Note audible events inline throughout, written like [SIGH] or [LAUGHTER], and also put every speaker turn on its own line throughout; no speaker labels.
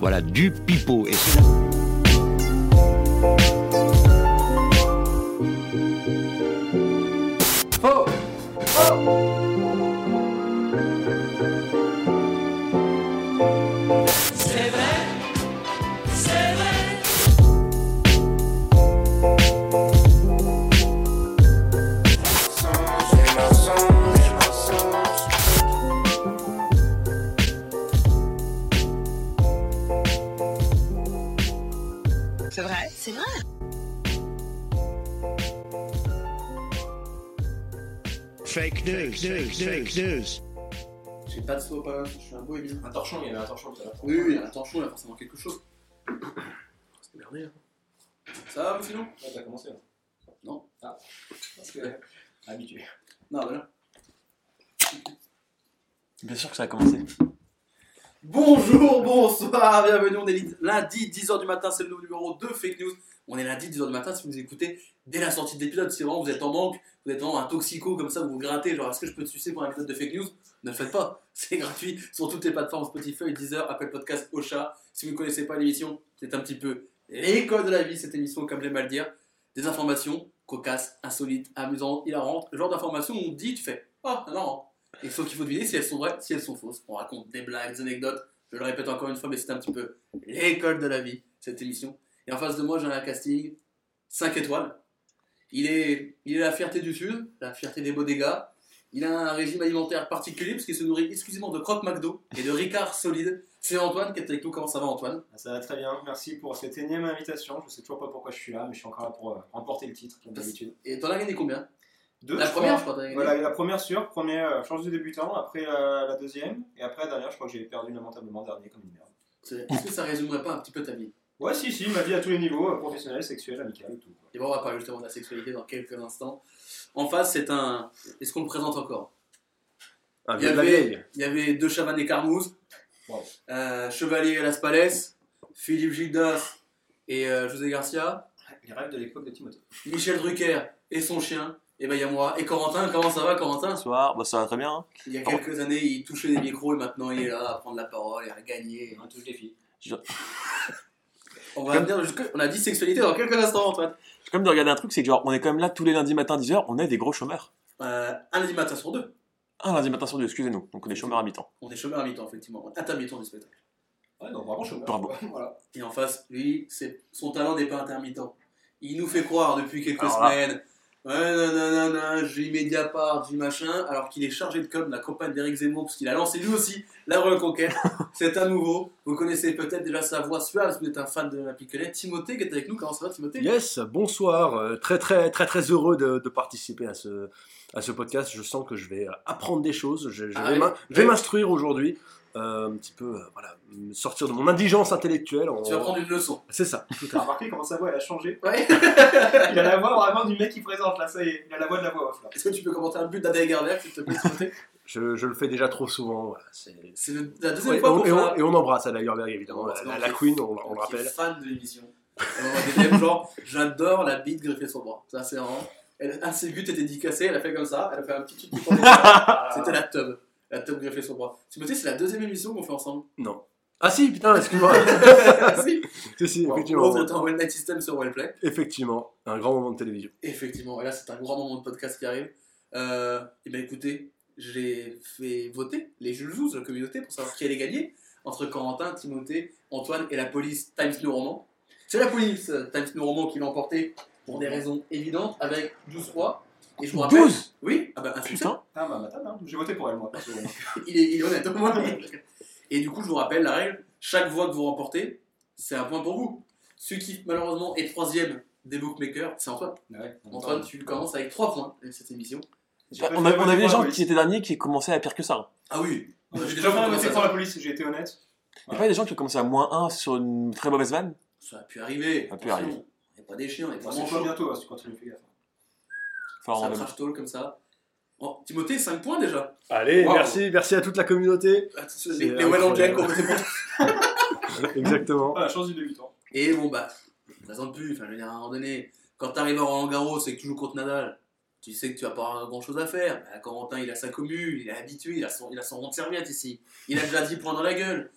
Voilà, du pipeau. Et
Oh Oh C'est vrai C'est vrai
C'est vrai C'est vrai
Fake news, fake news.
J'ai pas de saut pas je suis un beau Emile.
Un torchon, il y avait un torchon. tout à l'heure.
Oui, oui, attention, il y a forcément quelque chose. C'est merdé, là. Ça va, mon filou
Ouais, t'as commencé là.
Non.
Ah. Parce que. Habitué.
Non, voilà.
Bien sûr que ça a commencé.
Bonjour, bonsoir, bienvenue, on est li- lundi 10h du matin, c'est le nouveau numéro de Fake News. On est lundi 10h du matin si vous nous écoutez dès la sortie de l'épisode, si vraiment vous êtes en manque, vous êtes vraiment un toxico comme ça, vous vous grattez, genre est-ce que je peux te sucer pour un épisode de Fake News Ne le faites pas, [LAUGHS] c'est gratuit sur toutes les plateformes Spotify, Deezer, Apple Podcast, Ocha. Si vous ne connaissez pas l'émission, c'est un petit peu l'école de la vie cette émission, comme j'aime à le dire. Des informations cocasses, insolites, amusantes, hilarantes, le genre d'informations où on te dit, tu fais Ah, non Et faut qu'il faut deviner si elles sont vraies, si elles sont fausses. On raconte des blagues, des anecdotes. Je le répète encore une fois, mais c'est un petit peu l'école de la vie, cette émission. Et en face de moi, j'ai un casting 5 étoiles. Il est, il est la fierté du Sud, la fierté des beaux dégâts. Il a un régime alimentaire particulier puisqu'il se nourrit exclusivement de croque McDo et de Ricard solide. C'est Antoine qui est avec nous. Comment ça va, Antoine
Ah, Ça va très bien, merci pour cette énième invitation. Je sais toujours pas pourquoi je suis là, mais je suis encore là pour euh, remporter le titre, comme d'habitude.
Et t'en as gagné combien
Deux,
La
je
première, je
crois.
crois, t'en as gagné.
Voilà, la première sûre, première euh, chance de débutant, après euh, la, la deuxième, et après la dernière, je crois que j'ai perdu lamentablement dernier comme une merde.
C'est- Est-ce que ça résumerait pas un petit peu ta vie
Ouais, si, si, ma vie à tous les niveaux, euh, professionnel, sexuel, amical, tout. quoi.
Et bon, on va parler justement de la sexualité dans quelques instants. En face, c'est un. Est-ce qu'on le présente encore
Un
Il y,
vieux Ah, de la vieille.
avait, il y avait deux chamans et Carmouze,
Wow.
euh, Chevalier Las Palès, Philippe Gildas et euh, José Garcia,
Les rêves de l'époque de Timothée.
Michel Drucker et son chien, et ben il y a moi, et Corentin, comment ça va Corentin
Bonsoir, bah, ça va très bien. hein.
Il y a quelques années, il touchait des micros et maintenant il est là à prendre la parole et à gagner.
On touche les filles.
On va venir jusque... On a dit sexualité dans quelques instants Antoine.
C'est comme de regarder un truc, c'est que genre, on est quand même là tous les lundis matin 10h, on est des gros chômeurs.
Euh, un animateur sur deux.
Un lundi matin sur deux, excusez-nous. Donc on est chômeurs à mi-temps.
On est chômeur à mi-temps, effectivement, intermittent du spectacle.
Ouais, non, vraiment, je suis
Bravo.
[LAUGHS] Voilà.
[LAUGHS]
Et en face, lui, c'est- son talent n'est pas intermittent. Il nous fait croire depuis quelques
Alors là.
semaines. Ouais, non, non, non, non, j'ai Mediapart, j'ai machin, alors qu'il est chargé de com de la campagne d'Éric Zemmour, parce qu'il a lancé lui aussi la
[LAUGHS]
reconquête. c'est à nouveau. Vous connaissez peut-être déjà sa voix suave, si vous êtes un fan de la piquelette. Timothée qui est avec nous, comment ça va, Timothée
Yes, bonsoir. Euh, Très très très très heureux de, de participer à ce à ce podcast. Je sens que je vais euh, apprendre des choses. Je, je
Ah
vais
ouais,
m'in- je vais
ouais.
m'instruire aujourd'hui. Euh, un petit peu, euh, voilà, me sortir de mon indigence intellectuelle. en-
Tu vas prendre une leçon.
C'est ça.
T'as remarqué comment sa voix, elle a changé
Ouais.
[LAUGHS] Il a la voix vraiment du mec qui présente, là, ça y est. Il a la voix de la voix off, là.
Est-ce que tu peux commenter un but d'Adèle Garder, s'il te plaît,
[LAUGHS]
Timothée
Je, je le fais déjà trop souvent. voilà, c'est-
C'est le- la deuxième
Ouais,
fois
on-
qu'on
et,
fait
on,
un-
et on embrasse Adèle Gerberg évidemment,
On
la,
embrasse
la-
Adèle.
la Queen, on, on le
qui est
rappelle.
fan de l'émission. Elle m'a envoyé des thèmes genre, j'adore la bite griffée sur bras. Ça, c'est vraiment. Elle, un de ses buts était dédicacé, elle a fait comme ça, elle a fait un petit truc qui pendait.
[LAUGHS]
C'était la tub. La tub griffée sur bras. Tu me dis, c'est la deuxième émission qu'on fait
[LAUGHS]
ensemble. [LAUGHS]
Ah si, putain, excuse-moi.
si.
si, si, effectivement,
L'autre était en One Night System sur Wellplay.
effectivement, un grand moment de télévision.
Effectivement, et là, c'est un grand moment de podcast qui arrive. Euh, et ben écoutez, j'ai fait voter les Jules de la communauté, pour savoir qui allait gagner entre Corentin, Timothée, Antoine et la police Times New Roman. C'est la police euh, Times New Roman qui l'a emporté pour des raisons évidentes avec 12 fois. Et je vous rappelle.
12
Oui, ah ben, un succès.
Putain
Ah, bah, matin, hein. J'ai voté pour elle, moi, [LAUGHS] perso.
Il est, il est honnête au moins. Et du coup, je vous rappelle la règle chaque voix que vous remportez, c'est un point pour vous. Celui qui, malheureusement, est troisième des bookmakers, c'est Antoine.
Ouais.
Antoine, tu commences avec 3 points cette émission.
J'ai pas
Bah, On
fait
a- on
voter pour
avait des
la
gens
police.
qui étaient derniers qui commençaient à pire que ça. hein.
Ah oui
J'ai déjà pas voté pour la police, j'ai été honnête.
Il y a pas des gens qui ont commencé à moins 1 sur une très mauvaise vanne
Ça a pu arriver.
Ça a pu
Attention,
arriver.
On n'est pas des chiens, on n'est pas
C'est
manchots.
toi bientôt, hein, si tu continues, fais gaffe.
Faut leur
Ça
rendre hommage.
crash talk comme ça. Oh, Timothée, 5 points déjà.
Allez,
Wow.
merci, merci à toute la communauté.
Les, les
incroyable.
Well Angels qu'on votait pour.
Exactement.
Ah, la chance du débutant.
Et bon, bah, je présente plus. Enfin, je veux dire, à un moment donné, quand t'arrives à Roland Garros et que tu joues contre Nadal, tu sais que tu vas pas avoir grand chose à faire. Bah, Corentin, il a sa commune, il est habitué, il a son, il a son rond de serviette ici. Il a déjà 10 points dans la gueule.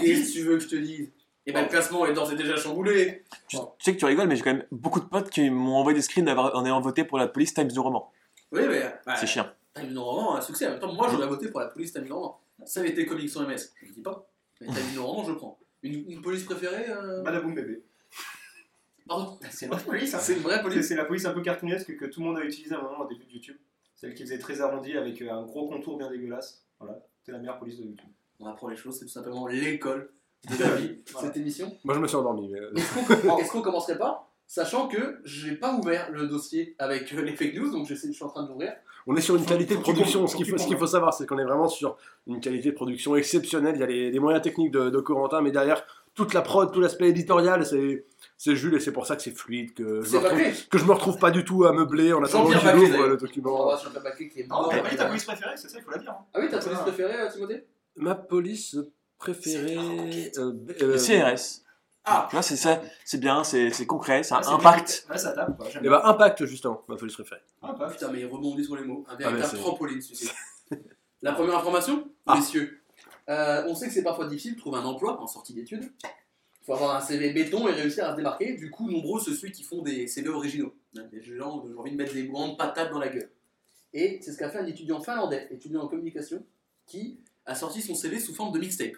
Qu'est-ce que tu veux que je te dise Et ben le classement est d'ores et déjà chamboulé.
Tu, tu sais que tu rigoles, mais j'ai quand même beaucoup de potes qui m'ont envoyé des screens d'avoir- en ayant voté pour la police Times du roman.
Oui, mais. bah, ouais,
C'est chiant.
Tamino Roman a un succès. En même temps, moi, j'aurais voté pour la police Tamino Roman. Ça avait été Comics sans MS. Je le dis pas. Mais Tamino Roman, je prends. Une, une police préférée euh,
Badaboum bébé.
Pardon,
bah,
c'est une vraie
police, hein.
C'est une vraie
C'est
police.
c'est la police un peu cartoonesque que, que tout le monde a utilisée à un moment au début de YouTube. Celle qui faisait très arrondie avec euh, un gros contour bien dégueulasse. Voilà, c'était la meilleure police de YouTube.
On apprend les choses, c'est tout simplement l'école de la vie,
Voilà.
cette émission.
Moi, je me suis endormi. mais, euh,
Est-ce qu'on est-ce qu'on commencerait pas Sachant que j'ai pas ouvert le dossier avec euh, les fake news, donc j'essaie- je suis en train de l'ouvrir.
On est sur une
Faut-
qualité de
faut qu'il
production.
tombe,
Ce
faut
qu'il
qu'il
faut, ce qu'il
tombe.
faut savoir, c'est qu'on est vraiment sur une qualité de production exceptionnelle. Il y a les, les moyens techniques de, de Corentin, mais derrière, toute la prod, tout l'aspect éditorial, c'est. C'est Jules et c'est pour ça que c'est fluide, que je, me
C'est pas
retrouve,
clé
que je me retrouve pas du tout à meubler en attendant que
Jean-Pierre
Jules
Bacri,
ouvre
d'ailleurs.
le
On
document.
va sur le Oh, paquet qui est
Non,
mort.
Ah, t'as pas dit ta police préférée, c'est ça, il faut la dire. hein.
Ah oui, ta police préférée, euh, Timothée
Ma police préférée. euh, euh,
Le CRS.
Ah.
Tu vois, c'est ça, c'est bien, c'est c'est concret, ça
Ouais,
a
Ah, c'est
un impact.
Ouais, ça tape, quoi. J'aime
Eh ben, Impact, justement, ma police préférée.
Ah,
Ah,
bah,
Putain, mais il rebondit sur les mots. Un
Ah, mais
véritable
c'est-
trampoline,
[LAUGHS]
celui-ci. La première information,
Ah.
messieurs. Euh, on sait que c'est parfois difficile de trouver un emploi en sortie d'études. Il faut avoir un CV béton et réussir à se démarquer. Du coup, nombreux sont ceux qui font des CV originaux. Des gens qui ont envie de mettre des grandes patates dans la gueule. Et c'est ce qu'a fait un étudiant finlandais, étudiant en communication, qui a sorti son CV sous forme de mixtape.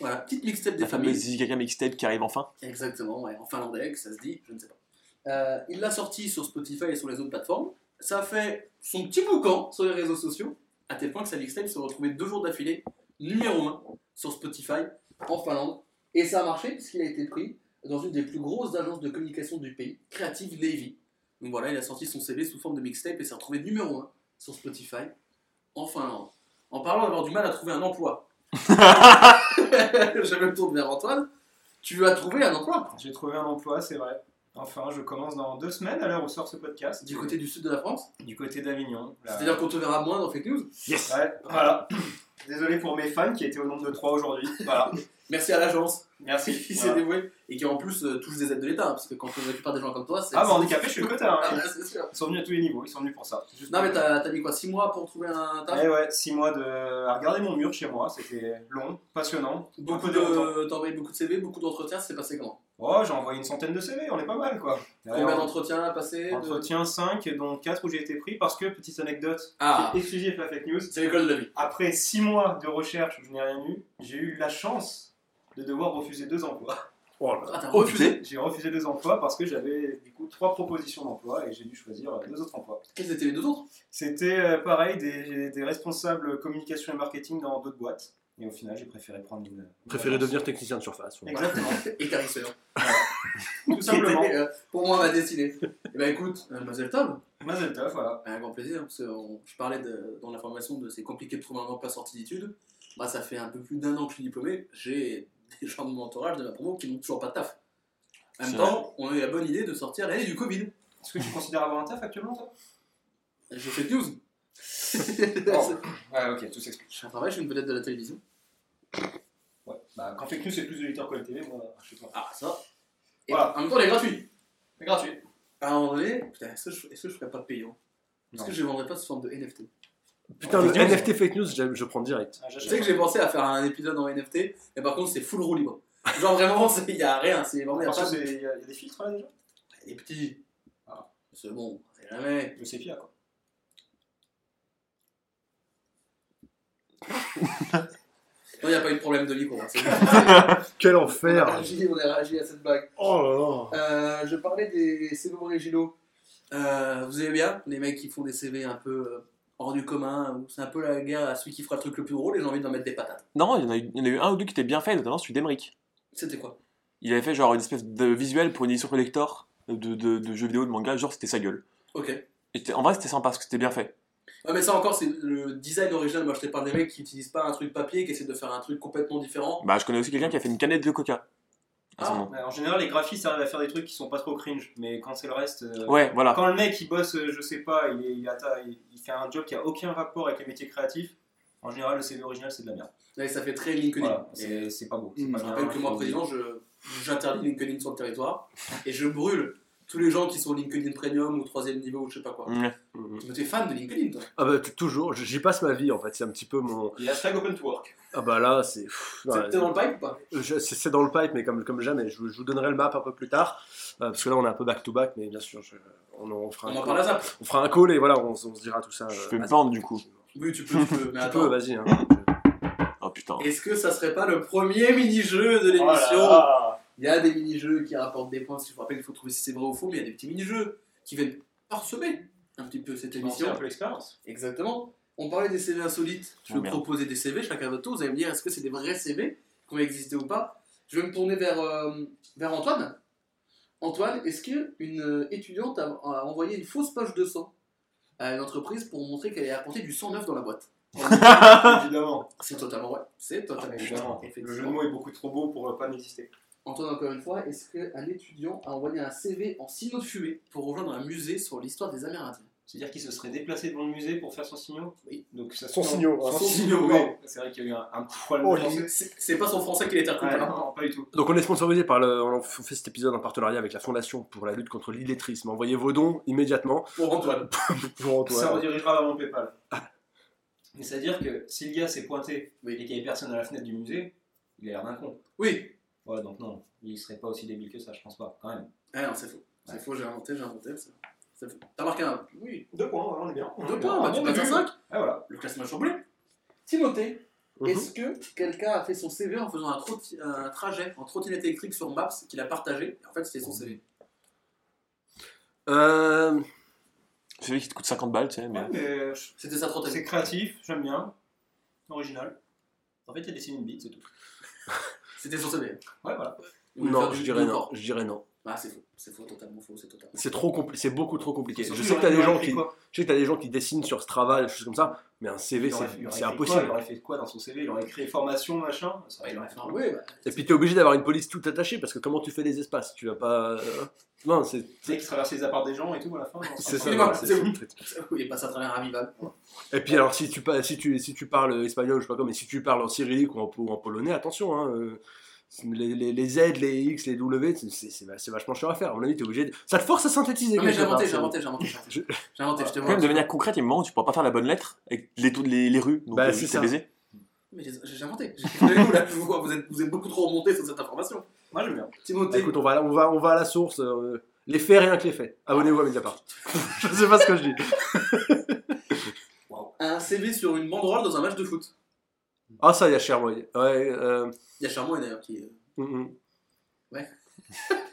Voilà, petite mixtape des
La
familles.
fameuse Zizi Gaga mixtape qui arrive enfin.
Exactement, ouais. en finlandais, que ça se dit, je ne sais pas. Euh, il l'a sorti sur Spotify et sur les autres plateformes. Ça a fait son petit boucan sur les réseaux sociaux, à tel point que sa mixtape se retrouvait deux jours d'affilée numéro 1 sur Spotify en Finlande. Et ça a marché puisqu'il a été pris dans une des plus grosses agences de communication du pays, Creative Levy. Donc voilà, il a sorti son CV sous forme de mixtape et s'est retrouvé numéro 1 sur Spotify en Finlande. En parlant d'avoir du mal à trouver un emploi, [LAUGHS] je me tourne vers Antoine. Tu as trouvé un emploi
J'ai trouvé un emploi, c'est vrai. Enfin, je commence dans deux semaines à l'heure où sort ce podcast.
du côté du sud de la France.
Du côté d'Avignon. là.
C'est-à-dire qu'on te verra moins dans Fake News.
Yes
Ouais, voilà. Désolé pour mes fans qui étaient au nombre de trois aujourd'hui. Voilà.
Merci à l'agence [LAUGHS]
Merci.
qui s'est
Voilà.
dévouée et qui en plus euh, touche des aides de l'État, hein, parce que quand on récupère des gens comme toi, c'est.
Ah, bah handicapé, je suis le quota.
[LAUGHS] Ah,
hein.
bah, c'est sûr.
Ils sont venus à tous les niveaux, ils sont venus pour ça. Juste
Non, mais
pour-
t'as t'as mis quoi 6 mois pour trouver un taf
Eh ouais, six mois de. à regarder mon mur chez moi, c'était long, passionnant. Eh, un
Beaucoup
peu déroutant.
de. T'as envoyé beaucoup de CV, beaucoup d'entretiens, c'est passé comment
Oh, j'ai envoyé une centaine de CV, on est pas mal quoi.
Combien d'entretiens a passé de-
Entretien 5, dont 4 où j'ai été pris parce que, petite anecdote,
Ah.
exclusive la fake news,
C'est l'école de la vie.
après 6 mois de recherche où je n'ai rien eu, j'ai eu la chance de devoir refuser deux emplois.
Oh là là.
Ah, t'as
Oh,
refusé
J'ai refusé deux emplois parce que j'avais du coup trois propositions d'emploi et j'ai dû choisir euh, deux autres emplois.
Quels étaient les deux autres
C'était euh, pareil, des, des responsables communication et marketing dans d'autres boîtes. Et au final, j'ai préféré prendre une. une
Préféré
agence.
devenir technicien de surface. ouais.
Exactement, [LAUGHS]
Et carisseur. [LAUGHS]
tout simplement.
pour moi, ma destinée. Eh ben écoute, euh, Mazel Tov,
Mazel tov, voilà.
Un Bah, grand plaisir, parce que on- je parlais de- dans la formation de c'est compliqué de trouver un emploi sorti d'études. Moi, ça fait un peu plus d'un an que je suis diplômé. J'ai [LAUGHS] des gens de mon entourage, de ma promo, qui n'ont toujours pas de taf. En même
C'est
temps, on a eu la bonne idée de sortir l'année du Covid.
Est-ce que tu considères avoir un taf actuellement, toi
J'ai fait news. [LAUGHS]
Ouais, ok, tout s'explique.
Je suis un travail, je suis une vedette de la télévision.
Ouais. Bah, quand Fake News c'est plus de lecteurs que la télé, moi, je sais pas.
Ah, ça. Et
Voilà.
en même temps, elle est gratuite.
C'est gratuit.
À un moment donné, putain, est-ce que je, est-ce que je ferais pas payant Est-ce
Non.
que je vendrais pas sous forme de NFT
Putain, le
Fake news.
NFT fake news, j'aime- je prends direct.
Ah,
Tu sais que j'ai pensé à faire un épisode en NFT, mais par contre, c'est full roue libre. Genre vraiment, [LAUGHS] il y a rien. C'est vraiment, y a
Parce
pas
que
de-
c'est- il y, a il y a des filtres là déjà
Elle est petite.
Ah.
C'est bon, on sait jamais.
Le sépia, quoi.
Non, il n'y a pas eu de problème de micro. hein, c'est bon. [LAUGHS]
Quel
on, a
enfer
réagi, on a réagi à cette blague.
Oh là là
Euh, je parlais des CV originaux. Euh, vous aimez bien les mecs qui font des CV un peu euh, hors du commun où C'est un peu la guerre à celui qui fera le truc le plus drôle et j'ai envie d'en mettre des patates.
Non, il y, en a eu, il y en a eu un ou deux qui étaient bien faits, notamment celui d'Emeric.
C'était quoi
Il avait fait genre une espèce de visuel pour une édition collector de, de, de jeux vidéo, de manga, genre c'était sa gueule.
Ok.
Et c'était- en vrai, c'était sympa parce que c'était bien fait.
Ah, mais ça encore, c'est le design original. Moi, je te parle des mecs qui n'utilisent pas un truc papier, qui essaient de faire un truc complètement différent.
Bah, je connais aussi quelqu'un qui a fait une canette de coca. À son
Ah.
nom.
Ouais, en général, les graphistes arrivent à faire des trucs qui sont pas trop cringe, mais quand c'est le reste. euh,
Ouais, voilà.
Quand le mec il bosse, euh, je sais pas, il, est- il, atta- il- il fait un job qui a aucun rapport avec les métiers créatifs, en général, le CV original c'est de la merde.
Là, ça fait très LinkedIn.
Voilà,
Et-
c'est c'est pas beau. c'est
Mm. Je
pas bien,
rappelle que moi,
faut-
président, je- j'interdis LinkedIn sur le territoire et je brûle tous les gens qui sont LinkedIn Premium ou troisième niveau ou je sais pas quoi.
Mmh.
Tu es fan de LinkedIn, toi
Ah bah, t- toujours, j'y passe ma vie en fait, c'est un petit peu mon.
Et hashtag open to work.
Ah bah là, c'est. pff,
C'est
ouais,
t'es dans le pipe ou pas
je- C'est c'est dans le pipe, mais comme, comme jamais. Je, vous- je vous donnerai le map un peu plus tard. euh, parce que là, on est un peu back-to-back, mais bien sûr, je- on, en fera
On
un
en
call.
parle à ça.
on fera un call et voilà, on, s- on se dira tout ça.
Je
euh,
vais me
à-
pendre, du coup.
Tu
Oui, tu peux, tu peux. Mais
peux,
attends,
vas-y. hein.
Oh putain.
est-ce que ça serait pas le premier mini-jeu de
Oh là
l'émission
là.
Il y a des mini-jeux qui rapportent des points. Si je vous rappelle, il faut trouver si c'est vrai ou faux, mais il y a des petits mini-jeux qui viennent parsemer un petit peu cette
C'est un
émission.
peu
[LAUGHS]
l'expérience.
Exactement. On parlait des CV insolites. Je
Oh,
vais
merde.
proposer des CV chacun votre tour. Vous allez me dire est-ce que c'est des vrais CV qui ont existé ou pas. Je vais me tourner vers, euh, vers Antoine. Antoine, est-ce que une euh, étudiante a, a envoyé une fausse page de sang à une entreprise pour montrer qu'elle a apporté du sang neuf dans la boîte
Évidemment.
C'est totalement vrai. C'est totalement
Évidemment.
vrai.
Ah, Le jeu de mots est beaucoup trop beau pour euh, pas n'exister.
Antoine, encore une fois, est-ce qu'un étudiant a envoyé un CV en signaux de fumée pour rejoindre un musée sur l'histoire des Amérindiens
C'est-à-dire qu'il se serait déplacé devant le musée pour faire son signaux
Oui.
Donc, ça se
Son
tient-
signaux, hein.
Son
Son
signaux,
signaux,
oui. C'est vrai qu'il y a eu un, un petit poil de
Oh,
français.
C'est c'est pas son français qui l'a été recoupé,
Ah, Ouais,
hein.
non, pas du tout.
Donc on est sponsorisé par le, on fait cet épisode en partenariat avec la Fondation pour la lutte contre l'illettrisme. Envoyez vos dons
[LAUGHS]
immédiatement
Pour Antoine.
pour
euh.
Ça
Antoine.
redirigera vers mon PayPal. Mais c'est-à-dire que si le gars s'est pointé
Oui.
et qu'il y avait personne à la fenêtre du musée, il a l'air d'un con.
Oui,
Ouais, donc non, il serait pas aussi débile que ça, je pense pas, quand même.
Ah non, c'est faux. C'est
Ouais.
faux, j'ai inventé, j'ai inventé. c'est- c'est faux. T'as marqué un. Oui.
Deux points, on est bien.
Deux points, bah, tu passes à 5.
Ah voilà.
Le classement est chamboulé. Timothée,
Mhm.
est-ce que quelqu'un a fait son CV en faisant un, trotti- un trajet en trottinette électrique sur Maps qu'il a partagé Et En fait, c'était son
Mhm.
CV.
Euh,
C'est lui qui te coûte 50 balles, tu sais, mais.
Ouais, mais je-
C'était sa
c'est
trottinette.
créatif, j'aime bien, original. En fait, il a dessiné une bite, c'est tout.
C'était son CV.
Ouais, voilà.
On voulait
non,
faire
je
du-
dirais
du
non.
corps.
Je dirais non.
Ah, c'est faux. C'est faux, totalement faux. C'est totalement.
C'est trop compli- c'est beaucoup trop compliqué.
Surtout,
Je
il
sais que
aurait-
t'as
il
des
aurait
gens
fait
qui,
quoi
je sais que t'as des gens qui dessinent sur Strava, des choses comme ça, mais un CV
Il aurait- il
c'est
aurait
c'est
fait
impossible.
quoi Il aurait fait quoi dans son CV Il aurait créé formation, machin Ça aurait-
Ouais,
il aurait fait un
enfin, ouais, bah,
Et puis t'es obligé d'avoir une police toute attachée parce que comment tu fais les espaces Tu vas pas. euh, Non, c'est
Tu sais, qui traverse les apparts des gens et tout à la fin.
c'est ça.
c'est-
voilà,
c'est-
c'est-
bah, [LAUGHS] il est passé à travers un rival.
Et puis alors si tu pa- si tu si tu parles espagnol, je sais pas quoi, mais si tu parles en cyrillique ou en, po- en polonais, attention. Hein, euh, les, les, les Z, les X, les W, c'est- c'est c'est- c'est vachement cher à faire. À mon avis, t'es obligé. de- Ça te force à synthétiser.
Non, Ah, mais
quelque
j'ai
part,
inventé,
c'est-
j'ai inventé, j'ai inventé. j'ai inventé.
Je-
J'ai inventé, je te
Quand
vois.
même, de manière concrète, il y a un moment où tu pourras pas faire la bonne lettre avec les, tou- les, les rues. Donc,
Bah,
euh,
c'est
juste
ça.
t'es baisé.
Mais j'ai j'ai inventé. J'ai- Vous, là, je vous vois, vous êtes vous êtes beaucoup trop remonté sur cette information.
Moi, j'aime bien.
Bah,
Timothée,
écoute, on va, on va on va à la source. euh, les faits, rien que les faits. Abonnez-vous
[LAUGHS]
à Mediapart. je sais pas ce que je dis.
un CV sur une banderole dans un match de foot.
Ah ça, il y a cher, moi. Ouais. euh,
Il y a Charmant d'ailleurs qui. euh,
mm, mm.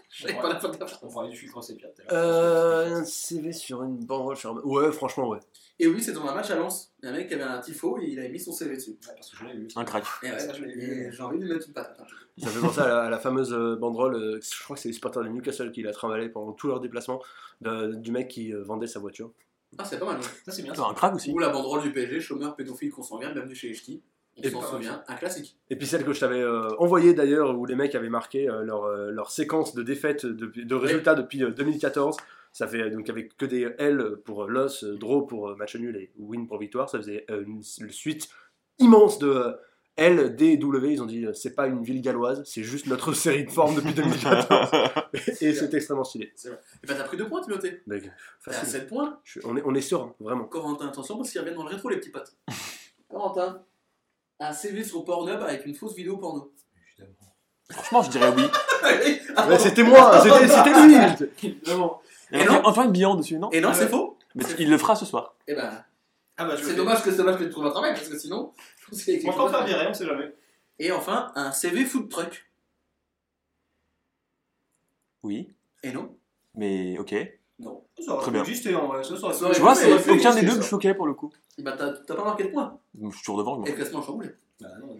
Je savais pas la fin de la phrase.
On parlait du filtre sépia tout à
Euh, un CV sur une banderole. sur un- Ouais, franchement, ouais.
Et oui, c'est dans un match à Lens. Il y a un mec qui avait un tifo et il avait mis son CV dessus.
Ouais, parce que je l'ai vu.
Un crack.
Et ouais,
Ça, je l'ai vu.
et j'ai envie de lui mettre une patate. hein.
Ça fait penser à la, à la fameuse euh, banderole, euh, je crois que c'est les supporters de Newcastle qui l'a trimballé pendant tous leurs déplacements, de- du mec qui euh, vendait sa voiture.
Ah, c'est pas mal. hein.
Ça, c'est bien.
Attends, un crack aussi.
Ou la banderole du PSG, chômeur, pédophile, consanguin, bienvenue chez Echti. On
Et
s'en
pas mal.
souvient, un classique.
Et puis celle que je t'avais euh, envoyée d'ailleurs, où les mecs avaient marqué euh, leur, euh, leur séquence de défaites, depuis- de, résultats depuis euh, 2014. Ça fait euh, donc avec que des L pour euh, loss, euh, draw pour euh, match nul et win pour victoire. Ça faisait euh, une, une suite immense de euh, L, D, W. Ils ont dit euh, c'est pas une ville galloise, c'est juste notre [LAUGHS] série de formes depuis 2014. et c'est extrêmement stylé.
Et bah, t'as pris deux points, Timothée.
Donc,
T'as
facile.
7 points.
Je suis- on, est, on est serein, vraiment.
Corentin, attention parce qu'ils reviennent dans le rétro, les
[LAUGHS]
petits potes. Corentin, un CV sur Pornhub avec une fausse vidéo porno.
[LAUGHS]
Ah
Franchement, je dirais oui.
Ah
Mais c'était moi, c'était c'était lui
Évidemment.
Il y
Et
a
non.
Antoine- Antoine Billan dessus, non
Et non,
Ah
c'est
ouais.
faux.
Mais il le fera ce soir.
Et bah,
Ah bah, je le
c'est
fais.
dommage que c'est dommage que tu trouves un travail parce que sinon, [LAUGHS] je pense qu'il y a
On va
quelque
t'en
chose à
faire
faire.
virer, on sait jamais.
Et enfin, un CV food truck.
Oui.
Et non
Mais ok.
Non.
Ça aurait
Très
pu
bien.
exister, en vrai. Ça, ça aurait
Tu
pu
vois,
Tu
exister,
vois,
mais
c'est
il a fait
aucun des
exister,
deux me
ça.
choquait pour le coup.
Bah, t'as t'as pas marqué de points.
Je suis toujours devant, je
Et
m'en
le classement [LAUGHS] chamboulé.
Bah, non,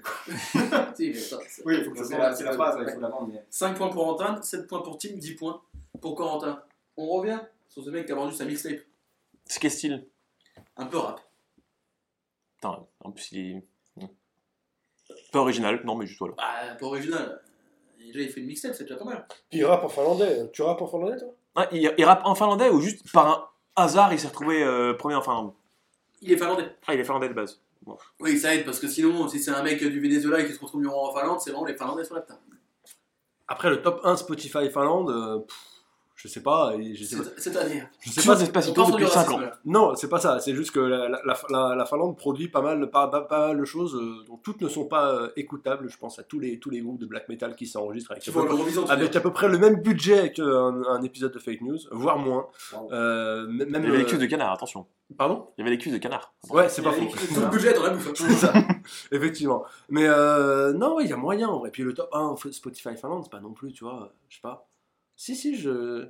si, mais ça, ça-
Oui, faut que
ça
ça
soit
soit- c'est la
c'est-
phrase, il
ouais.
faut la vendre. mais-
5 points pour Antoine, 7 points pour Tim, 10 points pour Corentin. On revient sur ce mec qui a vendu sa mixtape.
C'est quel style
Un peu rap.
Putain, en plus il est. Pas original, non, mais juste voilà.
Bah, pas original. Déjà, il fait une mixtape, c'est déjà pas mal.
Puis rap en finlandais, tu rap en finlandais toi
Ah, il, il rappe en finlandais ou juste par un hasard il s'est retrouvé euh, premier en Finlande
Il est finlandais.
Ah, il est finlandais de base.
Oui, ça aide parce que sinon, si c'est un mec du Venezuela et qui se retrouve du en Finlande, c'est vraiment les Finlandais sur la table.
Après le top 1 Spotify Finlande, euh, pff, je Je sais pas, et je sais pas,
C'est-à-dire.
je sais
C'est
pas
pas Despacito
pense au
depuis 5 ans.
racisme, là.
Non, c'est pas ça. C'est juste que la, la- la- la- la Finlande produit pas mal, pas, pas- pas mal de choses euh, dont toutes ne sont pas euh, écoutables. Je pense à tous les, tous les groupes de black metal qui s'enregistrent avec,
Tu
à
vois
peu, près-
l'Eurovision, tu veux
avec à peu près le même budget qu'un un épisode de fake news, voire moins.
Wow.
Euh, m- même
Il y avait
le-
les cuisses de canard, attention.
Pardon
Il y avait les cuisses de canard.
Ouais, c'est pas
Il y
faux.
avait
dire.
[LAUGHS]
Tout le budget dans la bouche. hein.
C'est ça, effectivement. Mais euh, non, ouais, il y a moyen en vrai. Puis le top 1 F- Spotify Finlande, c'est pas non plus, tu vois, euh, je sais pas. Si, si, je.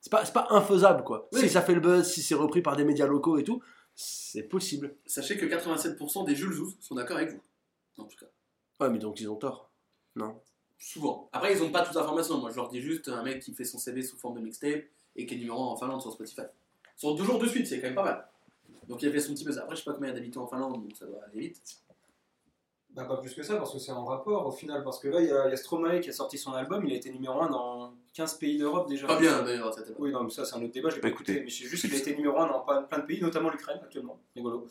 C'est pas, c'est pas infaisable quoi.
Oui.
Si ça fait le buzz, si c'est repris par des médias locaux et tout, c'est possible.
Sachez que 87% des Jules Zouz sont d'accord avec vous. En tout cas.
Ouais, mais donc ils ont tort.
Souvent. Après, ils n'ont pas toute l'information. Moi, je leur dis juste un mec qui fait son CV sous forme de mixtape et qui est numéro 1 en Finlande sur Spotify. Sur deux jours de suite, c'est quand même pas mal. Donc, il a fait son petit buzz. Après, je sais pas combien il y a d'habitants en Finlande, donc ça doit aller vite.
Bah, pas plus que ça, parce que c'est en rapport au final. Parce que là, il y, a- il y a Stromae qui a sorti son album, il a été numéro 1 dans 15 pays d'Europe déjà.
Pas bien d'ailleurs, cette époque.
Oui, non, mais ça, c'est un autre débat, je l'ai
Pas
pas
écouté.
écouté. Mais c'est juste qu'il a été numéro 1 dans plein, plein de pays, notamment l'Ukraine actuellement. Rigolo.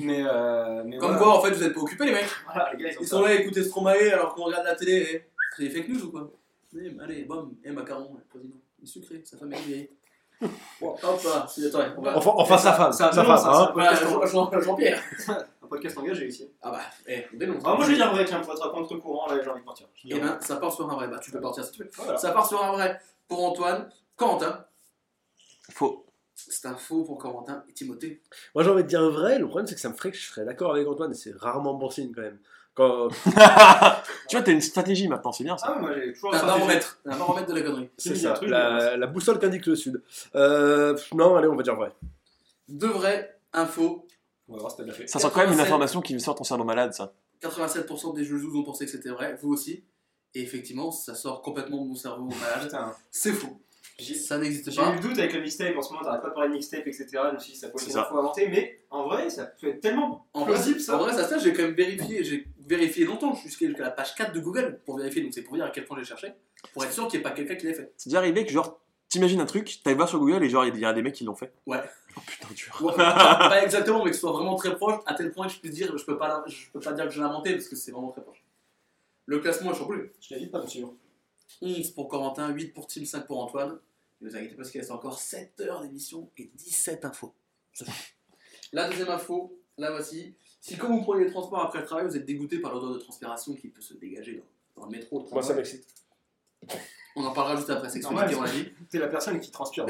mais, euh, mais
Comme
voilà.
quoi, en fait, vous êtes pas occupés, les mecs.
Voilà, les gars,
Ils sont là à écouter Stromae alors qu'on regarde la télé. eh. C'est des fake news ou quoi Eh, Allez, bam, et macaron, le président. Il est sucré, sa femme est grillée. Hop là, c'est- attends, on va-
Enfin, enfin sa femme,
ça,
sa
non,
femme,
ça,
hein.
Voilà, Jean- Jean- Jean-Pierre.
Un podcast engagé ici.
Ah bah, eh, on dénonce.
Ah, moi, je vais dire vrai, tiens, pour être à contre-courant, là, j'ai envie de partir. Je dis
Eh
vrai.
ben, ça part sur un vrai. Bah, tu peux partir si tu veux.
Voilà.
Ça part sur un vrai pour Antoine. Corentin,
Faux.
c'est un faux pour Corentin et Timothée.
Moi j'ai envie de dire un vrai, le problème c'est que ça me ferait que je serais d'accord avec Antoine, et c'est rarement bon signe quand même. [LAUGHS] Quand...
Tu vois, t'as une stratégie maintenant, c'est bien ça.
Ah, moi, j'ai toujours
T'as un
stratégie.
baromètre. T'as un baromètre de la connerie.
C'est
Il y a un
ça,
truc, mais
la, la boussole qu'indique le Sud. Euh, pff, non, allez, on va dire vrai.
De vrai, un faux.
On va voir si t'as bien fait.
Ça sent quand même une
87.
information qui me sort ton cerveau malade, ça.
87% des Jules Zouz ont pensé que c'était vrai, vous aussi. Et effectivement, ça sort complètement de mon cerveau malade.
Putain.
C'est faux.
J'ai-
Ça n'existe
J'ai
pas.
eu le doute avec le mixtape en ce moment, t'arrêtes pas de parler de mixtape, etc. Je me suis dit, ça peut être
C'est
une
ça.
info inventée, mais en vrai, ça peut être tellement
En vrai,
plausible
en
ça.
vrai, ça, ça, j'ai quand même vérifié, j'ai vérifié longtemps, jusqu'à jusqu'à la page 4 de Google pour vérifier, donc c'est pour dire à quel point j'ai cherché, pour être sûr qu'il n'y ait pas quelqu'un qui l'ait fait.
C'est déjà arrivé que genre, t'imagines un truc, t'allais voir sur Google et genre, il y a des mecs qui l'ont fait.
Ouais.
Oh putain, dur.
Ouais, pas, pas exactement, mais que ce soit vraiment très proche, à tel point que je puisse dire, je peux pas, la- je peux pas dire que je l'ai inventé, parce que c'est vraiment très proche. Le classement, je suis plus.
Je l'invite pas, monsieur.
11 pour Corentin, 8 pour Tim, 5 pour Antoine. Ne vous inquiétez pas, parce qu'il reste encore 7 heures d'émission et 17 infos. Ça va. La deuxième info, la voici. Si quand vous prenez les transports après le travail, vous êtes dégoûté par l'odeur de transpiration qui peut se dégager dans, dans le métro, le tramway,
m'excite.
on en parlera juste après, c'est
Normal,
expliqué, on l'a dit.
T'es la personne qui
[LAUGHS]
transpire.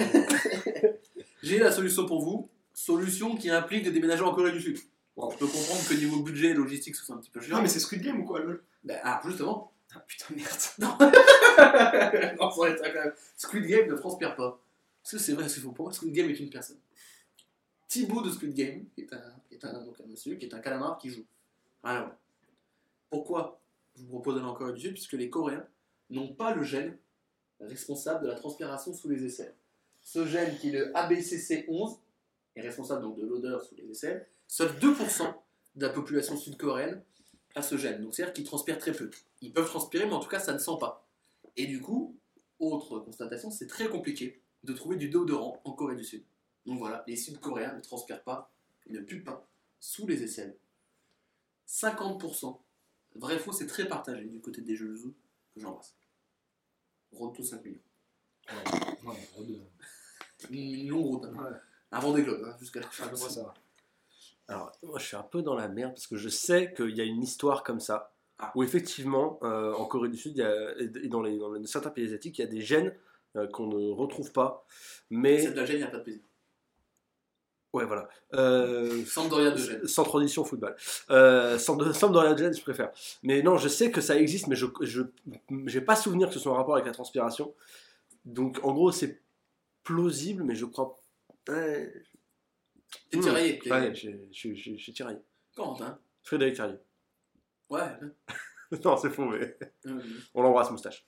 J'ai la solution pour vous, solution qui implique de déménager en Corée du Sud.
Wow.
Je peux comprendre que niveau budget et logistique, ce soit un petit peu chiant.
non, mais c'est Squid Game ou quoi, lol
Bah, ah, justement,
Ah, Putain,
[LAUGHS]
merde.
non, ça aurait été quand même. Squid Game ne transpire pas. Est-ce que c'est vrai, c'est faux pour moi Squid Game est une personne. Thibaut de Squid Game est un, est un, donc un monsieur qui est un calamar qui joue. Rien à voir. Pourquoi je vous propose d'aller en Corée du Sud Puisque les Coréens n'ont pas le gène responsable de la transpiration sous les aisselles. Ce gène qui est le ABCC11 est responsable donc de l'odeur sous les aisselles. Seuls 2% de la population sud-coréenne a ce gène. Donc c'est-à-dire qu'ils transpirent très peu. Ils peuvent transpirer, mais en tout cas, ça ne sent pas. Et du coup, autre constatation, c'est très compliqué de trouver du déodorant en Corée du Sud. Donc voilà, les Sud-Coréens ne transpirent pas et ne puent pas sous les aisselles. 50%. Vrai faux, c'est très partagé du côté des jeux de que j'embrasse. Roto 5 millions. Une longue route. hein.
Ouais.
Avant des globes, hein, jusqu'à la
Ah,
fin.
Alors, moi, je suis un peu dans la merde parce que je sais qu'il y a une histoire comme ça
Ah.
où effectivement, euh, en Corée du Sud il y a- et dans, les, dans les- certains pays asiatiques, il y a des gènes euh, qu'on ne retrouve pas. Mais
C'est de la gêne, il n'y a pas de plaisir.
ouais, voilà. Euh,
Sampdoria de gêne.
sans tradition football. Euh, sans, de, sans Dorian James, je préfère. Mais non, je sais que ça existe, mais je n'ai pas souvenir que ce soit un rapport avec la transpiration. Donc, en gros, c'est plausible, mais je crois. Ouais,
T'es
Hmm.
tiraillé. t'es-
ouais, je je- je- je suis tiraillé.
Quand, hein
Frédéric Tiraillé. [LAUGHS]
Ouais.
non, c'est faux, mais
Euh,
on l'embrasse, moustache.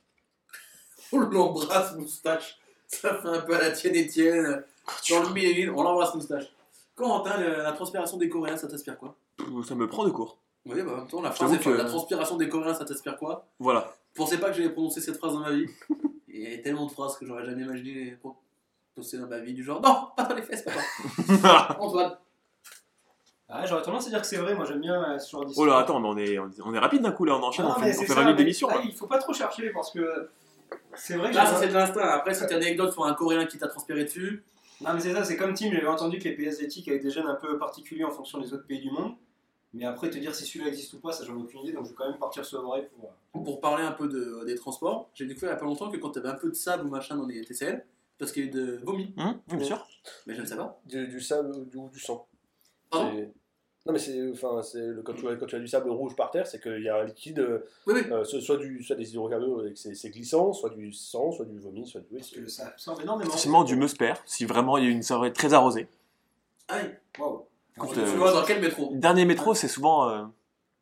On l'embrasse, moustache. Ça fait un peu à la tienne, Étienne. Dans le millésime, on l'embrasse, moustache. Corentin, le- la transpiration des Coréens, ça t'inspire quoi
Pff, Ça me prend de court.
Oui, bah en même temps, la
Je
phrase
t'avoue
est folle.
que-
La transpiration des Coréens, ça t'inspire quoi
Voilà.
Je pensais pas que j'allais prononcer cette phrase dans [LAUGHS] ma vie. Il y a tellement de phrases que j'aurais jamais imaginé pro- poster dans ma vie, du genre Non, pas dans les fesses, papa. [LAUGHS] Antoine,
Ah, j'aurais tendance à dire que c'est vrai, moi j'aime bien euh, ce genre
Oh
d'histoire.
là, attends, mais on est, on est rapide d'un coup là, on enchaîne,
Non,
on
Ah, mais
fait, on
c'est
fait
ça,
20 minutes
mais-
d'émission
ah,
là.
Il faut pas trop chercher parce que C'est vrai que
Là,
j'avais-
ça c'est de l'instinct. Après, si t'as une anecdote sur un Coréen qui t'a transpiré dessus,
Non, mais c'est ça, c'est comme Tim, j'avais entendu que les pays asiatiques avaient des gènes un peu particuliers en fonction des autres pays du monde. Mais après, te dire si celui-là existe ou pas, ça j'en ai aucune idée, donc je vais quand même partir sur la vraie pour. euh,
pour parler un peu de, des transports, j'ai découvert il y a pas longtemps que quand t'avais un peu de sable ou machin dans les TCL, parce qu'il y a eu de vomi.
Hum, oui, bien sûr.
Mais je ne sais pas.
Du, du sable ou du, ou du sang.
Pardon
C'est- Non, mais c'est, enfin, c'est le- quand, tu as, quand tu as du sable rouge par terre, c'est qu'il y a un liquide,
Oui, oui.
euh, soit, soit du, soit des hydrocarbures et que c'est, c'est glissant, soit du sang, soit du vomi, soit du. oui,
Parce
c'est-
que ça absorbe énormément.
Forcément du meusper, si vraiment il y a une soirée très arrosée.
Ah oui.
Waouh.
Écoute,
Tu
euh,
vois dans quel métro
Dernier métro, c'est souvent. euh,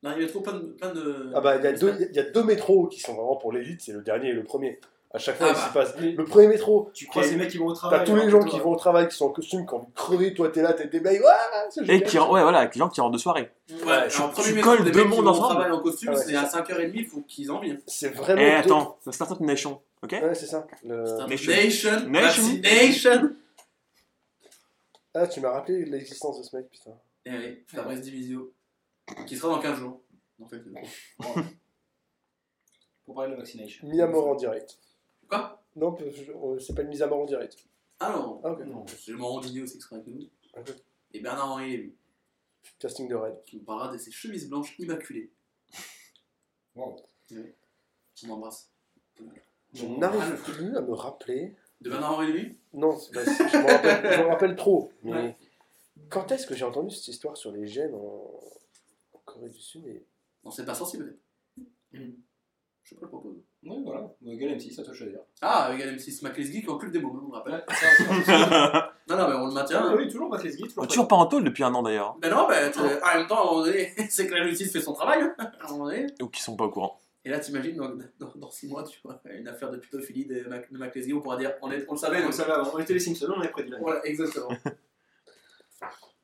Dans les métros, plein de. Plein de...
Ah bah, il y, a deux- il y a deux métros qui sont vraiment pour l'élite, c'est le dernier et le premier. À chaque fois,
Ah
il
bah.
s'y passe. Le premier métro,
Tu crois
Et-
ces mecs qui vont au travail hein,
t'as tous les gens
euh,
qui vont au travail, qui sont en costume, qui ont envie de crever, toi t'es là, t'es débaillé, ouais, c'est
Et
génial.
qui, ouais, voilà, avec les gens qui rentrent de soirée.
Ouais, alors,
tu
premier métro,
colles
des
deux
mecs qui
mondes
vont au
ensemble.
travail en costume,
Ah ouais,
c'est
c'est
à 5h30, il faut qu'ils en viennent.
C'est
Ah,
vraiment.
Eh
deux-
attends, la Startup Nation, ok
Ouais, c'est ça. Le-
Nation.
Nation,
Nation.
vaccination.
Ah, tu m'as rappelé l'existence de ce mec, putain.
Et allez, Eh Fabrice Divisio, qui sera dans 15 jours. En fait, euh,
Pour parler de la vaccination.
Mis à mort en direct.
Quoi
Non, parce que je- euh, c'est pas une mise à mort en direct.
Ah non,
Ah, ok.
Non.
c'est le moment d'igno aussi qui sera avec nous.
Ok.
Et Bernard-Henri Lévy,
Casting de Red.
qui nous parlera de ses chemises blanches immaculées.
Wow.
Ouais. On embrasse.
Je
ah Non.
n'arrive plus à me rappeler.
De Bernard-Henri Lévy
Non, c'est pas- c'est- je me rappelle, je me rappelle trop. Mais
Ouais.
quand est-ce que j'ai entendu cette histoire sur les gènes en, en Corée du Sud et...
Non, c'est pas sensible peut-être. Je peux le proposer.
Oui, voilà. Google M6, ça te choisir.
Ah, avec LM6 Maclesguy qui encule des mômes, on le rappelle. Non, non, mais on le maintient.
Ah oui, toujours pas les guides.
Bah, Toujours pas en tôle depuis un an d'ailleurs,
Ben non, ben, tu- en même temps, à un moment donné, [LAUGHS] c'est que la justice fait son travail. hein, [LAUGHS] à un moment donné.
ou qui sont pas au courant.
Et là, t'imagines, dans, dans, 6 mois, tu vois, une affaire de pédophilie de, Mac, de Maclesguy, on pourra dire, on, est, on le savait,
Ouais,
donc
Ah, ben, donc
ça.
ça va, on était les Simpsons, on avait prédit la
Voilà, exactement. [LAUGHS]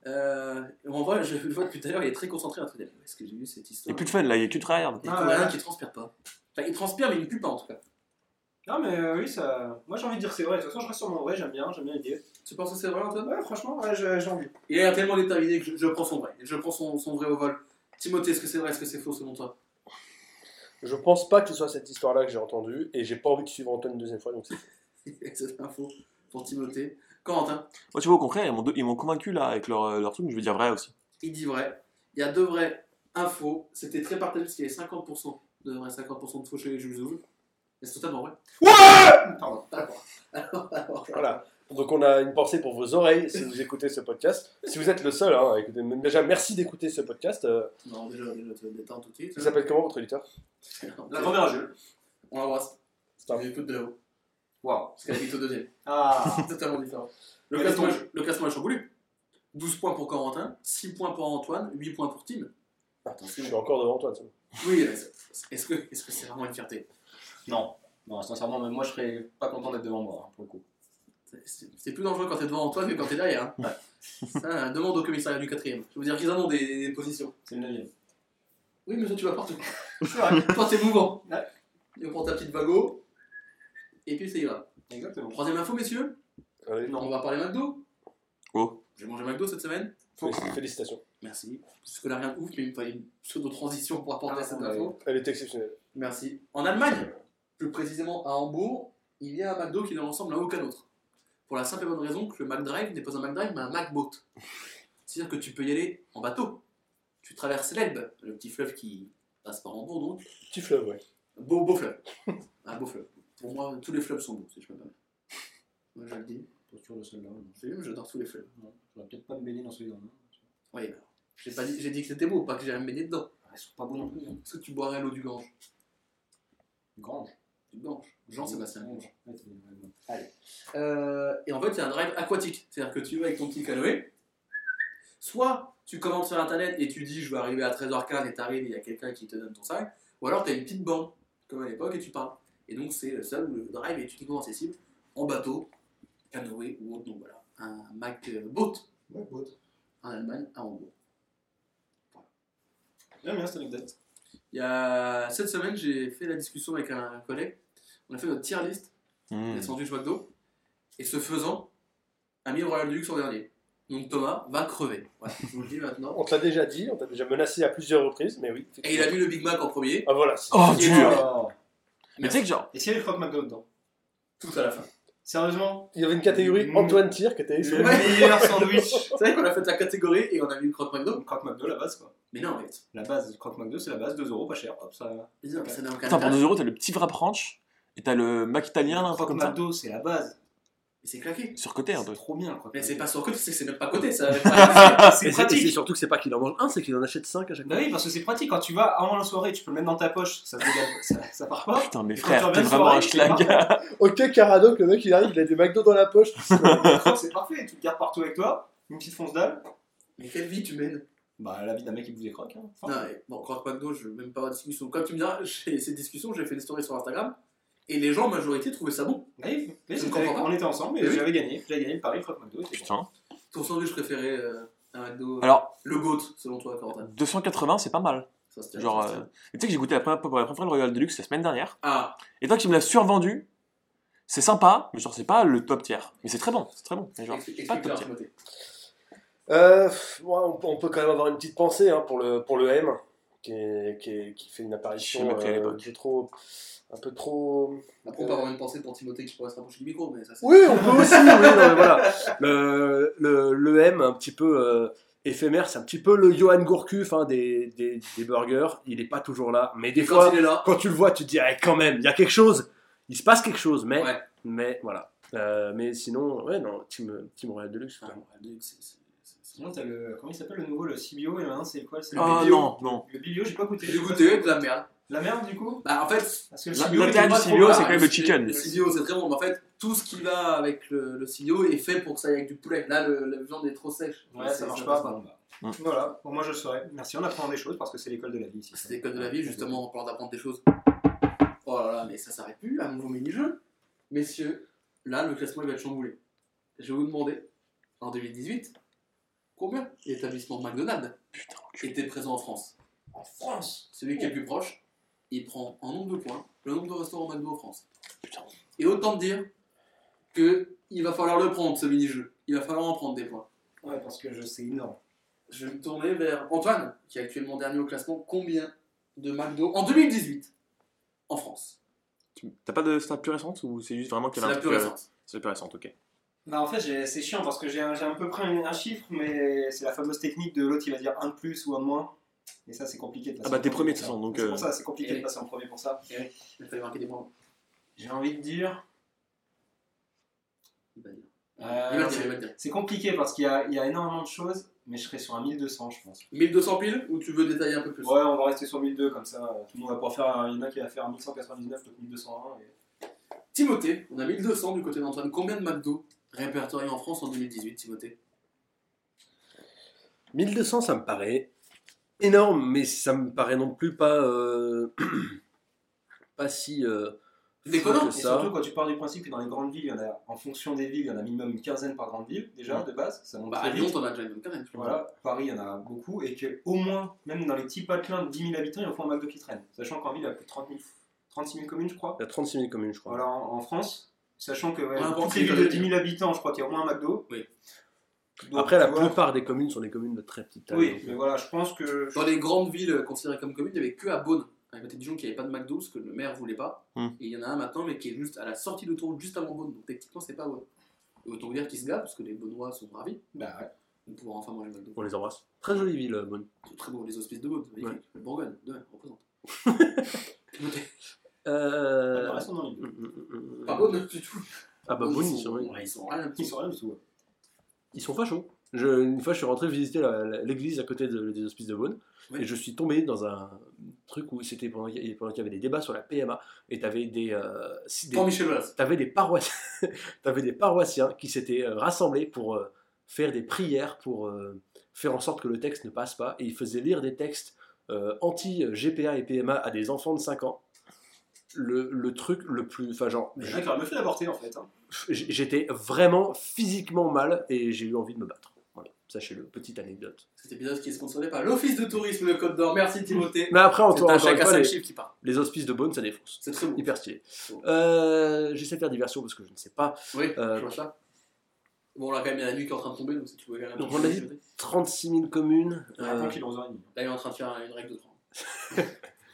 euh, on voit, je le vois depuis tout à l'heure, il est très concentré à truc. Est-ce que j'ai vu cette
Il y a
histoire
plus de fun là, il y a que du tryhard.
Il y a
Ah,
Coréen
ouais.
qui transpire pas. Enfin, il transpire, mais il ne pue pas en tout cas.
Non, mais euh, oui, ça. Moi j'ai envie de dire c'est vrai. De toute façon, je reste sur mon vrai, j'aime bien, j'aime bien l'idée.
Tu penses que c'est vrai, Antoine
Ouais, franchement, ouais, j'ai j'ai envie.
Il a l'air tellement déterminé que je, je prends son vrai. Je prends son, son vrai au vol. Timothée, est-ce que c'est vrai, est-ce que c'est faux selon toi
Je pense pas que ce soit cette histoire-là que j'ai entendue et j'ai pas envie de suivre Antoine une deuxième fois. Donc c'est-
[LAUGHS] C'est un faux pour Timothée. Corentin,
Moi tu vois au contraire, ils m'ont de- ils m'ont convaincu là avec leur, euh, leur truc, je vais dire vrai aussi.
il dit vrai. Il y a deux vrais, un faux. C'était très partagé parce qu'il y avait 50% de vrai, 50% de faux chez les juges Zoul. Mais c'est totalement vrai.
Pardon.
D'accord. Alors, alors,
voilà. Donc on a une pensée pour vos oreilles si vous écoutez ce podcast. Si vous êtes le seul, hein, à écouter- mais déjà merci d'écouter ce podcast. Euh,
Non, déjà, déjà, tu vas te détendre tout de suite.
il s'appelle comment votre éditeur
La première à Jules.
On l'embrasse.
Stop.
Je l'écoute de haut.
Waouh.
Parce qu'elle habite au deuxième.
Ah.
C'est [LAUGHS] totalement différent. Le
Mais
classement,
attends.
est- le classement est chamboulé. 12 points pour Corentin, 6 points pour Antoine, 8 points pour [LAUGHS] Tim.
Je suis encore devant toi. tu sais.
Oui, mais c'est- est-ce que est-ce que c'est vraiment une fierté
Non. Non, sincèrement, même moi je serais pas content d'être devant moi, hein, pour le coup.
C'est- C'est c'est plus dangereux quand t'es devant Antoine que quand t'es derrière. hein. [LAUGHS] Ça, demande au commissariat du quatrième. Je veux dire qu'ils en ont des, des positions.
C'est le 9
Oui, mais toi tu vas partout.
C'est vrai.
[LAUGHS] Toi t'es mouvant.
Ouais.
Tu prends ta petite vago. Et puis c'est grave.
Exactement.
Troisième info, messieurs.
Allez,
On va parler McDo.
Oh.
J'ai mangé McDo cette semaine.
félic- Félicitations.
Merci. Parce que là, rien de ouf, mais il me fallait une pseudo-transition pour apporter
Ah,
cette
ouais.
info.
Elle est exceptionnelle.
Merci. En Allemagne, plus précisément à Hambourg, il y a un McDo qui ne ressemble à aucun autre. Pour la simple et bonne raison que le McDrive n'est pas un McDrive, mais un McBoat. C'est-à-dire que tu peux y aller en bateau. Tu traverses l'Elbe, le petit fleuve qui passe par Hambourg, donc.
Petit fleuve, ouais.
Beau, beau fleuve. [LAUGHS] Un beau fleuve. Pour moi, tous les fleuves sont beaux, si je peux me permettre. Moi, je le dis.
Pas sûr de celle-là. non.
Je le dis, J'adore tous les fleuves.
Non, J'aurais peut-être pas me baigner dans celui-là. hein, non.
Oui, mais alors, j'ai pas dit- j'ai dit que c'était beau, pas que j'ai baigné dedans.
Ah, Ils sont pas beaux non plus. Hein.
Est-ce que tu boirais l'eau du Gange
Grange.
Du Gange. Jean-Sébastien Gange.
Grange. Ouais, c'est- ouais, ouais.
Euh, et en fait, c'est un drive aquatique. C'est-à-dire que tu vas avec ton petit canoë. Soit tu commandes sur internet et tu dis je vais arriver à 13h15 et t'arrives et il y a quelqu'un qui te donne ton sac. Ou alors tu as une petite bande, comme à l'époque, et tu parles. Et donc c'est le seul où le drive est uniquement accessible en bateau, canoë ou autre. Donc voilà, un MacBoat en Allemagne, à Hambourg.
J'aime bien cette anecdote.
Il y a cette semaine, j'ai fait la discussion avec un collègue. On a fait notre tier list
Hmm.
les sandwichs McDo. Et ce faisant, a mis le Royal Deluxe en dernier. Donc Thomas va crever. Voilà, je vous le dis maintenant.
On te l'a déjà dit, on t'a déjà menacé à plusieurs reprises, mais oui.
Et il a mis le Big Mac en premier.
Ah voilà. c'est-
Oh
Et
dur
voilà.
Oh.
Mais tu sais que genre,
Et si elle croque McDo dedans
Tout à la fin.
Sérieusement
Il y avait une catégorie
Mm.
Antoine Tire qui était
Le
excellente.
meilleur sandwich
C'est vrai qu'on a fait la catégorie et on a mis une croque McDo
Donc croque McDo, la base quoi.
Mais non, mais
La base, croque McDo, c'est la base, 2 euros, pas cher. Hop, ça.
bizarre, ça n'a aucun
attends, pour
intérêt.
2 euros, t'as le petit wrap ranch et t'as le mac italien, là, un truc
croque
comme ça.
McDo, c'est la base.
Mais C'est claqué.
Surcoté un
C'est
peu.
trop bien, croque
Mais c'est
McDo.
pas sur côté, c'est que c'est même pas côté, ça. [LAUGHS] C'est- c'est
Et c'est- et c'est
pratique.
surtout que c'est pas qu'il en mange un, c'est qu'il en achète 5 à chaque
Bah
fois.
oui, parce que c'est pratique. Quand tu vas avant la soirée, tu peux le mettre dans ta poche, ça se dégage, [LAUGHS] ça, ça part
[LAUGHS]
pas.
Oh, Putain, mais
Et quand tu
frère,
reviens
t'es
de
vraiment un
soirée, tu marques
schlag.
Ok, Caradoc, le mec il arrive, il a des McDo dans
[LAUGHS]
la poche.
Le croque, c'est parfait, tu le gardes partout avec toi, une petite fonce dalle.
Mais quelle vie tu mènes
Bah, la vie d'un mec qui bouffe des croques. Hein.
Oh.
Enfin,
Non, mais bon, croque McDo, je veux même pas avoir de discussion. Comme tu me diras, [LAUGHS] j'ai cette discussion, j'ai fait des stories sur Instagram et les gens, en majorité, trouvaient ça bon.
oui, oui,
Je
c'était
comprends
avec-
pas.
on était ensemble et
Oui.
j'avais gagné. J'avais gagné le pari, croque McDo. était bon.
Putain.
Ton sandwich préféré euh, à McDo euh,
Alors,
Le GOAT, selon toi, Corentin
280, c'est pas mal.
Ça, c'était-
Genre, euh, tu sais que j'ai goûté la première, pour la première fois le Royal Deluxe la semaine dernière.
Ah,
Et toi qui me l'as survendu, c'est sympa, mais genre, c'est pas le top tier. Mais c'est très bon, c'est très bon. Mais genre,
explique-
c'est pas le top
Ah, explique-leur,
tier.
Timothée.
Euh, pff, ouais, on, peut- on peut quand même avoir une petite pensée hein, pour, le, pour le M, qui, est- qui, est- qui fait une
Chez
apparition
Macri à
euh,
l'époque.
qui est trop, un peu trop.
Après, on va avoir une pensée pour Timothée qui pourrait se rapprocher du micro, mais ça, c'est.
Oui, on peut aussi. oui, non, mais voilà.
Le, le, le M, un petit peu euh, éphémère, c'est un petit peu le Johan Gourcuff hein, des, des, des burgers. Il est pas toujours là, mais des
Et
fois,
quand il est là,
quand tu le vois, tu te dis, Eh, quand même, il y a quelque chose. Il se passe quelque chose, mais,
Ouais.
mais voilà. Euh, mais sinon, ouais, non, Team, team Royal Deluxe.
Ah,
putain.
bon, Aldo, c'est- c'est- c'est- c'est-
Sinon, t'as le. Comment il s'appelle le nouveau, le CBO Et maintenant, c'est quoi C'est le
Ah
BBO.
non, non.
Le Bilio, j'ai pas goûté.
J'ai goûté de la merde.
La merde, du coup
Bah, en fait,
Parce que le
La-
CBO,
l'intérêt
était
du
pas
CBO,
trop
c'est
mal.
quand même le chicken.
E Le CDO, c'est très bon, mais en fait, tout ce qui va avec le, le CDO est fait pour que ça aille avec du poulet. Là, le- la viande est trop sèche.
Ouais, ça
C'est-
marche pas.
passe
bon, bah. Voilà, pour moi je le saurais. Merci, on apprend des choses parce que c'est l'école de la vie ici.
C'est l'école de la vie, justement, en parlant d'apprendre des choses. Oh là là, mais ça s'arrête plus, un nouveau mini-jeu. Messieurs, là, le classement il va être chamboulé. Je vais vous demander, en 2018, combien d'établissements McDonald's étaient présents en France En France Oh. Celui qui est le plus proche, il prend en nombre de points le nombre de restaurants McDo en France.
Putain.
Et autant te dire que il va falloir le prendre, ce mini-jeu. Il va falloir en prendre des points.
Ouais, parce que je sais énorme.
Je vais me tourner vers Antoine, qui est actuellement dernier au classement. Combien de McDo en 2018 en France
Tu- T'as pas de stat plus récente ou c'est juste vraiment qu'il
C'est
y avait
la
un
plus
truc, euh,
récente.
C'est la plus récente, ok.
Bah en fait j'ai- c'est chiant parce que j'ai un- j'ai à peu près un, un chiffre, mais c'est la fameuse technique de l'autre il va dire un de plus ou un de moins. Et ça c'est compliqué de passer
Ah bah,
en
t'es
premier pour
premier, de toute
ça.
façon, donc,
C'est
euh,
pour ça, c'est compliqué
eh
de
oui.
passer en premier pour ça.
Il fallait marquer des points.
J'ai envie de dire.
Il va dire.
Euh,
Il va dire,
c'est-
il va dire.
c'est compliqué parce qu'il y, a- il y a énormément de choses, mais je serais sur un 1200 je pense.
1200 piles ou tu veux détailler un peu plus
Ouais, on va rester sur 1200 comme ça. euh, Tout le monde va pouvoir faire. un- Il y en a qui va faire un 1199, donc 1201. Et...
Timothée, on a 1200 du côté d'Antoine. Combien de McDo répertoriés en France en 2018, Timothée
1200, ça me paraît énorme, mais ça me paraît non plus pas, euh, pas si. euh,
Déconnant,
fou
Et
que ça.
surtout quand tu pars du principe que dans les grandes villes, il y en a, en fonction des villes, il y en a minimum une quinzaine par grande ville déjà de base. Ça monte
Bah, à
très
Lyon,
vite.
t'en as déjà une bonne quinzaine.
Voilà, Paris, il y en a beaucoup, et que au moins, même dans les petits patelins de 10 000 habitants, il y a au moins un McDo qui traîne. Sachant qu'en ville, il y a plus de 30 000, 36 000 communes, je crois.
Il y a 36 000 communes, je crois. Ah,
Voilà, en, en France. Sachant que ouais,
Ouais,
toutes
n'importe
les
quelle
villes de
ville.
10 000 habitants, je crois qu'il y a au moins un McDo.
Oui.
Donc,
Après, la
tu vois,
plupart des communes sont des communes de très petite taille.
Oui,
donc,
mais voilà, je pense que.
Dans les grandes villes considérées comme communes, il n'y avait que à Beaune, à côté de Dijon, qu'il n'y avait pas de McDo, parce que le maire voulait pas.
Hmm.
Et il y en a un maintenant, mais qui est juste à la sortie de Tours, juste avant Beaune. Donc techniquement, c'est pas Beaune. Et autant vous dire qu'ils se gavent, parce que les Beaunois sont ravis
Bah ouais.
de pouvoir enfin manger McDo.
On les embrasse. Très jolie ville, euh, Beaune.
C'est très beau, les hospices de Beaune, magnifique. Bourgogne, de même, représente. Timothée.
Euh,
Ah, bah,
Ils sont dans les villes.
mm, mm, mm,
Pas Beaune, du tout.
Ah bah
Ils
Beaune,
sont-
ils sont, oui.
ouais, ils sont rien.
Ils sont rien du tout. ouais.
Ils sont fachos. Je- une fois, je suis rentré visiter la- la- l'église à côté de- des hospices de Beaune
Oui.
et je suis tombé dans un truc où c'était pendant, qu'il- pendant qu'il y avait des débats sur la PMA et t'avais des, euh, si- des-
Quand Michel Wallace.
t'avais des paroissiens, [LAUGHS] t'avais des paroissiens qui s'étaient euh, rassemblés pour euh, faire des prières pour euh, faire en sorte que le texte ne passe pas et ils faisaient lire des textes euh, anti GPA et PMA à des enfants de 5 ans. Le, le truc le plus, enfin genre,
Il y en a qui auraient mieux fait d'avorter en fait. hein.
j- j'étais vraiment physiquement mal et j'ai eu envie de me battre. Voilà, sachez-le, petite anecdote.
Cet épisode qui est sponsorisé par l'Office de Tourisme de Côte d'Or. Merci Timothée.
Mais après, en
C'est un
encore
chèque
une
à
fois,
5
les,
chiffres qui part.
les hospices de Beaune, ça défonce.
C'est très beau.
Hyper stylé.
Bon.
Euh, J'essaie de faire diversion parce que je ne sais pas.
Oui,
Euh,
je vois ça. Bon, là, quand même, il y a la nuit qui est en train de tomber, donc si tu veux regarder un
Donc,
petit
on
peu,
a dit-
Timothée.
36 000 communes.
Il y en a
euh,
qui l'ont 11h30.
[LAUGHS] Là, il est en train de faire une règle de 3.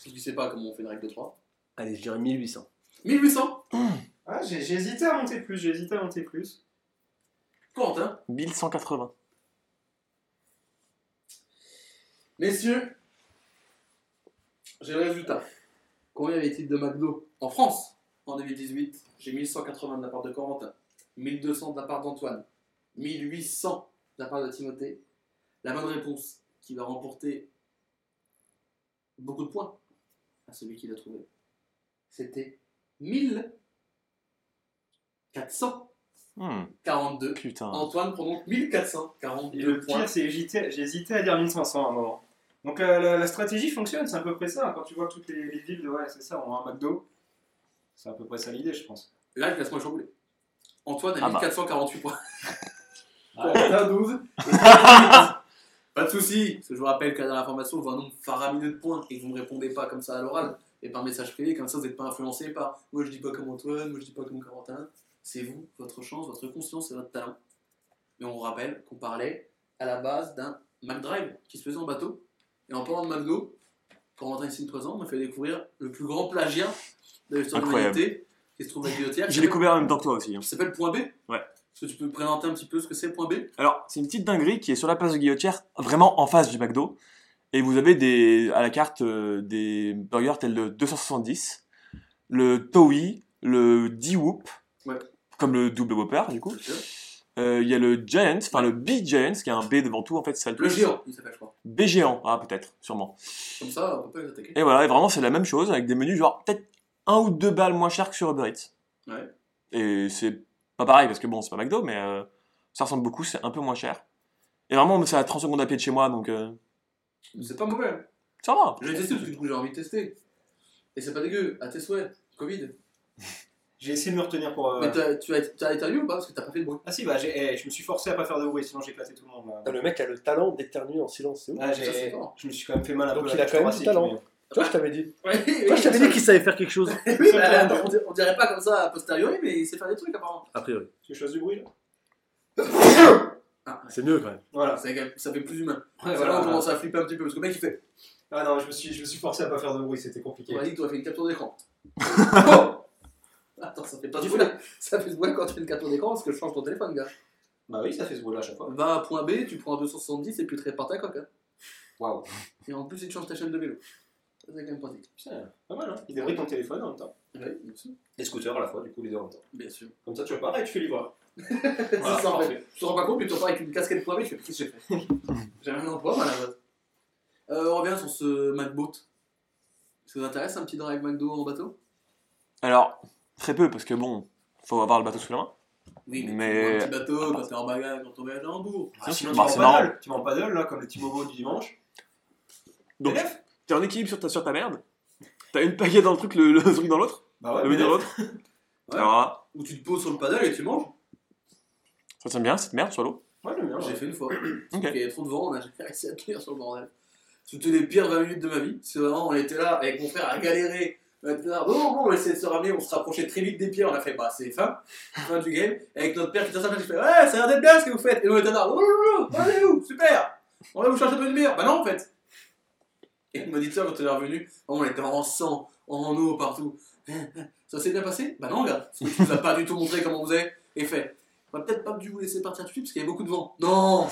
Si tu sais pas comment on fait une règle de 3,
Allez, je dirais 1800.
1800
Ah, j'ai j'ai hésité à monter plus, j'ai hésité à monter plus.
Quentin
1180.
Messieurs, j'ai le résultat. Combien y avait-il de McDo en France en 2018 J'ai 1180 de la part de Corentin, 1200 de la part d'Antoine, 1800 de la part de Timothée. La bonne réponse qui va remporter beaucoup de points à celui qui l'a trouvé, c'était 1442.
Hmm, putain.
Antoine prend donc 1442
Et le
points.
pire, c'est hésité- j'ai hésité à dire 1500 à un moment. Donc la, la- la stratégie fonctionne, c'est à peu près ça. Quand tu vois que toutes les, les villes, ouais, c'est ça, ont un McDo, c'est à peu près ça l'idée, je pense.
Là, le classement est chamboulé. Antoine a
Ah bah.
1448 points.
Ah.
Corentin, 12. Et Timothée, pas de souci, parce que je vous rappelle qu'à la dernière formation, on voit un nombre faramineux de points et que vous ne me répondez pas comme ça à l'oral et par message privé, comme ça vous n'êtes pas influencé par moi je dis pas comme Antoine, moi je dis pas comme Corentin. C'est vous, votre chance, votre conscience et votre talent. Mais on vous rappelle qu'on parlait à la base d'un McDrive qui se faisait en bateau. Et en parlant de McDo, Corentin ici présent m'a fait découvrir le plus grand plagiat de l'histoire de
Incroyable.
l'humanité qui se trouve à la guillotière.
J'ai découvert en même temps que toi
[LAUGHS]
aussi. hein.
Qui s'appelle Point B
Ouais.
Est-ce que tu peux me présenter un petit peu ce que c'est Point B
Alors, c'est une petite dinguerie qui est sur la place de Guillotière, vraiment en face du McDo. Et vous avez des, à la carte euh, des burgers tels le 270, le Towie, le D-Whoop,
Ouais.
comme le double Whopper du coup. Euh, Il y a le Giant, enfin le B-Giant, qui a un B devant tout en fait, c'est ça
Le
plus.
géant, il s'appelle, je crois.
B géant, ah peut-être, sûrement.
Comme ça, on peut pas les attaquer.
Et voilà, et vraiment c'est la même chose, avec des menus genre peut-être un ou deux balles moins chères que sur Uber Eats.
Ouais.
Et c'est pas pareil, parce que bon, c'est pas McDo, mais euh, ça ressemble beaucoup, c'est un peu moins cher. Et vraiment, c'est à 30 secondes à pied de chez moi, donc... euh,
C'est pas mauvais. hein.
Ça va.
J'ai testé parce que du coup j'ai envie de tester. Et c'est pas dégueu, à tes souhaits, Covid.
J'ai essayé de me retenir pour. euh,
Mais t'as- tu as, t'as éternué ou pas Parce que t'as pas fait de bruit.
Ah si, bah, j'ai- eh, je me suis forcé à pas faire de bruit, sinon j'ai éclaté tout le monde. là.
Putain, Le mec a le talent d'éternuer en silence, c'est ouf.
Ah,
ça, c'est
j'ai-
fort.
je me suis quand même fait mal un
Donc,
peu.
il
la
a quand même du
thoracique,
talent.
mais-
Toi, je t'avais dit.
Ouais, [LAUGHS]
Moi, je t'avais dit qu'il savait faire quelque chose,
oui, bah, [LAUGHS] attends, on, dirait, on dirait pas comme ça a posteriori, mais il sait faire des trucs apparemment.
a priori.
Tu veux que je fasse du bruit là
Ah, ouais.
C'est mieux quand même.
Voilà.
ça, ça fait plus humain.
Ouais,
voilà,
voilà.
on commence à flipper un petit peu parce que le mec il fait.
Ah non, je me suis, je me suis forcé à pas faire de bruit, c'était
On
compliqué.
m'a dit que t'aurais fait une capture [LAUGHS] d'écran. Oh Attends, ça fait pas de bruit. Ça fait de bruit quand tu fais une capture d'écran parce que je change ton téléphone, gars.
Bah oui, ça fait ce bruit là à chaque fois.
Va à point B, tu prends un 270 et puis tu te répares ta coque. hein.
Waouh.
Et en plus, tu changes ta chaîne de vélo. Ça, C'est quand même pratique.
Putain, pas mal hein. Il débrouille ton téléphone en même temps.
Oui, bien sûr.
Et scooter à la fois, du coup, les deux en même temps.
Bien [LAUGHS] sûr.
Comme ça, tu repars et tu fais livreur.
c'est ça en fait. Tu te rends pas compte, mais tu repars avec une casquette point B, tu fais qu'est-ce que j'ai fait [LAUGHS] J'avais un emploi, moi, à la base. Euh, on revient sur ce MacBoat. Ça vous intéresse un petit drive McDo en bateau
Alors, très peu, parce que bon, faut avoir le bateau sous la main.
Oui, mais,
Mais-
tu prends un petit bateau quand t'es en bagage, quand on voyage à Hambourg.
Sinon,
Sinon, tu
c'est- bah,
vas en
c'est marrant.
paddle, tu vas en paddle là, comme le petit bobo du dimanche.
Donc,
T'es neuf
t'es en équilibre sur ta, sur ta merde, t'as une paillette dans le truc, le, le truc dans l'autre,
Bah ouais,
le
mais
menu dans
neuf.
l'autre.
Ouais.
Alors là,
Ou tu te poses sur le paddle et tu manges.
ça tient bien, cette merde sur l'eau.
Ouais, j'aime bien.
J'ai
ouais.
fait une fois. Sauf qu'il y avait trop de vent, on a jamais réussi à tenir sur le bordel. C'était les pires 20 minutes de ma vie. Parce que vraiment, on était là avec mon frère à galérer. On était là, bon, bon, on essayait de se ramener, on se rapprochait très vite des pieds, on a fait, bah, c'est fin, fin du game. Et avec notre père qui était là, il fait, ouais, ça a l'air d'être bien ce que vous faites. Et nous, oh, on était là, Ouh, allez où, super, on va vous chercher dans une demi-heure. Bah non, en fait. Et il m'a dit ça quand on est revenu, oh, on était en sang, en eau partout. Eh, Ça s'est bien passé Bah non, gars, parce que tu nous as pas du tout montré comment vous avez. Et fait, on va peut-être pas dû vous laisser partir tout de suite parce qu'il y avait beaucoup de vent. Non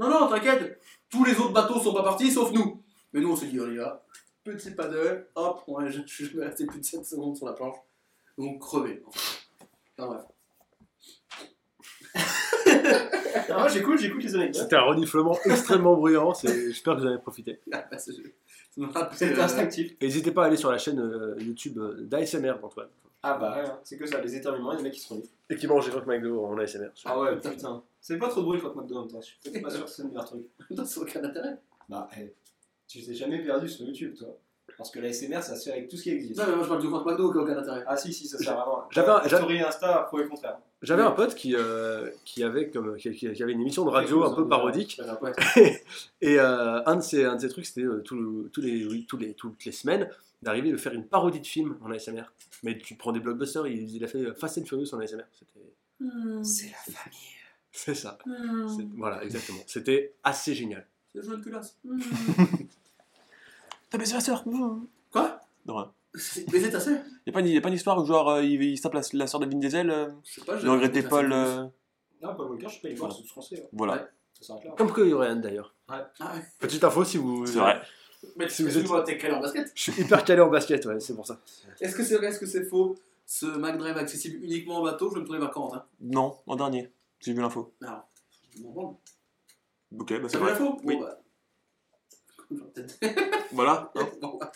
Non, non, t'inquiète Tous les autres bateaux sont pas partis sauf nous Mais nous on s'est dit, allez là, petit paddle, hop, on va- je je vais rester plus de 7 secondes sur la planche. Donc crevé. Enfin bref. [LAUGHS]
Ah ouais, j'écoute, j'écoute les anecdotes.
C'était un reniflement [LAUGHS] extrêmement bruyant, c'est- j'espère que vous en avez profité.
Ah, bah, c'est- ça me rappelle,
C'était
euh,
instinctif.
Et N'hésitez pas à aller sur la chaîne euh, YouTube euh, d'ASMR d'Antoine.
Ah bah ouais, hein, c'est que ça, les éternuements, les mecs qui se relèvent.
Et qui mange des trucs McDo en ASMR.
Ah ouais, putain. C'est pas trop de bruit quand McDo en même temps. Je suis peut-être pas sûr que c'est le meilleur truc.
non, [LAUGHS] c'est aucun intérêt.
[LAUGHS] Bah, eh, tu t'es jamais perdu sur YouTube, toi. Parce que la SMR, ça se fait avec tout ce qui existe.
Non, mais moi je parle du compte McDo qui a aucun intérêt.
Ah si, si, ça sert vraiment.
J'avais un- j'avais-
Story Insta, prouver le contraire.
J'avais un pote qui, euh, qui, avait comme, qui, qui- qui avait une émission de radio un peu parodique.
Ouais.
[LAUGHS] Et euh, un, de ses, un de ses trucs, c'était euh, tout le- tous les, oui, tous les, toutes les semaines d'arriver de faire une parodie de film en ASMR. Mais tu prends des blockbusters, il, il a fait euh, Fast and Furious en ASMR. C'était- [LAUGHS]
C'est la famille.
C'est ça. C'est- Voilà, exactement. C'était assez génial.
C'est le jeu de culasse.
T'as baisé ma soeur
Quoi
Non, rien.
C'est- Baiser ta sœur
Y a pas une, y a pas une histoire où genre euh, il, il se tape la, la sœur de Vin Diesel euh,
Je sais pas.
Il regrettait pas le.
Non, Paul Walker, je suis pas une voir, c'est ce qu'on sait. hein.
euh, Voilà,
Ouais.
Ça s'arrête là.
Comme Chloé Ryan d'ailleurs.
Ah ouais.
Petite info si vous.
c'est vrai.
Mais
Si
si
vous
vous
êtes-
êtes calé en basket.
Je suis hyper calé en basket, ouais, c'est pour ça.
Est-ce que c'est vrai, est-ce que c'est faux Ce McDrive accessible uniquement en bateau, je vais me tourner vers Corentin.
Non, en dernier, si j'ai vu l'info.
Alors, je m'en branle.
Ok, bah
C'est
c'est
vrai
vrai.
faux
Oui.
Bon,
[LAUGHS]
bah. Cool, peut-être.
Voilà. hein.
Bon, bah.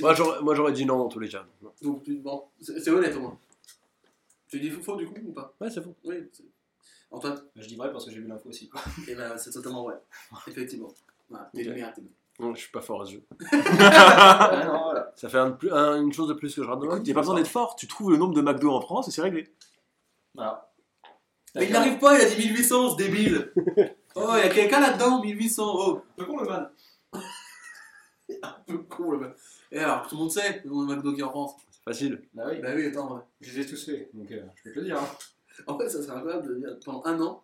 Moi j'aurais, moi, j'aurais dit non dans tous les cas.
Donc, tu- bon, c'est c'est honnête au moins. Tu dis faux du coup ou pas
Ouais, c'est faux.
Oui. c'est- Antoine
Bah, je dis vrai parce que j'ai vu l'info aussi. quoi.
Eh ben, c'est totalement vrai. Effectivement. Voilà, t'es
Ok.
une merde, t'es une merde.
Non, je suis pas fort à ce jeu.
Ah, non, voilà.
Ça fait un de plus- un- une chose de plus que je rate dans la
Écoute, y a pas besoin d'être fort, tu trouves le nombre de McDo en France et c'est réglé.
Voilà.
Mais il n'arrive pas, il a dit 1800, ce
[LAUGHS]
débile Oh, il y a quelqu'un là-dedans, 1800, oh [LAUGHS]
Peu con le man.
Un peu cool, là Et Eh, alors, tout le monde sait, le monde de McDo qui est en France.
C'est facile.
Bah oui,
Bah oui, attends, ouais.
je les ai tous faits, donc euh, je peux te le dire. hein.
En fait, ça serait incroyable de dire, pendant un an,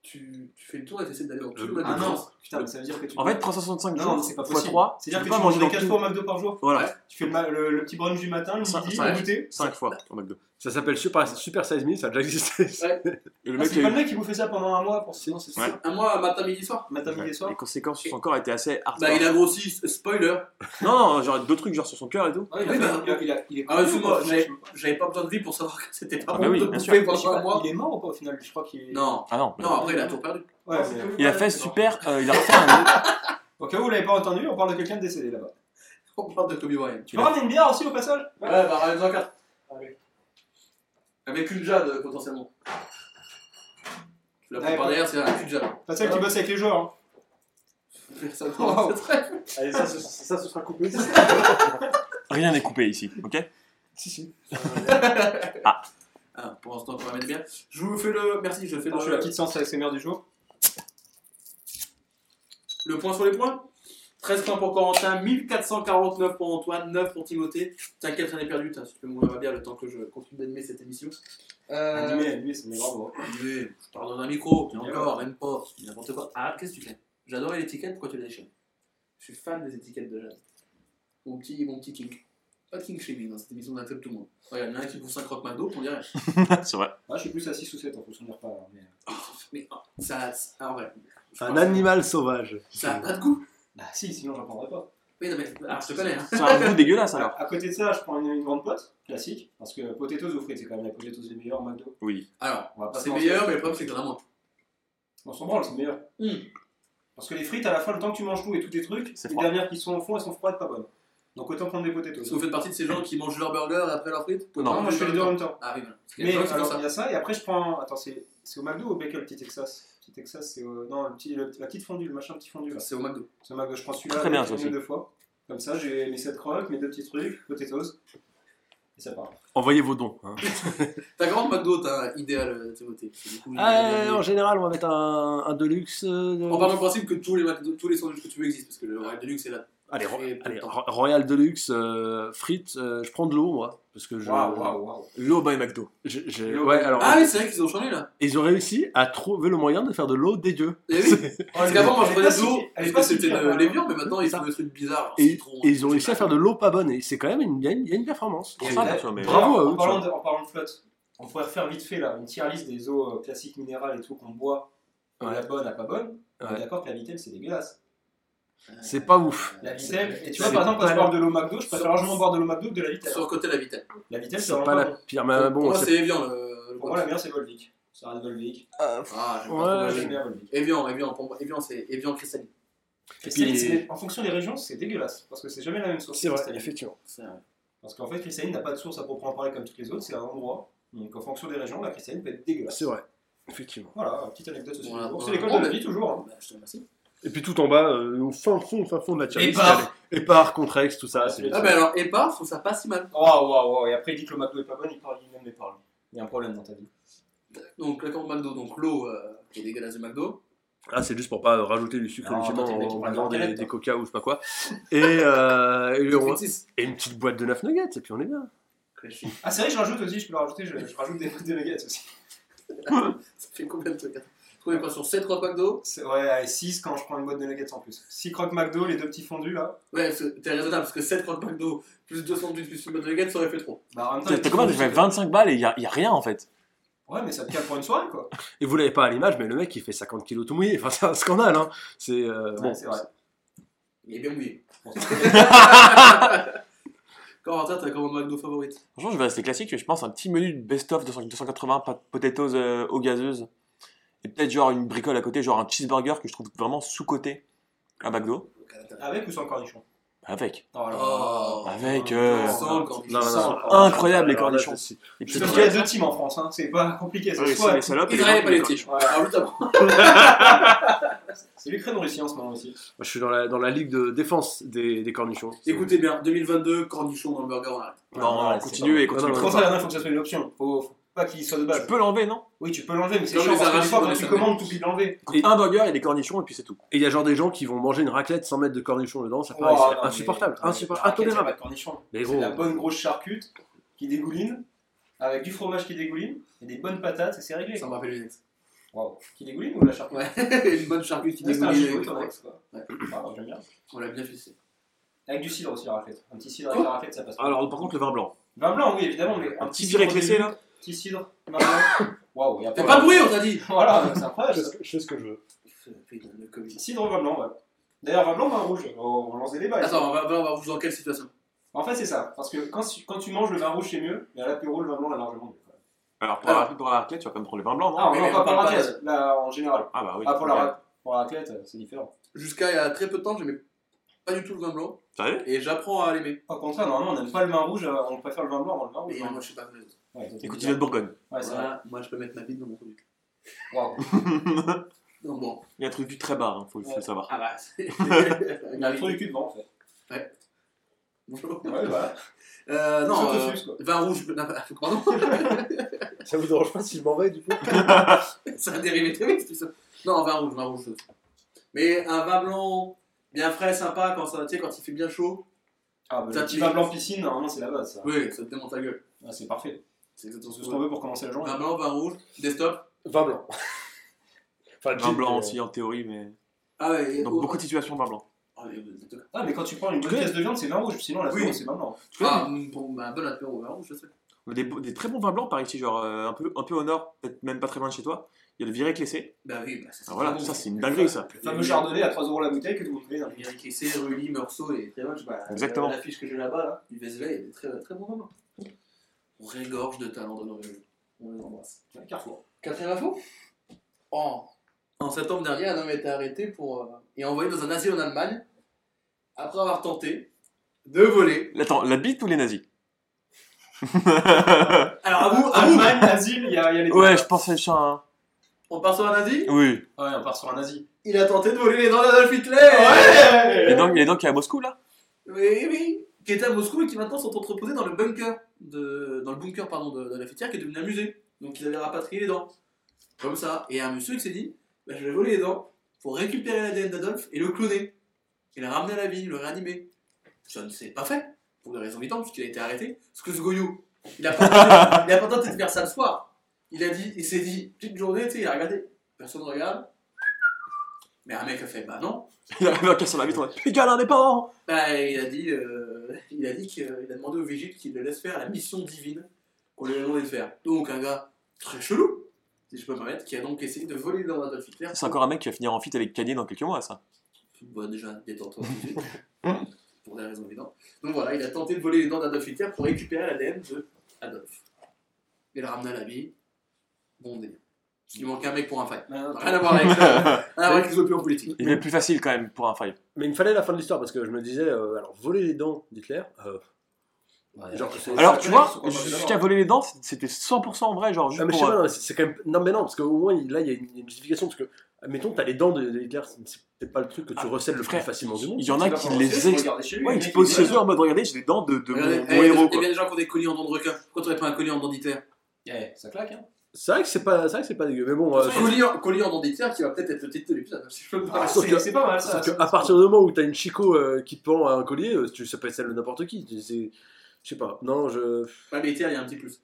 tu, tu fais le tour et t'essaies d'aller dans tout
Euh,
le McDo.
Un
de
an
France.
Ah Putain, mais ça veut dire que tu.
En fait, 365
Non,
jours
c'est pas
fois
possible.
3, tu
c'est-à-dire
peux
que
pas
tu
manger
manges
dans
4
tout-
fois au McDo par jour.
Voilà,
Tu fais le, ma- le- le petit brunch du matin, le
Ça-
midi,
ça-
le goûter.
5 fois au McDo.
Ça s'appelle Super, Super Size Me, ça a déjà existé.
Et le
Ah,
mec,
c'est
a
pas
eu-
le mec qui vous fait ça pendant un mois pour sinon c'est
Ouais.
ça.
Un mois, matin, midi, soir.
Matin, midi et soir.
les conséquences sur son corps étaient assez
Ah,
hardcore.
Bah, il a grossi, s- spoiler.
Non, non, genre deux trucs genre sur son cœur et tout.
Ah, il,
Oui,
a-
bah,
il a- il a- il est
Ah,
connu,
excuse-moi,
quoi, au final,
j'ai-
je sais pas.
J'avais pas besoin de vie pour savoir que c'était pas
Ah
bon
bah oui,
de
bien sûr.
bouffer
Je sais
pendant un
pas,
mois.
Il est mort ou pas au final Je crois qu'il est.
Non,
Ah non. mais-
non, après, il a tout perdu.
Ouais, mais-
Il a fait super, euh, il a refait un.
Au cas où vous l'avez pas entendu, on parle de quelqu'un de décédé là-bas.
On parle de Kobe Bryant.
Tu veux ramener une bière aussi au passage
Ouais, bah, ramène-en quatre.
Allez.
Avec une jade, euh, potentiellement. Tu la prends
Ouais,
par
pas-
derrière, c'est avec une jade.
Pas celle qui bosse avec les joueurs. hein.
Personne
[LAUGHS] Oh.
C'est très-
Allez, ça, ce- ça, ce sera coupé.
Rien n'est coupé ici, ok [LAUGHS]
si, si.
Ah, pour l'instant, on ramène bien. Je vous fais le. Merci, je fais
Ah, Je suis la
le,
petite sens ASMR du jour.
le point sur les points. 13 points pour Corentin, 1449 pour Antoine, 9 pour Timothée. T'inquiète, rien n'est perdu, t'as tu peux mourir à bien le temps que je continue d'animer cette émission. Euh,
Animé, animé, c'est mais bravo.
animé, je parle dans un micro, et
Bien.
encore, même pas, n'importe quoi. Arrête, qu'est-ce que tu fais J'adorais l'étiquette, pourquoi tu la déchires Je suis fan des étiquettes de jazz. Mon petit, mon petit kink. Pas de kink chez lui dans cette émission, on accepte tout le monde. Regarde, il y en a un qui bouffe 5 croque McDo, on dirait.
C'est vrai.
Ah, je suis plus à 6 ou 7 en fonction de repas. hein, Mais...
[LAUGHS] Mais ah, ça, ça- ah, en vrai, je
Un
pense-
animal sauvage.
Ça a pas de goût.
Bah si, sinon j'en prendrais pas.
Oui, non, mais alors, je te connais, hein.
C'est un goût dégueulasse alors.
Alors, à côté de ça, je prends une, une grande pote, classique, parce que potatoes ou frites, c'est quand même la potatoes des meilleurs McDo.
Oui.
Alors,
On va pas se
c'est
mentir.
meilleur, mais le problème, c'est que t'en as moins.
On s'en branle, c'est meilleur.
Mm.
Parce que les frites, à la fin, le temps que tu manges tout et tous tes trucs,
C'est
les
froid.
dernières qui sont au fond, elles sont froides, pas bonnes. Donc autant prendre des potatoes.
Parce que vous faites partie de ces gens qui mangent leur burger après leur frites
Non,
Non, moi je fais les deux en même temps.
Ah oui, voilà. Parce qu'il y a
Mais
des gens qui font
alors,
ça.
il y a ça, et après je prends. Attends, c'est c'est au McDo ou au Bacon, le petit Texas Petit Texas, c'est au. Non, le petit, le- la petite fondue, le machin petit fondu là.
C'est au McDo.
C'est au McDo, je prends celui-là
Très bien,
avec
ça
une
aussi.
ou deux fois. Comme ça, j'ai mes 7 crocs, mes deux petits trucs, potatoes, et ça part.
Envoyez vos dons. hein.
Ta grande McDo, t'as un idéal, euh, Timothée. parce que du coup, il y a- il y
Euh,
a-
en général, on va mettre un, un Deluxe. euh, de-
On part du principe que tous les, McDo- tous les sandwichs que tu veux existent, parce que le Royal Deluxe est là.
Allez, Ro-
Et-
allez, Ro- Royal Deluxe, euh, frites. euh, je prends de l'eau, moi. Parce que je.
Waouh, waouh, waouh.
L'eau by McDo.
je- je-
L'eau.
ouais, alors.
Ah oui, c'est vrai qu'ils ont changé là.
Ils ont réussi à trouver le moyen de faire de l'eau dégueu.
Eh oui. Parce qu'avant, moi, je prenais de l'eau,
Elle
parce
est
que
pas
c'était
super,
le-
hein.
les viandes, mais maintenant, ils
Ça.
font des trucs bizarres.
Et, et ils ont hein. réussi à faire de l'eau pas bonne. Et c'est quand même une, il y a une, il y a une performance.
Pour
Et
ça,
là-
tu vois, mais.
Bravo à
Alors,
eux,
hein. en parlant, de, en parlant de flotte, on pourrait refaire vite fait là une tier list des eaux euh, classiques minérales et tout qu'on boit. de
Ouais.
La bonne, la pas bonne. On
Ouais.
est d'accord que la Vitel c'est dégueulasse.
C'est pas ouf.
La Vitel, et tu
C'est
vois par exemple quand
pas
je parle de l'eau McDo, je préfère
Sur-
largement boire de l'eau McDo que de la Vitel.
Sur le côté de la vitesse.
La Vitel c'est
C'est
vraiment
pas
pas
la
bon.
pire. Mais
Pour
Euh, bon,
moi,
c'est-
c'est Evian. le- le
Pour moi la
côté.
meilleure c'est Volvic. Ça reste Volvic.
Ah, j'aime pas
Ouais,
trop la
Moi, j'aime
Vitel.
bien Volvic.
Evian, Evian, pour moi, Evian, c'est Evian cristalline.
Et
puis-
Cristalline, c'est- en fonction des régions, c'est dégueulasse parce que c'est jamais la même source.
c'est vrai,
Cristalline.
effectivement.
C'est vrai.
Parce qu'en fait, cristalline n'a pas de source à proprement parler comme toutes les autres, c'est un endroit. Donc en fonction des régions, la cristalline peut être dégueulasse.
C'est vrai, effectivement.
Voilà, petite anecdote aussi.
Voilà.
Donc, c'est l'école de la vie toujours. hein.
Bah, je te remercie.
Et puis tout en bas, euh, au fin fond, au fin fond de la tier
Et
list,
par-
il y a les- Et par, Contrex, tout ça. c'est-
Ah, bah alors, Epa, je trouve ça pas si mal.
Waouh, waouh, waouh. Et après, il dit que le McDo est pas bon, il parle, il même les parle. Il y a un problème dans ta vie.
Donc, la commande McDo, donc l'eau euh, qui est dégueulasse de McDo.
Ah, c'est juste pour pas euh, rajouter du sucre
Non,
inutilement
attends, t'es
en
mec, on
en
va
buvant
dans la
des,
tête,
des
hein.
coca ou je sais pas quoi. Et, euh, et le-
Fixis.
et une petite boîte de 9 nuggets, et puis on est bien.
Crunchy.
Ah, c'est vrai, je rajoute aussi, je peux le rajouter, je, je rajoute des, des nuggets aussi.
Ça fait combien de trucs hein Combien de points sur 7 croque McDo
C'est- Ouais, allez, 6 quand je prends une boîte de nuggets en plus. 6 croque McDo, les deux petits fondus là.
Ouais, c'est- t'es raisonnable parce que 7 croque McDo plus 200 du plus une bonne nuggets, ça aurait fait trop.
Bah, en même temps,
T'as
les
t'as
petits
combien
fondus,
J'ai fait
c'est-
25 balles et il n'y a, y a rien en fait.
Ouais, mais ça te cale pour une soirée quoi.
Et vous l'avez pas à l'image, mais le mec, il fait 50 kilos tout mouillé. Enfin, c'est un scandale, hein. C'est. euh,
Ouais,
bon,
c'est vrai.
Il est bien
[LAUGHS]
mouillé. Corentin, t'as commande McDo favorite
Franchement, je vais rester classique, mais je pense un petit menu de best-of 200 280 pat- potatoes euh, eau gazeuse. Et peut-être genre une bricole à côté, genre un cheeseburger que je trouve vraiment sous-côté à McDo.
Avec ou sans cornichon
Avec.
Non,
Oh
Avec.
euh,
euh,
Sans le cornichon.
non, non,
sans
non.
le cornichon.
incroyable les
Alors là,
cornichons.
c'est-
Les
Je
petites
sais qu'il y a
pièces.
deux teams en France, hein. c'est pas compliqué. C'est
Ouais,
soit
c'est les salopes. et euh,
Israël et
les cornichons.
Palestine. Ah oui, t'as
c'est l'Ukraine ou Russie en ce moment aussi.
Moi, je suis dans la, dans la ligue de défense des, des cornichons.
Écoutez bien, 2022, cornichon dans le burger, on arrête.
Non,
Ouais,
on continue et continue.
Non,
Pour ça, il faut que ça soit une option. Faut, faut pas qu'il soit de
Tu
base.
peux l'enlever, non
Oui, tu peux l'enlever, mais c'est
Comme
chiant
les
parce que des
arachides
fois,
dans
quand
les
tu
sandwichs.
commandes, t'oublies de l'enlever.
Et-
Un burger et des cornichons et puis c'est tout.
Et il y a genre des gens qui vont manger une raclette sans mettre de cornichons dedans,
Ah
ça paraît
Oh, non, mais-
insupportable,
mais
insupportable,
t'inquiète, y a pas
intolérable.
de cornichons.
Mais
C'est
gros,
la bonne grosse charcute qui dégouline, avec du fromage qui dégouline, et des bonnes patates, et c'est réglé.
Ça me rappelle une ex. [LAUGHS]
Waouh. Qui dégouline ou la charcute
Ouais, une bonne charcuterie qui
Ouais, C'est un
dégouline avec
chouette,
ton
ton
ex.
ex, quoi.
Ouais.
Ah, j'aime bien.
On l'a bien fixé.
Avec du cidre aussi, la raclette. Un petit cidre avec la raclette, ça passe. pas.
Alors, par contre, le vin blanc.
Vin blanc, oui, évidemment, mais
Un petit viré
cidre
éclaissé
début,
là
Petit cidre, vin blanc. [COUGHS] Waouh, il y a
T'as pas
[LAUGHS]
de bruit, hein. on t'a dit
Voilà, c'est
Je
incroyable.
fais ce que- je fais ce que je veux.
Putain, le Covid.
Cidre, vin blanc, ouais. D'ailleurs, vin blanc, vin rouge. On on lance des débats. ici.
Attends, on va, on va vous dans quelle situation
En fait, c'est ça. Parce que quand, tu- quand tu manges le vin rouge, c'est mieux, mais à l'apéro, le vin blanc est largement mieux. quoi.
Alors, pour la, pour la raclette, tu vas quand même prendre le vin blanc, non
Ah,
Ah mais
mais non,
on
pas pour
parle
la
pas de-
raclette, là, en général.
Ah, bah oui.
Ah, pour la, ra- pour la raclette, euh, c'est différent.
Jusqu'à il y a très peu de temps, j'aimais pas du tout le vin blanc
Sérieux
et j'apprends à l'aimer.
Au contraire, normalement, on n'aime pas le vin rouge, euh, on préfère le vin blanc avant le vin
Mais
rouge.
moi, je suis pas vrai.
Ouais, ça, c'est
Écoute, il
bizarre.
vient de Bourgogne.
Ouais, c'est vrai.
Voilà, moi, je peux mettre ma bite dans mon produit.
Waouh.
[LAUGHS] Non, bon.
Il y a un truc du très bas, hein, faut, faut
Ouais.
le savoir.
Ah bah,
[LAUGHS]
c'est.
Il y a le trou du cul devant, en fait. Ouais, voilà.
Euh, [LAUGHS] non,
Surtout
euh,
suisse, quoi.
vin rouge, non, [LAUGHS] pas- pardon,
Ça vous dérange pas si je m'en vais du coup
ça a dérivé très vite tout ça. Non, vin rouge, vin rouge. Mais un vin blanc bien frais, sympa, quand, ça, tu sais, quand il fait bien chaud,
Ah, bah,
T'as
le petit
dit-
vin blanc piscine, normalement, c'est la base, ça.
oui, ça te démonte la gueule.
Ah, c'est parfait.
C'est exactement ce
C'est
que
ce
je
qu'on
veux.
veut pour commencer la journée.
Vin blanc, vin rouge, desktop.
Vin blanc. [LAUGHS]
Ah,
Enfin,
Vin
gin,
blanc
mais-
aussi,
euh,
en théorie, mais.
Ah ouais, et-
Dans
oh.
beaucoup de situations, vin blanc.
Ah, mais, euh, d'accord.
Ah, mais quand tu prends une bonne
connais-
pièce de viande, c'est vin rouge, sinon la
Oui.
viande, c'est vin blanc.
Ah, bon, bah, un bon apéro, vin rouge, je sais.
Des, bo- des très bons vins blancs par ici, genre euh, un, peu, un peu au nord, peut-être même pas très loin de chez toi. Il y a le viré Clessé.
Bah oui, bah, ça,
Ah, voilà,
très bon.
ça c'est une dinguerie ça.
Le
Ah.
fameux chardonnay à 3 euros la bouteille que tout le monde connaît. hein.
Eric Essé, Rully, Meursault et très moche. Bah,
Exactement.
la- L'affiche que j'ai là-bas, là, du Vézelay, il y a des très, très bons moments. On régorge de talents dans nos régions. On les embrasse.
C'est un Carrefour.
Quatrième info en, en septembre dernier, un homme a été arrêté pour, euh, et envoyé dans un asile en Allemagne après avoir tenté de voler.
Attends, la bite ou les nazis
Alors, à vous, à vous
Allemagne, asile, il y, a il y a les deux.
Ouais, je pense que c'est
hein.
un.
On part sur un nazi
Oui.
Ouais, on part sur un nazi.
Il a tenté de voler les dents d'Adolf Hitler
Il
Ouais
est donc, il est donc à Moscou là [LAUGHS]
Oui, oui Qui était à Moscou et qui maintenant sont entreposés dans le bunker, de, dans le bunker pardon, de, de la fêtière qui est devenu un musée. Donc ils avaient rapatrié les dents. Comme ça. Et un monsieur qui s'est dit bah, je vais voler les dents pour récupérer l'ADN d'Adolphe et le cloner. Et le ramener à la vie, le réanimer. Ça ne s'est pas fait, pour des raisons évidentes, puisqu'il a été arrêté. Parce que ce goyou, il a pas tenté, il a pas tenté de faire ça le soir. Il a dit, il s'est dit, petite journée, tu sais, il a regardé, personne ne regarde. Mais un mec a fait, bah non,
Il arrive en cassant la vitre en mode Putain, un des parents
bah, il a dit, euh, il a dit qu'il a demandé au Vigile qu'il le laisse faire la mission divine qu'on lui a demandé de faire. Donc un gars très chelou, si je peux me permettre, qui a donc essayé de voler dans Adolf Hitler.
C'est encore un mec qui va finir en fit avec Kanye dans quelques mois ça.
Bah, déjà, détends-toi tout de suite, [LAUGHS] pour des raisons évidentes. Donc voilà, il a tenté de voler les dents d'Adolf Hitler pour récupérer l'ADN de Adolf. Il le ramena à la vie. Bon délire. Il manquait un mec pour un fight. Rien à voir avec, rien à voir avec les opinions politiques.
Il est plus facile quand même pour un five.
mais il me fallait la fin de l'histoire parce que je me disais, euh, alors voler les dents d'Hitler. euh, genre, c'est-
Alors
ça
tu
connaît, ils
vois,
sont pas mal
jusqu'à
d'accord.
voler les dents, c'était 100% vrai, genre
Ah,
juste
mais je sais
pour.
pas,
euh,
non, mais c'est c'est quand même. Non, mais non, parce qu'au moins, il- là, il y a une, il y a une justification. Parce que, admettons, t'as les dents de, de Hitler, c'est- c'est peut-être pas le truc que tu
Ah,
recèles le plus
frère,
facilement du
Il
monde.
y en a qui les ex- Ouais, ils se posent chez eux en mode regardez, j'ai les dents de, de mon,
Regardez,
mon
eh,
héros
il y a
quoi.
bien des gens qui ont des colis en dents de requin. Pourquoi t'aurais pas un colis en dents d'Hitler
Eh, ça claque, hein.
C'est vrai que c'est pas, c'est vrai que c'est pas dégueu, mais bon. euh, sauf-
Collier, collier en dents d'Hitler qui va peut-être être le titre de l'épisode, hein, si je peux me
Ah,
permettre.
sauf que-
C'est c'est pas mal, ça.
Sauf
ça,
qu'à
ça.
partir du moment où t'as une chico euh, qui te pend à un collier, euh, tu, ça peut être celle de n'importe qui. tu- c'est- Je sais pas. Non, je.
Ouais, mais Hitler, il y a un petit plus.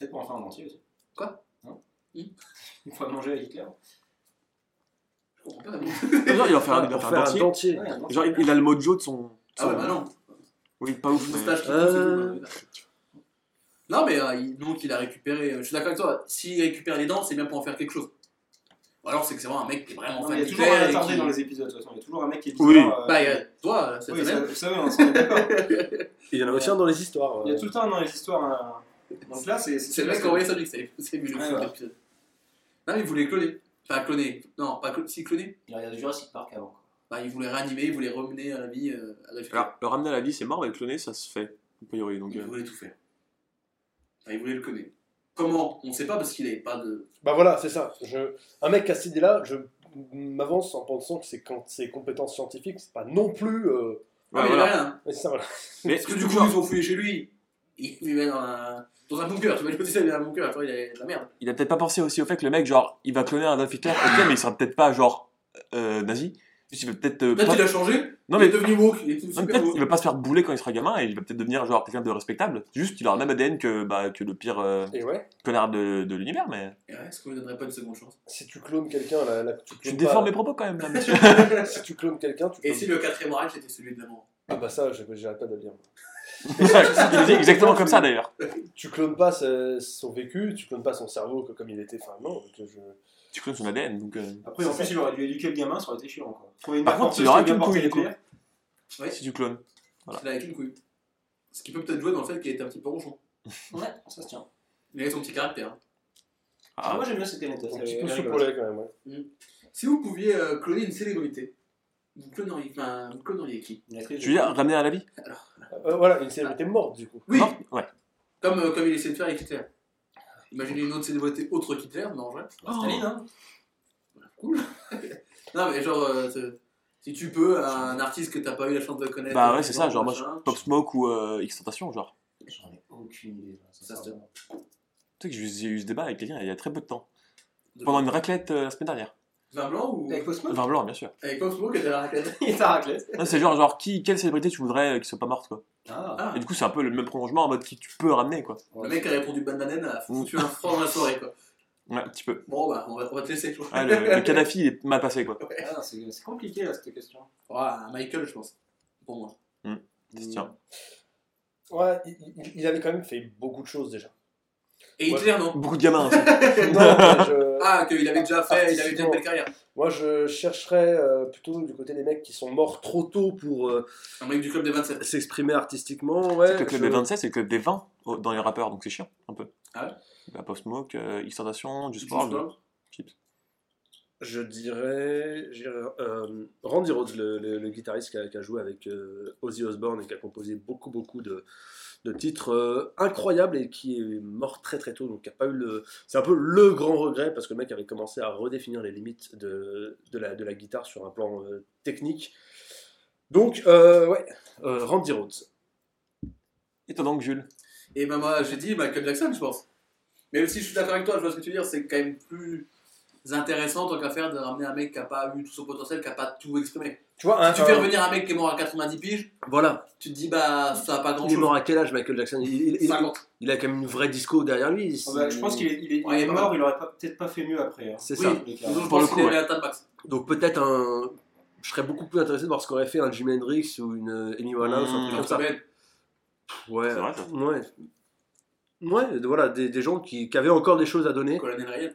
Peut-être pour en faire un entier aussi. Hein
Quoi
Non
Hum
Une fois mangé avec Hitler.
comprends pas. bon.
[LAUGHS] Genre, il en fait un, il en
Pour
fait un
faire
dentier.
dentier.
Ouais, non,
Genre, il, il a le mojo de son.
Ah ouais,
son-
bah non.
Oui, pas ouf. mais-
Moustache qui
Euh.
pousse et tout, bah, ouais. Non, mais euh, il- donc il a récupéré. euh, Je suis d'accord avec toi. S'il récupère les dents, c'est bien pour en faire quelque chose. Ou alors, c'est que c'est vraiment un mec qui est vraiment
non, mais
fan
il y a
du
toujours
père
un
et
attardé
qui-
dans les épisodes, de toute façon. Il y a toujours un mec qui est
Oui.
bizarre. euh,
Bah, il y a- toi, euh, cette
oui,
semaine.
ça, ça, oui, on s'en est d'accord.
Il y en a aussi un dans les histoires.
Il y
euh.
a tout le temps dans les histoires. un- Donc là, c'est
C'est le mec qui a envoyé ça, lui, c'est c'est lui le
Ouais,
fou de
ouais.
l'épisode. Non, mais il voulait cloner. Enfin, cloner. Non, pas cloner. Si, cloner.
Il regarde Jurassic Park avant. quoi.
Bah, il voulait réanimer, il voulait ramener à la vie euh, à la
Alors, le ramener à la vie, c'est mort, mais le cloner, ça se fait. A priori, donc.
Il
euh,
voulait tout faire. Enfin, il voulait le cloner. Comment On sait pas parce qu'il avait pas de.
Bah voilà, c'est ça. Je... Un mec qui a cette idée-là, je m'avance en pensant que c'est quand ses compétences scientifiques, c'est pas non plus.
Ouais,
euh,
ouais,
Ah, mais il
voilà.
avait rien.
mais c'est ça, voilà.
Mais
Parce que du coup, ils ont fouillé chez lui. Il vivait dans un, dans un bunker. Tu vois, je me disais, il avait un bunker. Toi, il avait de la merde.
il a peut-être pas pensé aussi au fait que le mec, genre, il va cloner un Adolf Hitler, ok, mais il sera peut-être pas, genre, euh, nazi. Juste, il va peut-être. euh,
Peut-être
pas-
qu'il a changé.
Non,
il
mais.
est devenu woke. Il est
non, mais
super
peut-être
woke.
il va pas se faire bouler quand il sera gamin et il va peut-être devenir genre quelqu'un de respectable. Juste il aura le même ADN que, bah, que le pire euh,
Et ouais,
connard de, de l'univers, mais.
Et ouais, Est-ce qu'on lui donnerait pas une seconde chance
si tu clones quelqu'un, là, là, tu
Tu
clones.
déformes mes
pas-
propos quand même là, monsieur.
Si tu clones quelqu'un, tu
Et
clones.
si le quatrième oral, c'était celui de l'amour
Ah bah ça, je- j'arrête pas de le dire.
il dit exactement comme ça d'ailleurs.
Tu clones pas sa- son vécu, tu clones pas son cerveau que- comme il était. Enfin, non, je- je-
Tu clones son ADN donc. euh,
Après, en plus, il aurait dû éduquer le gamin, ça aurait été chiant. Quoi. Trouver une
Par
mère
contre, il
porteuse
aurait
qui a bien
qu'une
porté
couille,
les
du coup.
pierres.
Si tu clones. Voilà.
Il a avec une couille. Ce qui peut peut-être jouer dans le fait qu'il était un petit peu ronchon.
Ouais, ça se tient.
Il avait son petit caractère. hein.
Ah,
Ah,
moi, j'aime bien cette anecdote.
un
elle
petit
est-
peu
elle est
sous
rigolote.
quand même. ouais.
Si vous pouviez euh, cloner une célébrité, vous cloneriez, enfin, vous cloneriez qui
Une actrice,
tu veux dire ramener à la vie
Euh, voilà, une célébrité morte du coup.
Oui,
Non Ouais.
comme, euh, comme il essaie de faire avec Hitler. Imaginez une autre célébrité autre qu'Hitler, mais en vrai.
bah, Staline, hein.
Cool. [LAUGHS] non, mais genre, euh, c'est- si tu peux, un artiste que t'as pas eu la chance de connaître.
Bah
euh,
ouais, c'est ça, genre moi, je-
machin.
Pop Smoke ou euh, X-Tentation, genre.
J'en ai aucune idée. là.
Ça, c'est-
vraiment-
Tu sais que j'ai eu ce débat avec quelqu'un il y a très peu de temps. Pendant une raclette euh, la semaine dernière.
Vin blanc ou.
Avec Postman
Vin blanc, bien sûr.
Avec Pop Smoke, t'as la raquette.
[LAUGHS] Il est à raclette.
Non, C'est genre, genre qui, quelle célébrité tu voudrais euh, qui soit pas morte, quoi.
Ah, oh,
Ah,
Et du coup, c'est un peu le même prolongement en mode qui tu peux ramener, quoi.
le mec a répondu Bandanen a foutu un franc dans la soirée, quoi.
Ouais, un petit peu.
Bon, bah, on va, on va te laisser, tu vois.
Ah,
[LAUGHS]
le, [LAUGHS] le Kadhafi, il est mal passé, quoi.
ah, c'est c'est compliqué là cette question.
Ouais, un Ah, Michael, je pense. Pour moi.
Tiens.
Ouais, il, il- il avait quand même fait beaucoup de choses déjà.
Et Hitler, non
Beaucoup de gamins, hein.
[LAUGHS] non, [LAUGHS] mais je-
Ah, qu'il avait déjà fait, il avait déjà une belle
Artistiquement.
carrière.
Moi, je chercherais euh, plutôt du côté des mecs qui sont morts trop tôt pour euh,
Un mec du club des 27.
s'exprimer artistiquement.
c'est
Ouais,
le club
je-
des 27, c'est le club des 20 au- dans les rappeurs, donc c'est chiant, un peu.
Ah ouais
Bah, Pop Smoke, euh, X-Tentation, du
Du
sport,
sport.
de- chips.
Je dirais, je dirais, euh, Randy Rhodes, le, le- le guitariste qui a, qui a joué avec euh, Ozzy Osbourne et qui a composé beaucoup beaucoup de, de titres euh, incroyables et qui est mort très très tôt. Donc qui a pas eu le, c'est un peu le grand regret parce que le mec avait commencé à redéfinir les limites de, de la, de la guitare sur un plan euh, technique. Donc euh, ouais, euh, Randy Rhodes.
Et toi donc, Jules
Et ben moi, j'ai dit Michael Jackson, je pense. Mais aussi, je suis d'accord avec toi, je vois ce que tu veux dire, c'est quand même plus intéressant tant qu'à faire de ramener un mec qui a pas eu tout son potentiel, qui a pas tout exprimé.
Tu vois, un,
Ah,
Si tu fais
un-
revenir un mec qui est mort à 90 piges,
Voilà.
tu te dis bah ça a pas grand
Il est mort
chose.
à quel âge Michael Jackson il, il- il-
50.
il a quand même une vraie disco derrière lui.
Ah, bah, je pense qu'il est, il est, il
Ouais,
est
il est
mort, il aurait pas- peut-être pas fait mieux après. hein.
C'est
Oui.
ça.
Les gars.
Donc, je
Pour le
pense
coup,
qu'il
ouais.
avait atteint le max.
Donc peut-être un. Je serais beaucoup plus intéressé de voir ce qu'aurait fait un Jimi Hendrix ou une euh, Amy Winehouse, un
Mmh,
truc
Kurt
comme ça.
Cobain.
Ouais.
C'est vrai, ça.
Ouais. Ouais, de- voilà, des, des gens qui, qui avaient encore des choses à donner.
Colonel Ryan.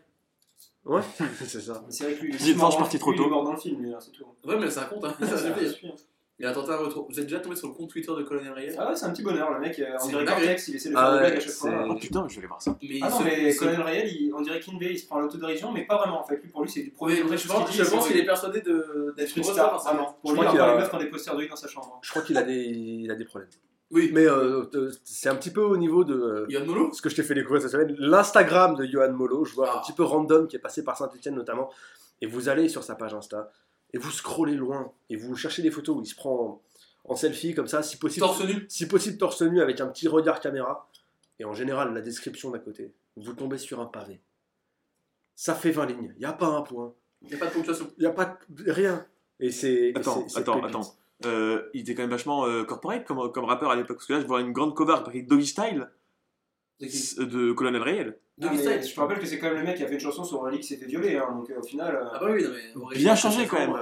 Ouais, c'est ça.
Mais C'est vrai que lui, il est
Dis,
mort
non, je suis
dans-
parti trop
lui, Il
tôt.
est mort dans le film, lui, hein, c'est tout.
Ouais, mais ça compte, hein. [LAUGHS]
Ah,
ça
ça
suffit.
suffit, hein.
Il a tenté un retour. Vous êtes déjà tombé sur le compte Twitter de Colonel Ryan
Ah ouais, c'est un petit bonheur, le mec. euh,
C'est
On dirait
dingue.
Cortex, il essaie de
Ah
faire des
ouais,
blagues à chaque fois.
c'est-
Oh putain, je vais aller voir ça.
Mais
Ah
il
non,
se-
mais
il se-
Colonel Ryan, il- on dirait qu'Invey, il se prend l'autodérision, mais pas vraiment en fait. Lui, pour lui, c'est du premier
Mais
degré,
je
tout ce
pense,
dit,
je
c'est-
pense qu'il est persuadé de- d'être
une
une
star,
star. hein,
vraiment. Ah Pour
Je
lui,
crois
il y a
qu'il
encore
a-
les meufs qui ont des posters de lui dans sa chambre. hein.
Je crois qu'il a, des, il a des problèmes.
Oui.
Mais euh, euh, c'est un petit peu au niveau de euh,
Yann Molo
ce que je t'ai fait découvrir cette semaine, l'Instagram de Johan Molo. Je vois
Ah.
un petit peu random qui est passé par Saint-Etienne notamment. Et vous allez sur sa page Insta et vous scrollez loin et vous cherchez des photos où il se prend en, en selfie comme ça, si possible.
Torse nu.
si possible torse nu avec un petit regard caméra, et en général la description d'à côté, vous tombez sur un pavé. Ça fait 20 lignes, il n'y a pas un point,
Il n'y a pas de ponctuation.
il n'y a pas de- rien. Et c'est. et
Attends,
c'est- c'est
attends,
pépite.
attends. Euh, il était quand même vachement euh, corporate comme, comme rappeur à l'époque. Parce que là, je vois une grande cover avec Doggy Style.
De qui
S- de Colonel Rayel.
De
Ah,
qui
mais
Strait
je te rappelle que c'est quand même le mec qui a fait une chanson sur un lit qui s'est fait violer, hein, donc euh, au final. euh,
Ah bah oui, non mais. on
Bien
reste-
changé quand même.
ouais.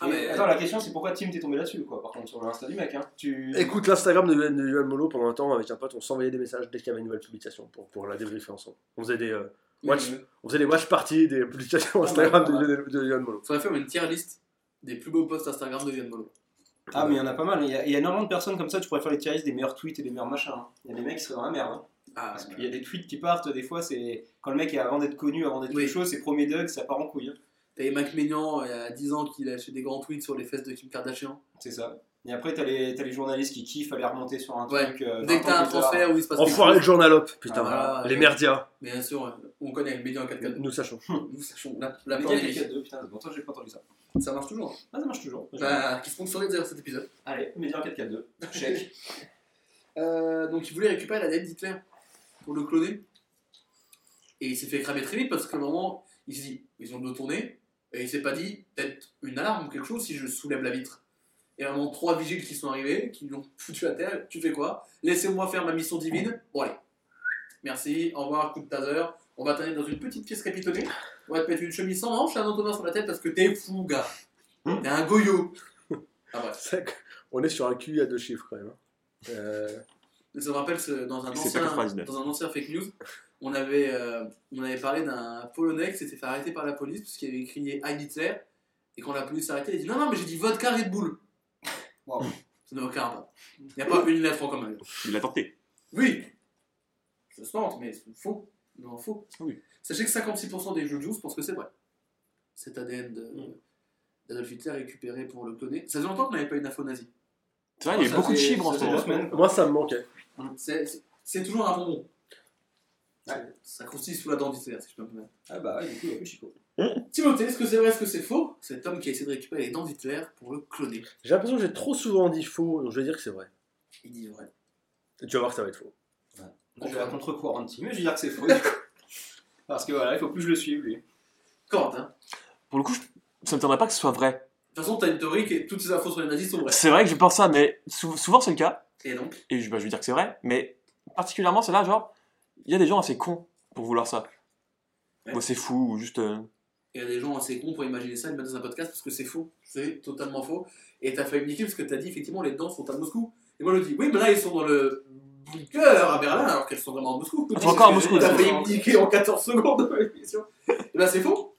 Ah,
Et-
mais-
Attends, la question c'est pourquoi Tim t'es tombé là-dessus, quoi, par contre, sur l'insta du mec. Hein. Tu...
Écoute l'Instagram de Yoann- de Yoann Molo pendant un temps avec un pote, on s'envoyait des messages dès qu'il y avait une nouvelle publication pour, pour la débriefer ensemble. On faisait des, euh,
Oui,
watch,
oui.
on faisait des watch parties des publications
Ah,
Instagram
bah,
de, Yoann- de Yoann Molo.
Faudrait faire une tier list des plus beaux posts Instagram de Yann Molo.
Ah, mais il y en a pas mal. Il y a, il y a énormément de personnes comme ça, tu pourrais faire les tier list des meilleurs tweets et des meilleurs machins. hein. Il y a des mecs qui seraient dans la merde. hein.
Ah,
Parce qu'il y a des tweets qui partent, des fois, c'est. Quand le mec est avant d'être connu, avant d'être
Oui.
quelque chose, c'est premier Doug, ça part en couille. hein.
t'avais Mac Maignan il y a 10 ans qui lâchait des grands tweets sur les fesses de Kim Kardashian.
C'est ça. Et après, t'as les, t'as les journalistes qui kiffent aller remonter sur un
Ouais.
truc. euh,
Dès
20
que t'as
ans
un
plus tard.
transfert où il se passe
Enfoiré le
chose.
journalope, putain.
Ah,
les
ouais.
merdias,
Bien sûr, euh, on connaît le média en 4
nous sachons.
Nous sachons, la, la
Les
porte
gars, les
est-
quatre deux, putain, c'est longtemps que j'ai pas entendu ça.
Ça marche toujours. hein.
Ah, ça marche toujours.
Bah, qui sponsorise d'ailleurs cet épisode.
Allez, Média 4-4-2. Check.
Euh, donc il voulait récupérer la dette d'Hitler pour le cloner. Et il s'est fait cramer très vite parce que le moment, il s'est dit, ils ont le dos tourné. Et il s'est pas dit, peut-être une alarme ou quelque chose si je soulève la vitre. Et vraiment, trois vigiles qui sont arrivés, qui l'ont [LAUGHS] foutu à terre. Tu fais quoi Laissez-moi faire ma mission divine. Bon, allez. Merci, au revoir, coup de taser. On va t'amener dans une petite pièce capitonnée. On va te mettre une chemise sans manches et un entonnoir sur la tête parce que t'es fou, gars. T'es un goyot. Ah, bref.
C'est que- On est sur un QI à deux chiffres quand même. hein. Euh,
Ça me rappelle ce- dans un,
C'est
ancien,
pas 99.
dans un ancien fake news, on avait, euh, on avait parlé d'un Polonais qui s'était fait arrêter par la police parce qu'il avait crié à Hitler et quand la police s'est arrêtée, il a dit non, non, mais j'ai dit vodka Red Bull.
Wow.
Ça n'a aucun rapport. Il n'y a pas une lettre en commun.
Il l'a tenté.
Oui, ça se tente, mais c'est faux. Non, faux.
Oui.
Sachez que 56% des Jujus pensent que c'est vrai. Cet ADN de- d'Adolf Hitler récupéré pour le cloner. Ça faisait longtemps qu'on n'avait pas une info nazie.
C'est vrai, il y a
Oh, Ça
beaucoup de
fait-
chibres en
ça
ce
fait
moment.
deux semaines, quoi.
moi, ça me manquait.
Hein, C'est- C'est c'est toujours un bonbon.
Ouais.
Ça croustille sous la dent d'Hitler, si je peux me permettre.
Ah bah, ouais, du coup, il y a plus Chico.
Timothée, est-ce que c'est vrai, est-ce que c'est faux Cet homme qui a essayé de récupérer les dents d'Hitler pour le cloner.
J'ai l'impression que j'ai trop souvent dit faux, donc je vais dire que c'est vrai.
Il dit vrai.
Et tu vas voir que ça va être faux.
Je vais à contre-courant un petit, mais je vais dire que c'est faux. du coup. Parce que voilà, il faut plus que je le suive, lui.
Corde, hein.
Pour le coup, je- ça me tiendrait pas que ce soit vrai.
De toute façon, t'as une théorie que toutes ces infos sur les nazis sont vraies.
C'est vrai que je pense ça, mais sou- souvent c'est le cas.
Et donc
Et je, bah, je veux dire que c'est vrai, mais particulièrement c'est là, genre, il y a des gens assez cons pour vouloir ça.
Ouais.
Bon, c'est fou, ou juste. euh,
Il y a des gens assez cons pour imaginer ça, ils mettent dans un podcast parce que c'est faux. C'est totalement faux. Et t'as failli me niquer parce que t'as dit effectivement les dents sont à Moscou. Et moi je dis, oui, mais là ils sont dans le bunker à Berlin alors qu'elles sont vraiment à Moscou.
Attends, encore à Moscou,
T'as
là.
failli me niquer en 14 secondes dans l'émission. Et ben c'est faux.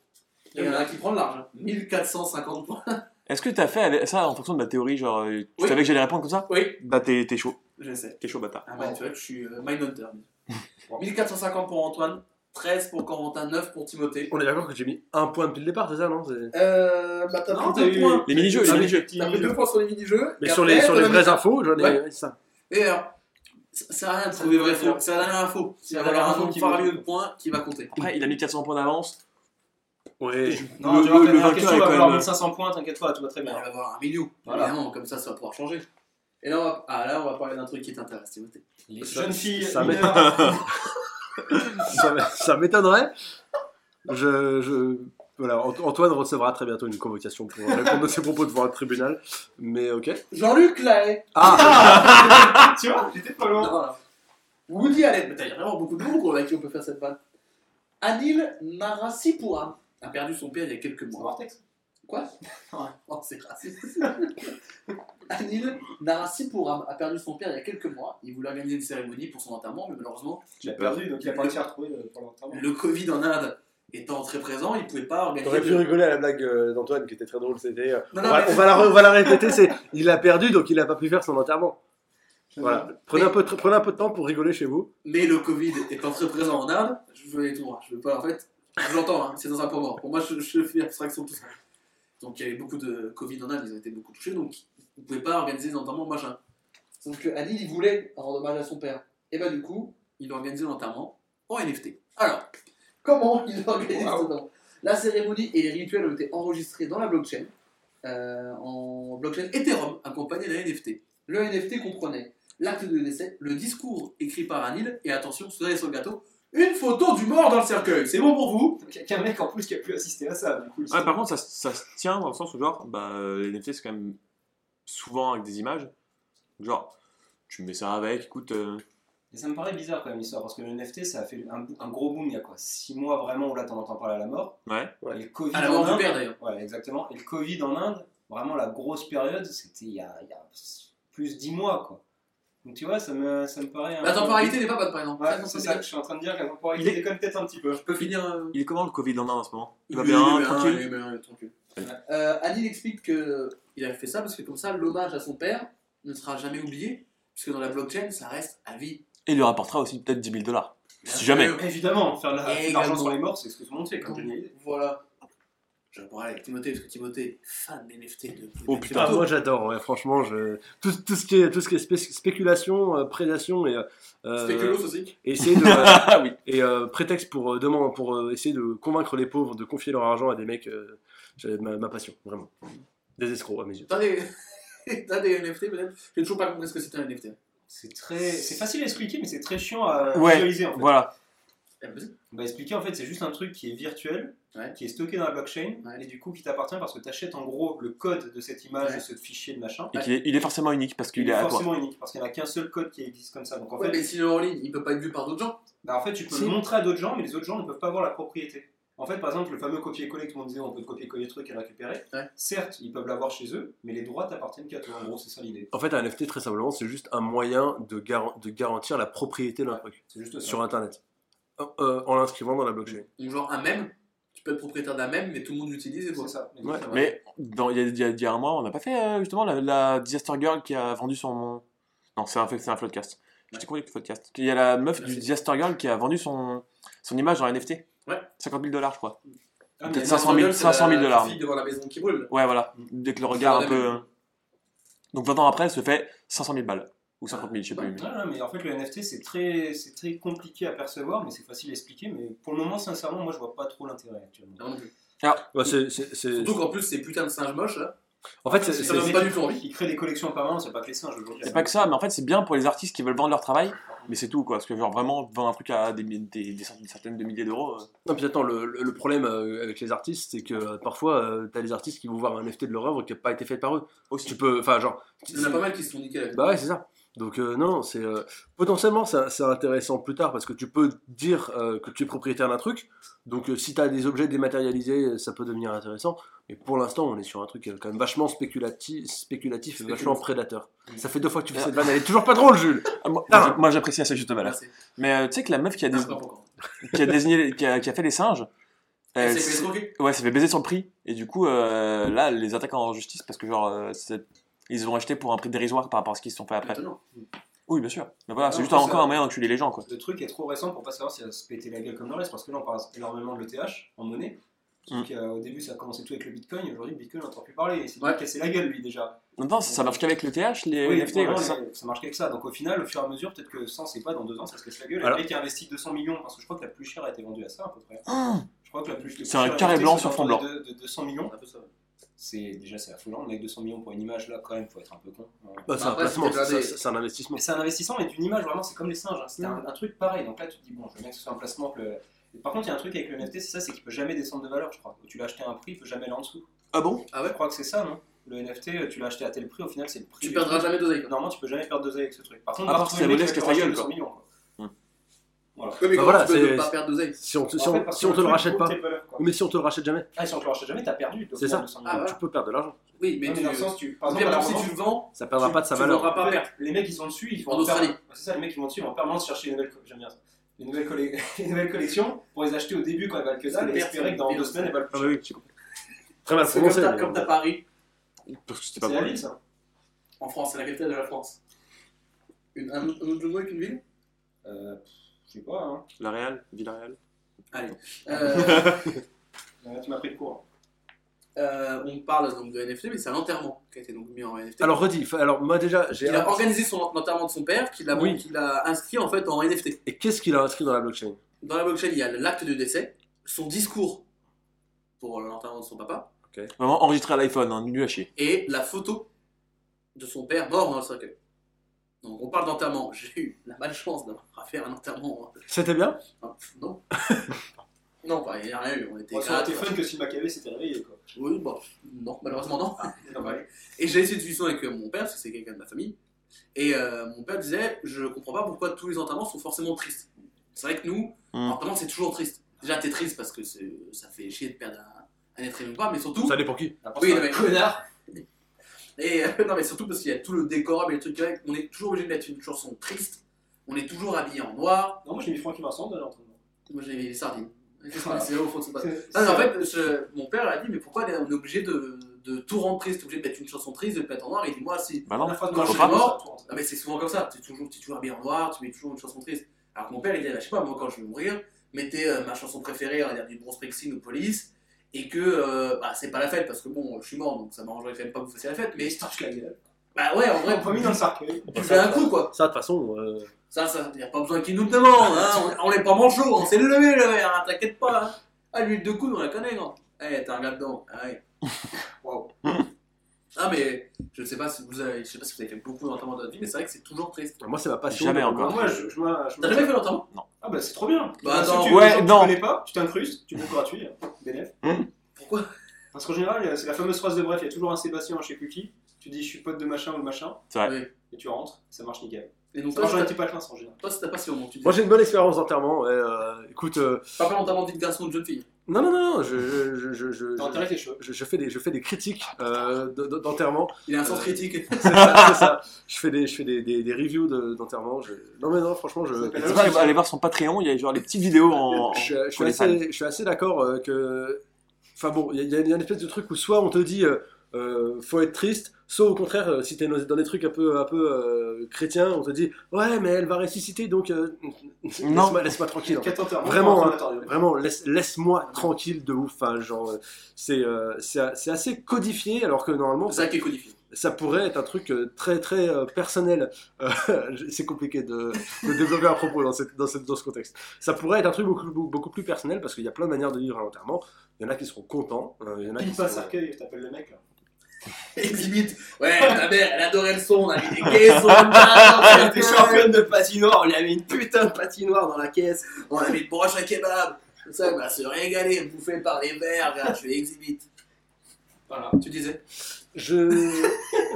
Et il y en a un qui prend le large. 1450 points.
Est-ce que t'as fait avec- ça en fonction de la théorie, genre, euh, tu
Oui.
savais que j'allais répondre comme ça
Oui,
Bah, t'es t'es chaud,
je sais.
t'es chaud, bâtard.
Ah ouais, tu vois que je suis euh, Mindhunter. 1450 pour Antoine, 13 pour Corentin, 9 pour Timothée.
On est d'accord que j'ai mis un point depuis le départ, c'est ça, non C'est-
Euh, bah t'as
Non, t'as
pris 2
eu-
points.
Les mini-jeux, les
Ah,
mini-jeux.
T'as pris 2 points sur les mini-jeux.
Mais
et
sur
après,
les, sur les
t'en as mis-
vraies infos, j'en ai
Ouais.
c'est ça.
Et alors, ça sert à rien de trouver vrai faux, c'est la dernière info. C'est la dernière info qui parmi de points qui va compter.
Après, il a mis 400 points d'avance.
Ouais.
Non,
Le-
tu vois,
le-
la
le
dernière question
vainqueur
va
est quand
valoir
même-
1500 points, t'inquiète pas, tout va très
Il va
bien.
y avoir un million,
Voilà.
évidemment, comme ça, ça va pouvoir changer. Et là, on va, ah, là, on va parler d'un truc qui t'intéresse, Timothée.
Les
Ça-
jeunes filles,
ça
mineures,
[LAUGHS] ça m'é- ça m'étonnerait. Je, je- Voilà, Ant- Antoine recevra très bientôt une convocation pour répondre à ses propos devant un tribunal. Mais ok.
Jean-Luc Lahaye
Ah
tu vois, j'étais pas
[LAUGHS]
loin.
Voilà. Woody Allen, mais t'as il y a vraiment beaucoup de monde qu'on- avec qui on peut faire cette vanne. Anil Narasipuram a perdu son père il y a quelques mois.
Vortex.
Quoi Oh, c'est raciste. Anil Narasipuram a perdu son père il y a quelques mois. Il voulait organiser une cérémonie pour son enterrement, mais malheureusement,
Il a perdu, donc il a pas réussi à retrouver euh, pour l'entraînement.
le Covid en Inde étant très présent, il pouvait pas organiser.
T'aurais pu
de-
rigoler à la blague euh, d'Antoine qui était très drôle. C'était. euh,
Non,
on,
non,
va,
mais-
on va la, re- on va la répéter c'est il a perdu donc il a pas pu faire son enterrement. Voilà. Prenez, un peu, de- prenez un peu de temps pour rigoler chez vous.
Mais le Covid étant très présent en Inde, je veux les tout droit. Je veux pas, en fait, je l'entends, hein, c'est dans un point mort. Pour moi, je, je fais abstraction de tout ça. Donc il y avait beaucoup de Covid en Inde, ils ont été beaucoup touchés, donc ils ne pouvaient pas organiser l'enterrement, machin. Sauf que Anil, il voulait rendre hommage à son père. Et bah du coup, il a organisé l'enterrement en NFT. Alors, comment [LAUGHS] il organise l'enterrement La cérémonie et les rituels ont été enregistrés dans la blockchain, euh, en blockchain Ethereum, accompagné d'un NFT. Le NFT comprenait l'acte de décès, le discours écrit par Anil, et attention, cerise sur le gâteau, une photo du mort dans le cercueil. C'est bon pour vous
Donc, il y a qu'un mec en plus qui a pu assister à ça, du coup.
Ouais, par contre, ça, ça se tient dans le sens où, genre, bah, euh, les NFT, c'est quand même souvent avec des images. Genre, tu mets ça avec, écoute, euh,
Et ça me paraît bizarre quand même l'histoire, parce que le NFT, ça a fait un, un gros boom il y a quoi 6 mois vraiment où là t'en entends parler à la mort.
Ouais.
Ouais.
Et le Covid hein.
À la
en
mort du
Inde-
père, d'ailleurs.
Ouais, exactement. Et le Covid en Inde, vraiment la grosse période, c'était il y a, il y a plus de 10 mois quoi. Donc tu vois, ça me, ça me paraît. un
La
peu-
temporalité n'est pas bonne, par exemple.
Ouais, c'est ça que je suis en train de dire, la temporalité
Il est-
déconne peut-être un petit peu.
Je peux finir. euh,
Il est comment le Covid en Inde en ce moment Il va
oui,
bien,
oui,
tranquille
oui, oui, oui, tranquille. Euh, Adil explique qu'il a fait ça parce que comme ça, l'hommage à son père ne sera jamais oublié, puisque dans la blockchain, ça reste à vie.
Et il lui rapportera aussi peut-être 10 000 dollars. Si jamais.
Évidemment, faire de la- faire de l'argent
Également.
sur les morts, c'est ce que tout le monde fait comme
Donc,
génialité.
Voilà. Je vais parler avec Timothée, parce que Timothée est fan des NFT. De...
Oh,
de-
putain.
Ah, moi j'adore, ouais, franchement, je... tout, tout ce qui est, tout ce qui est spé- spéculation, euh, prédation et, euh,
Spéculos aussi.
et essayer de, euh,
Ah oui.
et euh, prétexte pour, euh, demain, pour euh, essayer de convaincre les pauvres de confier leur argent à des mecs, euh, c'est ma, ma passion, vraiment. Des escrocs à mes yeux.
T'as des... [LAUGHS] T'as des NFT peut-être J'ai toujours pas compris ce que c'était un NFT.
C'est très... C'est facile à expliquer, mais c'est très chiant à
Ouais,
visualiser en fait.
Voilà.
Eh, vas-y.
Bah, expliquer, en fait, c'est juste un truc qui est virtuel,
Ouais.
qui est stocké dans la blockchain,
Ouais.
et du coup qui t'appartient parce que tu achètes en gros le code de cette image,
Ouais.
de ce fichier, de machin.
Et qu'il est, il est forcément unique parce qu'il
Il
est
est
à toi.
forcément unique parce qu'il n'y en a qu'un seul code qui existe comme ça. Donc en
Ouais,
fait,
mais s'il est en ligne, il peut pas être vu par d'autres gens.
bah, en fait, tu peux
Si.
le montrer à d'autres gens, mais les autres gens ne peuvent pas voir la propriété. En fait, par exemple, le fameux copier-coller que tout le monde disait, on peut copier-coller le truc et le récupérer.
Ouais.
Certes, ils peuvent l'avoir chez eux, mais les droits t'appartiennent qu'à toi. En gros, c'est ça l'idée.
En fait, un NFT, très simplement, c'est juste un moyen de, gar- de garantir la propriété d'un truc
C'est juste ça.
sur Internet, Euh, euh, en l'inscrivant dans la blockchain.
Donc, genre un mème, tu peux être propriétaire d'un mème, mais tout le monde l'utilise et
C'est
toi.
ça.
Ouais.
Ça va.
Mais dans- il y, a- il y a- il y a un mois, on n'a pas fait euh, justement la, la Disaster Girl qui a vendu son. Non, c'est un, fait- c'est un floodcast. J'étais convaincu que podcast. Il y a la meuf du
Merci.
Disaster Girl qui a vendu son, son image en NFT.
Ouais.
50 000 dollars, je crois.
Ah, mais
Peut-être
non,
500 000,
Google, c'est la-
500 000 dollars.
La fille devant la maison qui brûle.
Ouais, voilà.
Mm.
Dès que le regard
C'est
un
la
peu.
même.
Donc 20 ans après, elle se fait 500 000 balles. Ou 50 000, je sais pas.
Ouais.
mais-
Ouais, ouais, mais en fait, le NFT, c'est très, c'est très compliqué à percevoir, mais c'est facile à expliquer. Mais pour le moment, sincèrement, moi, je vois pas trop l'intérêt actuellement.
Non, non plus.
Ouais, c'est- c'est- c'est-
Surtout qu'en plus, ces putains de hein. singes moches, là,
En fait, c'est- c'est-
ça donne pas du tout envie.
Ils créent des collections en permanence, c'est pas que les singes aujourd'hui. Hein.
C'est pas que ça, mais en fait, c'est bien pour les artistes qui veulent vendre leur travail, mais c'est tout, quoi. Parce que, genre, vraiment, vendre un truc à des, mi- des- des centaines- des centaines de milliers d'euros. euh,
Non, puis attends, le, le- le problème euh, avec les artistes, c'est que euh, parfois, euh, t'as les artistes qui vont voir un NFT de leur œuvre qui n'a pas été fait par eux. Tu peux, enfin, genre.
Il y en a pas mal qui se sont niqués là.
Bah ouais, c'est ça. Donc, euh, non, non, c'est. euh, potentiellement, ça- c'est intéressant plus tard parce que tu peux dire euh, que tu es propriétaire d'un truc. Donc, euh, si t'as des objets dématérialisés, euh, ça peut devenir intéressant. Mais pour l'instant, on est sur un truc euh, quand même vachement spéculatif, spéculatif et vachement prédateur. Ça fait deux fois que tu fais cette vanne, elle est toujours pas drôle, Jules
Ah, moi,
Putain.
moi, moi, j'apprécie à sa juste valeur.
Merci.
Mais euh, tu sais que la meuf qui a,
Ah,
dés-
c'est pas encore.
qui a désigné, les- qui a, qui a fait les singes,
Elle
euh,
s'est fait
c'est-
escroquer.
ouais, ça fait baiser son prix. Et du coup, euh, là, elle les attaquent en justice parce que genre, euh, c'est- ils ont acheté pour un prix dérisoire par rapport à ce qu'ils se sont fait après.
Maintenant.
Oui, bien sûr. Mais voilà, c'est
Non,
juste
c'est
encore
ça.
un moyen d'enculer les gens, quoi.
Le truc est trop récent pour pas savoir si elle va se péter la gueule comme le reste, parce que là, on parle énormément de l'ETH en monnaie.
Mm.
Donc, au début, ça a commencé tout avec le bitcoin, et aujourd'hui, le bitcoin, on n'entend plus parler. Il s'est
Ouais.
bien cassé la gueule, lui, déjà.
Non, non, ça, ça marche qu'avec le TH, les
Oui,
NFT,
vraiment,
ouais, Eh c'est ça.
les- ça marche qu'avec ça. Donc, au final, au fur et à mesure, peut-être que 100, c'est pas dans deux ans, ça se casse la gueule.
Alors-
Et le mec qui a investi 200 millions, parce que je crois que la plus chère a été vendue à ça, à peu près. Je crois que la plus
Oh C'est un carré blanc sur fond blanc.
De, de 200 millions.
Un peu ça.
C'est déjà c'est affolant, mais avec 200 millions pour une image là quand même, faut être un peu con. Ouais.
Bah, c'est un
Après,
placement,
c'était
c'est
blindé.
ça, c'est un investissement.
Mais c'est un investissement, mais d'une image vraiment, c'est comme les singes. hein. C'était
Mm.
un, un truc pareil. Donc là, tu te dis, bon, je veux bien que ce soit un placement. Que le- Et par contre, il y a un truc avec le NFT, c'est ça, c'est qu'il peut jamais descendre de valeur, je crois. Tu l'as acheté à un prix, il peut jamais aller en dessous.
Ah bon
Ah ouais
Je crois que c'est ça, non Le NFT, tu l'as acheté à tel prix, au final, c'est le prix.
Tu
du
perdras
truc.
jamais d'oseille. quoi.
Normalement, tu peux jamais perdre d'oseille avec ce truc. Par
Ah,
contre,
À part
par
si
contre,
la
le mec,
monnaie se
tu vas
casse
acheter
la gueule,
200
quoi.
millions, quoi.
Hum.
Voilà.
Oui, mais comment
voilà,
tu peux
c'est-
ne pas perdre d'oseille
Si on, te- si
En
on-
fait, parce que
si on te le
truc
rachète
coûte
pas,
tes valeurs, quoi.
mais si on te le rachète jamais,
Ah, si on te le rachète jamais, t'as perdu. au
C'est
final,
ça.
200 millions.
Ah, voilà.
tu peux perdre de l'argent.
Oui, mais
Non, mais
tu.
dans le sens, tu. Par
Au pire,
exemple, à la
si
revente,
tu vends,
Ça perdra pas de sa
tu
valeur.
vendras pas
En fait,
perte.
Les mecs, ils sont dessus, ils vont
En Australie.
C'est ça, les mecs, ils vont dessus, ils vont en permanence chercher les nouvelles, co- j'aime bien ça. les nouvelles, colle- [LAUGHS] les nouvelles collections pour les acheter au début quand elles valent que dalle
C'est
et espérer que dans
pire,
deux
c'est
semaines elles
Ah
valent
bah
plus.
Très mal
C'est comme
prononcé.
t'as-
mais-
comme t'as Paris.
Parce que c'était
C'est
pas
la
bon.
ville ça
En France, c'est la capitale de la France. Une- Un un autre mot avec une ville
euh, pff, Je sais pas, hein.
La Real, Villarreal.
Euh,
Là, tu m'as pris de court.
euh, On parle donc de NFT, mais c'est un enterrement qui a été donc mis en NFT.
Alors redis, fa- alors moi déjà, j'ai
il a organisé son l'enterrement de son père, qu'il a,
Oui.
qu'il a inscrit en fait en NFT.
Et qu'est-ce qu'il a inscrit dans la blockchain
Dans la blockchain, il y a l'acte de décès, son discours pour l'enterrement de son papa,
Vraiment enregistré à l'iPhone, hein, nul à chier.
et la photo de son père mort dans le cercueil. Donc on parle d'enterrement. J'ai eu la malchance d'avoir à faire un enterrement.
C'était bien
hein, non. [LAUGHS] non, bah, il n'y a rien eu. On était
Bon, ça aurait été
quatre,
fun que si Maccabée s'était réveillé quoi.
Oui, bon, bah, non, malheureusement non. [LAUGHS]
C'est dommage.
Et j'ai eu cette discussion avec euh, mon père, parce que c'est quelqu'un de ma famille. Et euh, mon père disait, je comprends pas pourquoi tous les enterrements sont forcément tristes. C'est vrai que nous,
Mm.
enterrement, c'est toujours triste. Déjà, t'es triste parce que c'est- ça fait chier de perdre un, un être aimé ou pas, mais surtout.
Ça dépend qui.
Oui, non, mais connard Et euh, [LAUGHS] non, mais surtout parce qu'il y a tout le décor, et le truc avec, on est toujours obligé de mettre une chanson triste, on est toujours habillé en noir.
Non, moi j'ai mis Francky Vincent dans l'entraînement.
Moi j'ai les sardines.
Ah.
C'est là au fond de son passé. Non, mais en fait, je- mon père a dit, mais pourquoi on est obligé de, de tout rendre triste, obligé de mettre une chanson triste, de le mettre en noir, et il dit, moi si.
Bah non,
la phrase de
quand
Francky
je suis
Vincent,
mort,
tout en fait.
Non, mais c'est souvent comme ça, tu es toujours, t'es toujours habillé en noir, tu mets toujours une chanson triste. Alors que mon père, il dit, ah, je sais pas, moi quand je vais mourir, mettez euh, ma chanson préférée, on va dire du Bruce Springsteen ou Police, et que, euh, bah, c'est pas la fête, parce que bon, je suis mort, donc ça m'arrangerait quand même pas que vous fassiez la fête, mais.
Et se torche la gueule.
Bah ouais, en vrai,
On
on
peut mis dans le cercueil.
tu fais un coup quoi.
Ça, de toute façon, euh,
Ça, ça, y a pas besoin qu'ils nous le demandent, hein. on, on est pas manchot, on s'est levé le verre, hein, t'inquiète pas. hein. Ah, l'huile de coude, on la connaît, non Eh, t'as un gars dedans, ah ouais. Waouh. Ah, mais je sais pas si vous avez, je sais pas si vous avez fait beaucoup d'enterrements de votre vie, mais c'est vrai que c'est toujours triste.
moi, c'est ma passion.
Jamais
mais-
encore.
Moi, je, je, moi, je-
T'as jamais fait l'enterrement
Ah bah c'est trop bien.
Bah,
Parce que
attends.
tu-
Ouais,
les gens que
non.
Tu connais pas, tu t'incrustes, tu coupes gratuit, bénéf.
Hmm. Pourquoi
Parce qu'en général, c'est la fameuse phrase de bref, il y a toujours un Sébastien chez Cookie. Tu dis je suis pote de machin ou machin.
C'est vrai.
Oui.
Et tu rentres, ça marche nickel.
Et donc,
Ça
toi,
marche dans les
t'as-
petits patelins en général.
toi, si t'as pas si moment, tu dis.
Moi, j'ai une bonne expérience d'enterrement. ouais, euh, écoute, euh,
Pas fait l'enterrement de vie de garçon ou de jeune fille.
non, non, non, non, je, je, je, je, je-
T'as enterré tes cheveux.
je- je fais des, je fais des critiques euh, d- d- d'enterrement.
Il a un sens
Euh,
critique.
C'est ça, c'est ça. Je fais des, je fais des, des, des reviews de- d'enterrement. je- Non, mais non, franchement, je.
Ça s'appelle
C'est pas aller- aller voir son Patreon, il y a genre les petites vidéos en.
je, suis- je suis
pour les
assez, je suis assez d'accord euh, que. Enfin bon, il y, a- il y a il y a une espèce de truc où soit on te dit euh, euh, faut être triste, soit au contraire, euh, si t'es dans dans des trucs un peu, un peu euh, chrétiens, on te dit ouais, mais elle va ressusciter donc. euh, [LAUGHS] Laisse-moi laisse-moi tranquille. en fait.
Quatre enterrements,
Vraiment,
on
hein.
va attendre.
Vraiment, laisse- laisse-moi tranquille de ouf. Enfin, genre, euh, c'est euh, c'est a- c'est assez codifié alors que
[LAUGHS]
normalement
C'est ça qui est codifié.
ça pourrait être un truc euh, très très euh, personnel. Euh, [LAUGHS] c'est compliqué de, de développer un propos dans, cette- dans, cette- dans ce contexte. Ça pourrait être un truc beaucoup, beaucoup plus personnel parce qu'il y a plein de manières de vivre un enterrement. Il y en a qui seront contents. euh, il y en a qui
Pile pas
seront-
cercueil, t'appelles le mec là.
Et limite, ouais, ta mère, elle adorait le son, on a mis des caisses, on a mis des
de patinoire, on lui a mis une putain de patinoire dans la caisse.
On a mis une broche à kebab. Ça, elle va se régaler, bouffée par les verres, gars, je fais exhibit. Voilà, tu disais.
Je,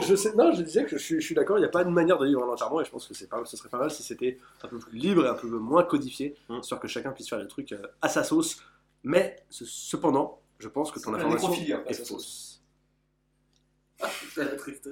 je sais, non, je disais que je suis, je suis d'accord, il n'y a pas de manière de vivre un enterrement et je pense que c'est pas, ce serait pas mal si c'était un peu plus libre et un peu moins codifié,
Mm.
histoire que chacun puisse faire des trucs euh, à sa sauce. Mais ce- cependant, je pense que ton
La
information
nécrophilie, hein, à
est
sa
fausse.
Putain, [LAUGHS] la tristesse.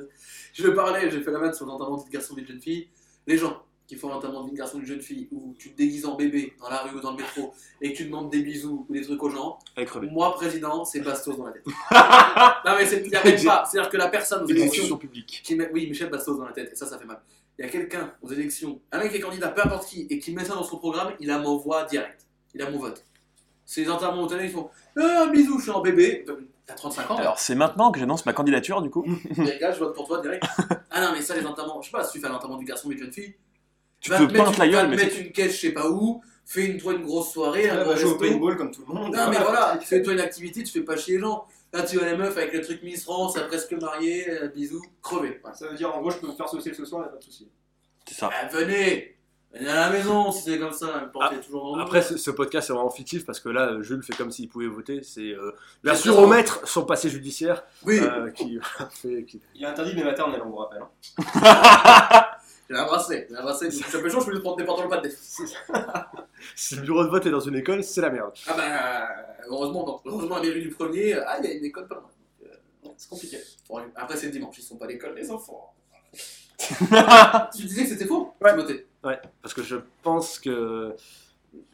Je parlais, j'ai fait la vanne sur l'enterrement de vie de garçon et de jeune fille. Les gens qui font l'enterrement de vie de garçon et de jeune fille, où tu te déguises en bébé dans la rue ou dans le métro et que tu demandes des bisous ou des trucs aux gens,
Elle est crevée.
moi, président, c'est Bastos dans la
[LAUGHS]
tête. non, mais c'est- il n'arrête pas. C'est-à-dire que la personne aux élections.
publique.
Qui met, oui, Michel Bastos dans la tête, et ça, ça fait mal. Il y a quelqu'un aux élections, un mec qui est candidat, peu importe qui, et qui met ça dans son programme, il a mon voix direct. Il a mon vote. C'est les enterrements où ils font Ah, bisous, je suis en bébé. Euh, T'as 35 ans,
Alors c'est maintenant que j'annonce ma candidature du coup.
les gars, je vote pour toi
[LAUGHS]
direct. ah non, mais ça, les enterrements, je sais pas, si tu fais un enterrement du garçon mais d'une jeune fille,
Tu
va
peux
te mettre
peindre la
une- va
gueule,
te
mais
mettre une caisse, je sais pas où, fais une, toi une grosse soirée, un
Elle
gros
va jouer au
resto.
paintball comme tout le monde.
Non, mais
[LAUGHS]
voilà, fais-toi une activité, tu fais pas chier les gens. Là, tu vois les meufs avec le truc Miss France, à presque mariée, euh, bisous, crevé. Voilà.
Ça veut dire en gros, je peux me faire saucer ce soir, y'a pas de soucis.
c'est ça.
Ah, venez Venez à la maison si c'est comme ça, portez
Ah.
toujours en
Après, ce, ce podcast est vraiment fictif parce que là, euh, Jules fait comme s'il pouvait voter. C'est euh, bien
C'est
sûr
ça.
au maître son passé judiciaire
Oui,
euh, [LAUGHS] qui, fait- qui-
Il est interdit de maternelle, on vous rappelle. hein.
je l'ai embrassé, je l'ai embrassé. Je suis un peu chaud, je peux lui prendre des pantalons pas de def.
Si le bureau de vote est dans une école, c'est la merde.
Ah bah, heureusement, non. Heureusement, à mairie du premier, ah, il y a une école pas loin. Donc, euh, C'est compliqué. Bon, après, c'est le dimanche, ils sont pas à l'école, les enfants. tu disais que c'était faux
Ouais.
Timothée
Parce que je pense que.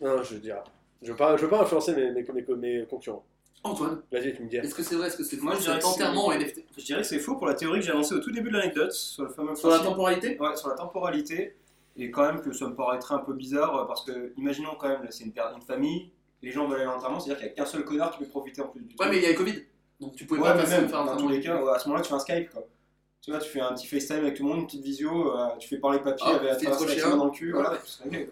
Non, je veux dire. Je veux pas, je veux pas influencer mes, mes, mes, mes concurrents.
Antoine,
Vas-y, tu me dis.
est-ce que c'est vrai, est-ce que c'est faux
Moi, je dirais
Cet
que c'est-
enterrement en NFT
Je dirais que c'est faux pour la théorie que j'ai annoncée au tout début de l'anecdote, sur le fameux
Sur la
principe-
temporalité
Ouais, sur la temporalité, et quand même que ça me paraîtrait un peu bizarre, euh, parce que, imaginons quand même, là, c'est une, per- une famille, les gens veulent aller à l'enterrement, c'est-à-dire qu'il n'y a qu'un seul connard qui peut profiter en plus du
Ouais,
truc.
mais il y avait Covid. Donc tu pouvais
Ouais,
pas
mais
passer
même,
faire un
dans tous
enterrement.
les cas, ouais, à ce moment-là, tu fais un Skype, quoi. Tu vois, tu fais un petit FaceTime avec tout le monde, une petite visio, euh, tu fais parler papier
Ah,
avec à
c'était
travers
trop
la
chiant.
caméra dans le cul, voilà.
Ouais.
tout ça, ouais.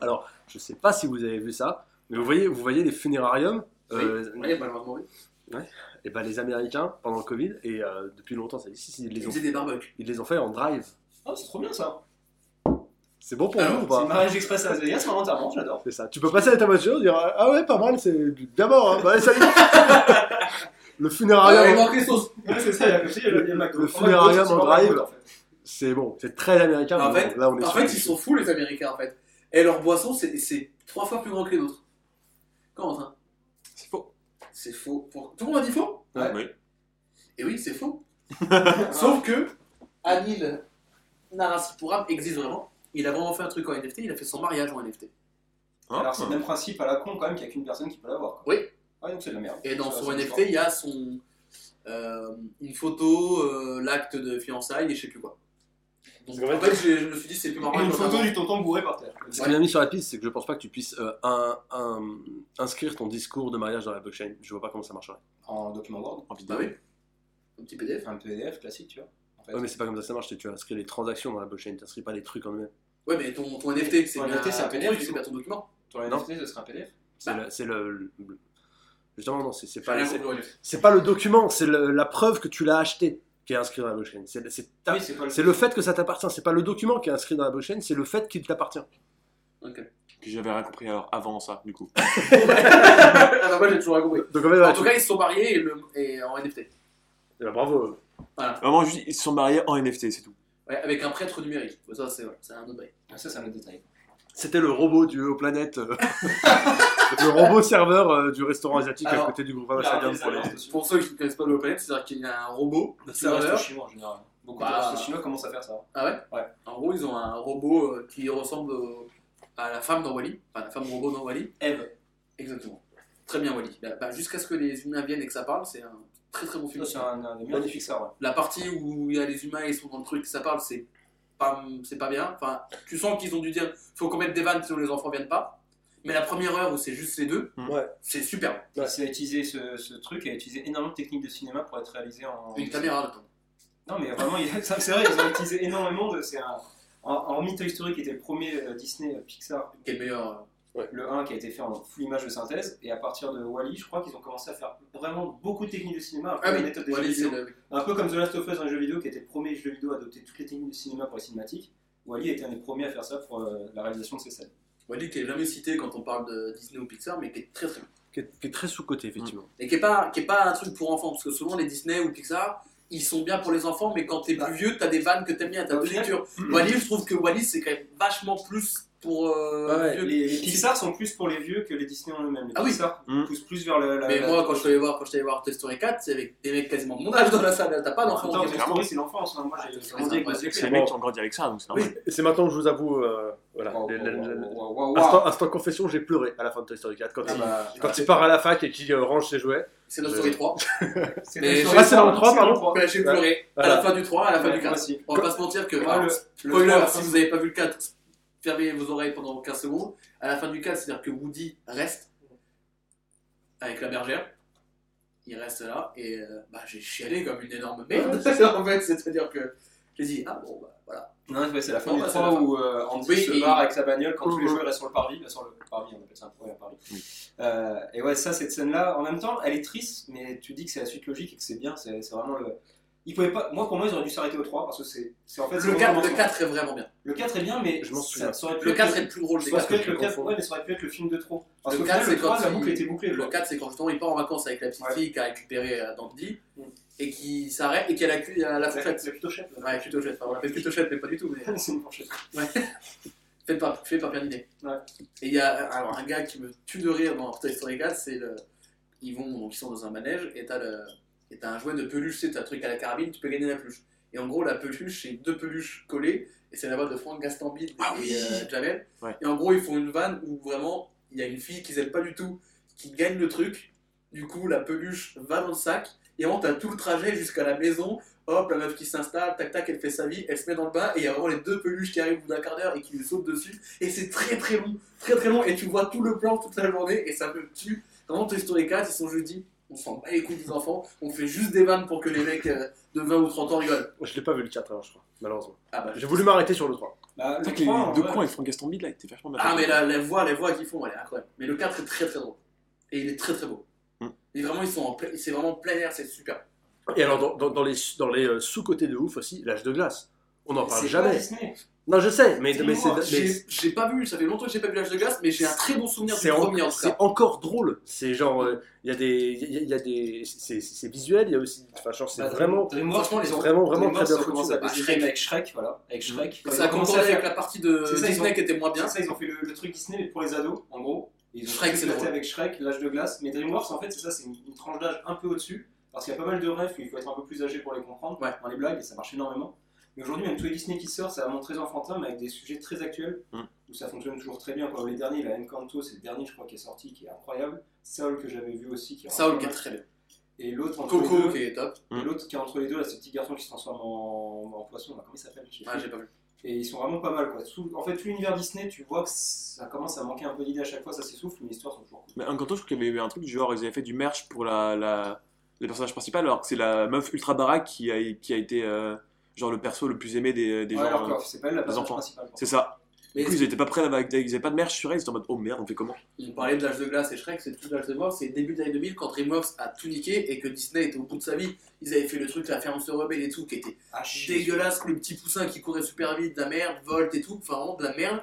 Je sais pas si vous avez vu ça, mais vous voyez, vous voyez les funérariums euh,
Ouais, bah, malheureusement, oui.
Et ben les Américains pendant le Covid et euh, depuis longtemps ça existe, ils
Ils
les ont,
faisaient des barbecues.
ils les ont fait en drive.
Ah, c'est trop bien ça.
C'est Ah bon pour
Alors,
vous ou
C'est le
pas
mariage express à Las Vegas, c'est un enterrement, j'adore.
C'est ça. Tu peux passer avec ta voiture, dire ah ouais pas mal, c'est bien mort. Hein. Bah, allez, salut. le
Ah, il
funérarium. Ah,
manquait sauce
Ouais, c'est ça, il y a le petit, il y a le McDo.
Le funérarium en drive.
c'est bon, c'est très américain.
En
mais
fait,
bon, là, on est
En
sur-
fait, ils sont fous les Américains en fait. Et leur boisson, c'est- c'est trois fois plus grand que les nôtres. Corentin
C'est faux.
C'est faux. Pour... Tout le monde a dit faux
Ouais.
Et oui, c'est faux. Sauf que Anil Narasipuram existe vraiment. Il a vraiment fait un truc en NFT, il a fait son mariage en NFT.
Hein
Alors c'est le même principe à la con quand même qu'il n'y a qu'une personne qui peut l'avoir. quoi.
Oui.
Ah donc c'est de la merde.
Et dans
Ça,
son
ça,
NFT,
ça.
il y a son, euh, une photo, euh, l'acte de fiançailles et je sais plus quoi. Donc, en fait, je, je me suis dit, c'est plus marrant.
une
que
photo
ça.
du tonton bourré par terre.
Ce qui m'a mis sur la piste, c'est que je pense pas que tu puisses euh, un- un- inscrire ton discours de mariage dans la blockchain. Je vois pas comment ça marcherait.
En document Word,
En vidéo.
Bah oui. Un petit PDF.
un PDF classique, tu vois. en fait.
Ouais, mais c'est pas comme ça que ça marche. c'est que Tu inscris les transactions dans la blockchain, tu inscris pas les trucs en eux-mêmes.
Ouais, mais ton, ton NFT, c'est
Ton
bien
NFT, c'est un
ton
PDF,
truc,
du
c'est
coup.
bien ton document.
Ton NFT, ce serait un PDF.
C'est
Bah.
le- c'est le, le- le- Justement, non, c'est c'est
J'ai
pas,
rien
c'est-
compris.
c'est pas le document, c'est le- la preuve que tu l'as acheté qui est inscrit dans la blockchain. C'est c'est ta-
Oui, Ah, c'est pas le.
c'est le fait que ça t'appartient. C'est pas le document qui est inscrit dans la blockchain, c'est le fait qu'il t'appartient.
Que j'avais rien compris alors avant ça, du coup.
[LAUGHS] Ah bah, moi, j'ai toujours rien compris.
Donc en fait,
En
voilà,
tout
tu-
cas, ils se sont mariés et, le- et en NFT.
Eh ben, bravo.
Vraiment, juste, ils se sont mariés en NFT, c'est tout.
Ouais, avec un prêtre numérique. Bon, ça, c'est ouais, c'est un autre bail.
Ah, Ça, c'est un autre détail.
C'était le robot du Hello Planet. euh, [LAUGHS] le robot serveur euh, du restaurant asiatique à
Alors,
côté du groupe
il a
Ambassador
des
pour les-
alliances.
Pour ceux qui ne connaissent pas le planète, c'est-à-dire qu'il y a un robot, un
C'est le resto
serveur.
chinois en général. Beaucoup
Bah.
de restos chinois commencent à faire ça.
Ah ouais
Ouais.
En gros, ils ont un robot euh, qui ressemble euh, à la femme dans Wally. Enfin, la femme robot dans Wally.
Eve.
Exactement. Très bien, Wally. Bah, bah, Jusqu'à ce que les humains viennent et que ça parle, c'est un très très bon film.
Ça, c'est un, un des meilleurs
Magnifique.
Pixar, ouais.
la partie où il y a les humains, ils sont dans le truc, ça parle, c'est pas, c'est pas bien. Enfin, tu sens qu'ils ont dû dire, faut qu'on mette des vannes sinon les enfants viennent pas. Mais la première heure où c'est juste les deux,
Ouais.
c'est superbe.
Ouais.
C'est utiliser ce, ce truc et utiliser énormément de techniques de cinéma pour être réalisé en.
Une caméra dedans.
Non, mais vraiment, il y a- [LAUGHS] ça, c'est vrai, ils ont utilisé énormément de. C'est un. en- Hormis Toy Story qui était le premier euh, Disney euh, Pixar,
Qui est le meilleur. euh,
le 1 qui a été fait en full image de synthèse, et à partir de Wally, je crois qu'ils ont commencé à faire vraiment beaucoup de techniques de cinéma, un peu
Ah
la
oui,
méthode des
Wall-E,
jeux
c'est
vidéo.
le-
Un peu comme The Last of Us dans les jeux vidéo, qui était le premier jeu vidéo à adopter toutes les techniques de cinéma pour les cinématiques. Wally était un des premiers à faire ça pour euh, la réalisation de ses scènes.
Wall-E qui est jamais cité quand on parle de Disney ou Pixar, mais qui est très très bien.
qui est, qui est très sous-côté, effectivement.
Et qui est pas, qui est pas un truc pour enfants, parce que souvent les Disney ou Pixar, ils sont bien pour les enfants, mais quand t'es
Bah.
plus vieux, t'as des vannes que t'aimes bien, t'as
Au
de
final,
lecture. Wally, je trouve que Wally, c'est quand même vachement plus pour. euh,
Ouais,
vieux.
Les, les Pixar sont plus pour les vieux que les Disney en eux-mêmes. Les
Ah oui.
Pixar
Mm.
poussent plus vers le- la.
Mais
la-
moi, quand je suis allé voir, quand je suis allé voir Toy Story 4, c'est avec des mecs quasiment de mon âge dans la salle. T'as pas
En même
d'enfant.
temps, Toy
qui-
Story, c'est l'enfance. hein. Moi, j'ai
c'est
grandi avec
vrai,
Buzz
c'est
C'est
Lightyear.
les mecs qui ont grandi avec ça, donc c'est normal.
Et c'est maintenant que je vous avoue, euh, voilà,
Waouh,
les-
waouh,
les- les- les-
waouh,
Ah,
waouh, waouh.
Instant, instant confession, j'ai pleuré à la fin de Toy Story 4 quand,
oh, Ah
il,
bah,
quand il part à la fac et qu'il euh, range ses jouets.
C'est Toy Story 3.
C'est
Mais-
dans
Ah,
c'est dans le trois,
c'est dans le
pardon.
trois.
J'ai pleuré à
Voilà.
la fin du 3, à la fin
Ouais,
du
moi
4.
aussi.
On va pas se mentir que.
Moi,
alors,
le- le trois,
Spoiler,
la
si
fin-
vous avez pas vu le 4, fermez vos oreilles pendant 15 secondes. À la fin du 4, c'est-à-dire que Woody reste avec la bergère. Il reste là et euh, bah, j'ai chialé comme une énorme merde. en fait, c'est-à-dire que j'ai dit, ah bon, bah voilà.
Non, ouais, c'est la fin
Non,
du
bah, c'est
3
la fin.
où euh, Andy
Oui,
se
et-
barre avec sa bagnole quand tous les
Mhm.
joueurs restent sur le parvis, bah, sur le parvis, on appelle ça un parvis, un parvis. Euh, et ouais, ça, cette scène-là, en même temps, elle est triste, mais tu dis que c'est la suite logique et que c'est bien, c'est c'est vraiment le. Ils pouvaient pas... Moi, pour moi, ils auraient dû s'arrêter au 3 parce que c'est c'est en fait. c'est
Le 4,
vraiment-
le 4 est vraiment bien.
le 4 est bien, mais
Je m'en
ça-
souviens.
ça aurait pu
Le
être-
4 est le plus drôle des
ça
4.
aurait pu être
je
le 4,
confonds.
ouais, mais ça aurait pu être le film de trop. Parce
Le
que
4, c'est
le 3,
quand
la
il-
boucle était bouclée.
Le
quoi.
4, c'est quand justement il part en vacances avec la petite
Ouais.
fille qui a récupéré euh, Dandy
Mm.
et qui s'arrête et qui a la, cu- à la
C'est
fourchette.
c'est plutôt chef. là.
Ouais, plutôt chef. Enfin, on l'appelle plutôt chef, mais pas du tout. Mais...
C'est une fourchette.
Fait par, fait par Perninet.
Ouais.
Et il y a alors, un gars qui me tue de rire dans Toy Story 4, c'est le. Ils vont, donc ils sont dans un manège et t'as le. Et t'as un jouet de peluche, c'est un truc à la carabine, tu peux gagner la peluche. Et en gros, la peluche, c'est deux peluches collées, et c'est la voix de Franck Gastambide et euh, Jamel.
Ouais.
Et en gros, ils font une vanne où vraiment, il y a une fille qu'ils aiment pas du tout, qui gagne le truc. Du coup, la peluche va dans le sac, et vraiment, t'as tout le trajet jusqu'à la maison. Hop, la meuf qui s'installe, tac tac, elle fait sa vie, elle se met dans le bain, et il y a vraiment les deux peluches qui arrivent au bout d'un quart d'heure et qui lui sautent dessus. Et c'est très très long, très très long, et tu vois tout le plan toute la journée, et ça me tue. Vraiment, Toy Story 4, ils sont jeudi, on s'en bat les couilles des enfants, on fait juste des vannes pour que les mecs euh, de 20 ou 30 ans rigolent.
Je l'ai pas vu le 4, hein, je crois, malheureusement.
Ah bah.
J'ai voulu m'arrêter sur le 3.
Bah, le
C'est vrai que les
3, en
deux
vrai,
cons et Franck Gaston Bide là, étaient vachement bien.
Ah, mais
faits.
la, la voix, les voix qu'ils font, elle est incroyable. Mais le 4 est très très drôle. Et il est très très beau.
Hmm.
Et vraiment, ils sont en plein, c'est vraiment plein air, c'est super.
Et alors, dans, dans- dans les, dans les euh, sous-côtés de ouf aussi, l'âge de glace.
On n'en parle
C'est pas
jamais.
Disney.
Non, je sais, mais, mais c'est
Dis-moi,
mais
J'ai j'ai pas vu, ça fait longtemps que j'ai pas vu l'âge de glace, mais j'ai un très bon souvenir du
c'est en-
premier en tout
c'est
cas.
encore drôle. C'est genre, euh, il y a des, il y a- il y a des, c'est c'est visuel, il y a aussi, enfin, genre, c'est
Bah,
vraiment,
DreamWorks,
franchement,
ils ont-
vraiment, vraiment très
DreamWorks, ils
bien
ont
foutu. Mm.
commencé à faire des
Bah,
films avec Shrek, voilà, avec Shrek. Quand ils
Ça
ont commencé
concordait
à
avec
faire-
la partie de
C'est ça, ils
Disney
ont-
qui était moins bien.
C'est ça, ils ont fait le, le truc Disney mais pour les ados, en gros. Et Ils ont
Shrek,
tout
c'est
éclaté
drôle.
avec Shrek, l'âge de glace. Mais DreamWorks, en fait, c'est ça, c'est une, une tranche d'âge un peu au-dessus. Parce qu'il y a pas mal de rêves où il faut être un peu plus âgé pour les comprendre
Ouais.
dans les blagues, et ça marche énormément. Mais aujourd'hui, même tous les Disney qui sortent, ça montre très enfantin, mais avec des sujets très actuels,
Mm.
où ça fonctionne toujours très bien. Comme les derniers, la Encanto, c'est le dernier, je crois, qui est sorti, qui est incroyable. Saul, que j'avais vu aussi, qui est
Saul qui est
incroyable.
très bien.
Et l'autre entre les
Coco
deux,
qui est top.
et l'autre qui est entre les deux, là, ce petit garçon qui se transforme en, en poisson, là, comment il s'appelle Je sais
Ah,
plus.
j'ai pas vu.
Et ils sont vraiment pas mal quoi. Tout- en fait, tout l'univers Disney, tu vois que ça commence à manquer un peu d'idées à chaque fois, ça s'essouffle, mais les histoires sont toujours cool.
Mais Encanto, je crois qu'il y avait eu un truc du genre, ils avaient fait du merch pour la, la, le personnage principal, alors que c'est la meuf ultra baraque qui a, qui a été euh, genre le perso le plus aimé des, des
Ouais,
gens.
alors
euh,
que c'est pas elle la personnage
enfants.
principale. quoi.
C'est ça.
Mais
du coup, ils étaient pas prêts, à- ils avaient pas de merch sur elle, ils étaient en mode oh merde, on fait comment
On parlait de l'âge de glace et Shrek, c'est tout l'âge de mort, c'est début des années 2000 quand DreamWorks a tout niqué et que Disney était au bout de sa vie. Ils avaient fait le truc, la ferme se rebelle et tout, qui était
Ah, chier.
dégueulasse, le petit poussin qui courait super vite, de la merde, Volt et tout, enfin vraiment de la merde.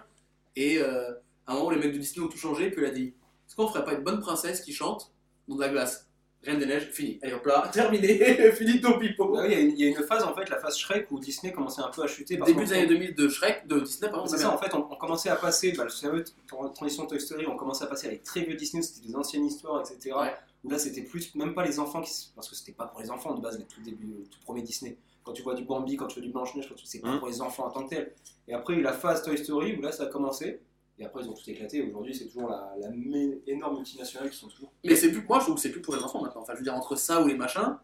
Et euh, à un moment, les mecs de Disney ont tout changé, puis elle a dit Est-ce qu'on ferait pas une bonne princesse qui chante dans de la glace Reine des neiges, fini. Allez hop là, [LAUGHS] terminé, fini ton pipo.
Ah oui, il y a une- il y, a une phase en fait, la phase Shrek, où Disney commençait un peu à chuter. parce
Début
qu'en
des
fait,
années 2000 de Shrek, de Disney, pardon,
C'est ça, en fait, on, on commençait à passer, bah, le fameux t- transition Toy Story, on commençait à passer avec très vieux Disney, c'était des anciennes histoires, etc.
Ouais.
Où là, c'était plus, même pas les enfants, qui, s- parce que c'était pas pour les enfants de base, les tout début, le tout premier Disney. Quand tu vois du Bambi, quand tu vois du Blanche-Neige, quand tu c'est pas
Hein.
Mhm.
pour les enfants en tant que tel. Et après, il y a eu la phase Toy Story, où là, ça a commencé, et après, ils ont tout éclaté, et aujourd'hui, c'est toujours la, la mé- énorme multinationale qui sont toujours.
Mais c'est plus, moi je trouve que c'est plus pour les enfants maintenant. Enfin, je veux dire, entre ça ou les machins,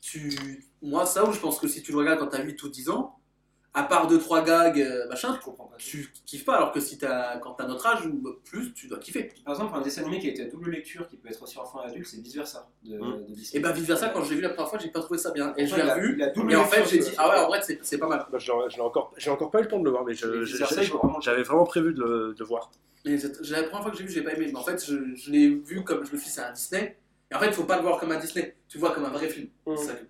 tu. Moi, ça ou je pense que si tu le regardes quand t'as 8 ou 10 ans, à part 2-3 gags, euh, machin,
Je comprends pas.
tu kiffes pas. Alors que si t'as, quand t'as notre âge ou plus, tu dois kiffer.
Par exemple, un dessin animé qui a été à double lecture, qui peut être aussi enfant et adulte, c'est vice versa de, de Disney.
Et bah, vice versa, quand je l'ai vu la première fois, j'ai pas trouvé ça bien. Et je
Ouais,
l'ai
la-
revu.
la double
Et en fait,
lecture,
j'ai
c'est-
dit, ah ouais, en vrai, c'est c'est pas mal.
Moi, je l'ai- je l'ai encore, j'ai encore pas eu le temps de le voir, mais je-
Vice
je-
versa, il
j'ai-
faut vraiment
j'avais vraiment prévu de le, de le voir.
Mais c'est- j'ai- la première fois que j'ai vu, j'ai pas aimé. Mais en fait, je, je l'ai vu comme je me suis dit, c'est un Disney. Et en fait, faut pas le voir comme un Disney. Tu le vois comme un vrai film.
Mmh.
Mm.
C'est ça que-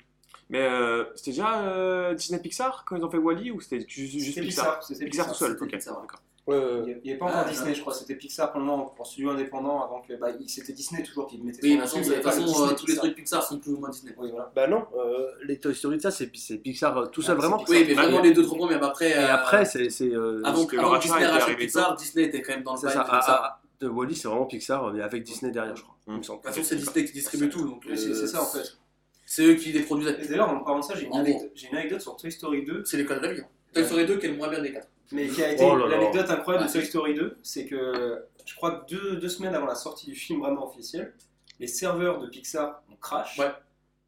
Mais euh, c'était déjà euh, Disney Pixar quand ils ont fait Wally ou c'était ju- ju- juste
C'était
Pixar
Pixar, c'était
Pixar, tout
Pixar.
seul,
c'était
ok.
Pixar, ouais.
d'accord.
Il n'y avait pas encore
Ah,
Disney,
non.
je crois. C'était Pixar pour le moment, en studio indépendant, avant que. Bah, il- c'était Disney toujours qui mettait
Oui, de
son
toute façon,
dessus, il
de toute
y avait pas
façon,
le
euh,
Disney
tous les
Pixar.
trucs Pixar sont plus ou moins Disney.
Oui, voilà.
Bah non, euh, les Toy Story, de ça, c'est c'est Pixar euh, tout seul,
Ah,
vraiment.
c'est
Oui, mais
Bah,
vraiment
et-
les deux trois premiers, mais après.
Et
euh,
après, c'est. c'est, euh,
avant
que
que
le
avant que
rachat
Disney
était
rachète
arrivé
Pixar, Disney était quand même dans le
C'est
bail.
ça, ah,
de
à-
Ah, Pixar.
à- de Wally, c'est vraiment Pixar, euh, mais avec Disney derrière, je crois.
Mm.
il me semble.
De toute façon, c'est Disney qui distribue tout, donc
Oui, c'est
euh,
c'est ça en fait.
C'est Ah eux qui les produisent.
Et d'ailleurs, en parlant de ça, j'ai une,
En
anecdote- j'ai une anecdote sur Toy Story 2,
C'est l'école de la vie. hein. Toy Story 2 qui est le moins bien des quatre.
mais qui a été
Oh là là.
l'anecdote incroyable de
Ah,
Toy
c'est-
Story 2, c'est que je crois que deux, deux semaines avant la sortie du film vraiment officiel, les serveurs de Pixar ont crash.
Ouais.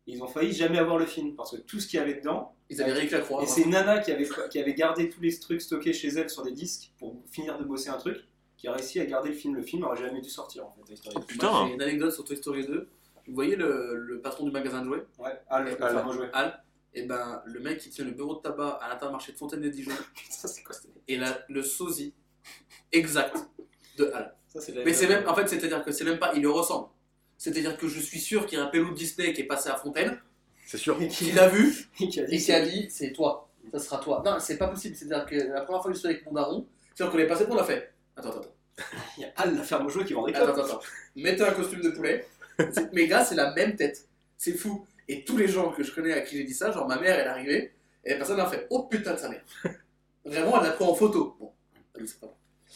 Et Ils ont failli jamais avoir le film parce que tout ce qu'il y avait dedans.
Ils avaient réécrit la hein. croix.
Et c'est Nana qui avait, qui avait gardé tous les trucs stockés chez elle sur des disques pour finir de bosser un truc, qui a réussi à garder le film. Le film aurait jamais dû sortir en fait. Toy Story 2.
Putain.
Moi, J'ai une anecdote sur Toy Story 2. Vous voyez le, le patron du magasin de jouets
Ouais, ah, le,
Enfin,
le beau jouet.
Al, et ben le mec qui tient le bureau de tabac à l'intermarché de Fontaine de Dijon
Ça, c'est quoi ça
et la, le sosie exact de Al.
Ça, c'est de la-
Mais c'est même, en fait, c'est-à-dire que c'est même pas, il le ressemble. C'est-à-dire que je suis sûr qu'il y a un pelou de Disney qui est passé à Fontaine,
C'est sûr.
Et
qui
qui
l'a vu,
et [LAUGHS] qui a
Et
dit.
qui a dit, c'est toi, ça sera toi. Non, c'est pas possible, c'est-à-dire que la première fois que je suis avec mon daron, c'est-à-dire qu'on est passé, on a fait. Attends, attends, attends,
Il y a Al, la ferme au jouet qui vend des
attends,
clopes.
attends, attends. Mettez un costume de poulet. C'est- Mes gars, c'est la même tête. C'est fou. Et tous les gens que je connais à qui j'ai dit ça, genre ma mère, elle est arrivée, et personne n'a fait, oh putain de sa mère. Vraiment, elle a pris en photo. Bon, elle sait pas.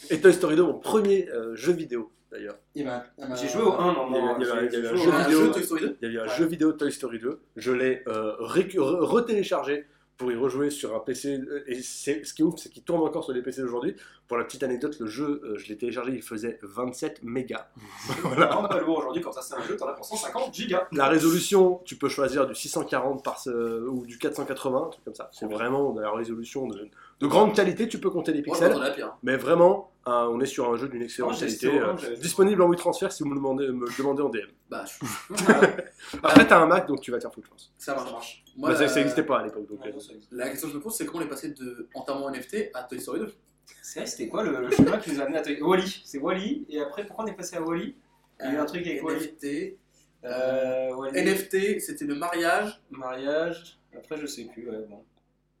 Et Toy Story 2, mon premier euh, jeu vidéo, d'ailleurs.
Il y avait un-
J'ai joué au 1 dans
Il y
mon.
avait- il y avait- il y avait un
j'ai
jeu
joué au
un
un.
vidéo.
jeu Toy Story 2.
Il y a eu un
Ouais.
jeu vidéo Toy Story 2. Je l'ai euh, récu- re- retéléchargé pour y rejouer sur un PC. euh, Et c'est- ce qui est ouf, c'est qu'il tourne encore sur les PC d'aujourd'hui. Pour la petite anecdote, le jeu, euh, je l'ai téléchargé, il faisait 27 mégas. voilà.
Non, pas le voir aujourd'hui, quand ça c'est un jeu, t'en as pour 150 gigas.
La résolution, tu peux choisir du 640 par ce- ou du 480, un truc comme ça. C'est vraiment de la résolution de, de grande qualité. Tu peux compter les
Moi, je
pixels.
m'attendais à pire.
Mais vraiment, hein, on est sur un jeu d'une excellente
Non, j'ai-
qualité.
c'était au
euh,
Orange, j'avais-
disponible en WeTransfer si vous me le demandez, me le demandez en DM.
Bah, je-
Après, t'as un Mac, donc tu vas te faire foutre, je pense.
ça
Ça
marche.
marche.
Moi,
Bah, ça- ça
euh,
n'existait pas à
ah,
l'époque. donc, euh,
C'est
La question que je me pose, c'est comment on est passé de enterrement NFT à Toy Story 2
vrai, c'était quoi le, le chemin qui nous a amené à Toy Wally. C'est Wally, et après, pourquoi on est passé à Wally Il y a eu un truc avec Wally.
NFT.
Euh, Wally.
NFT, c'était le mariage.
Mariage. Après, je sais plus, ouais, bon.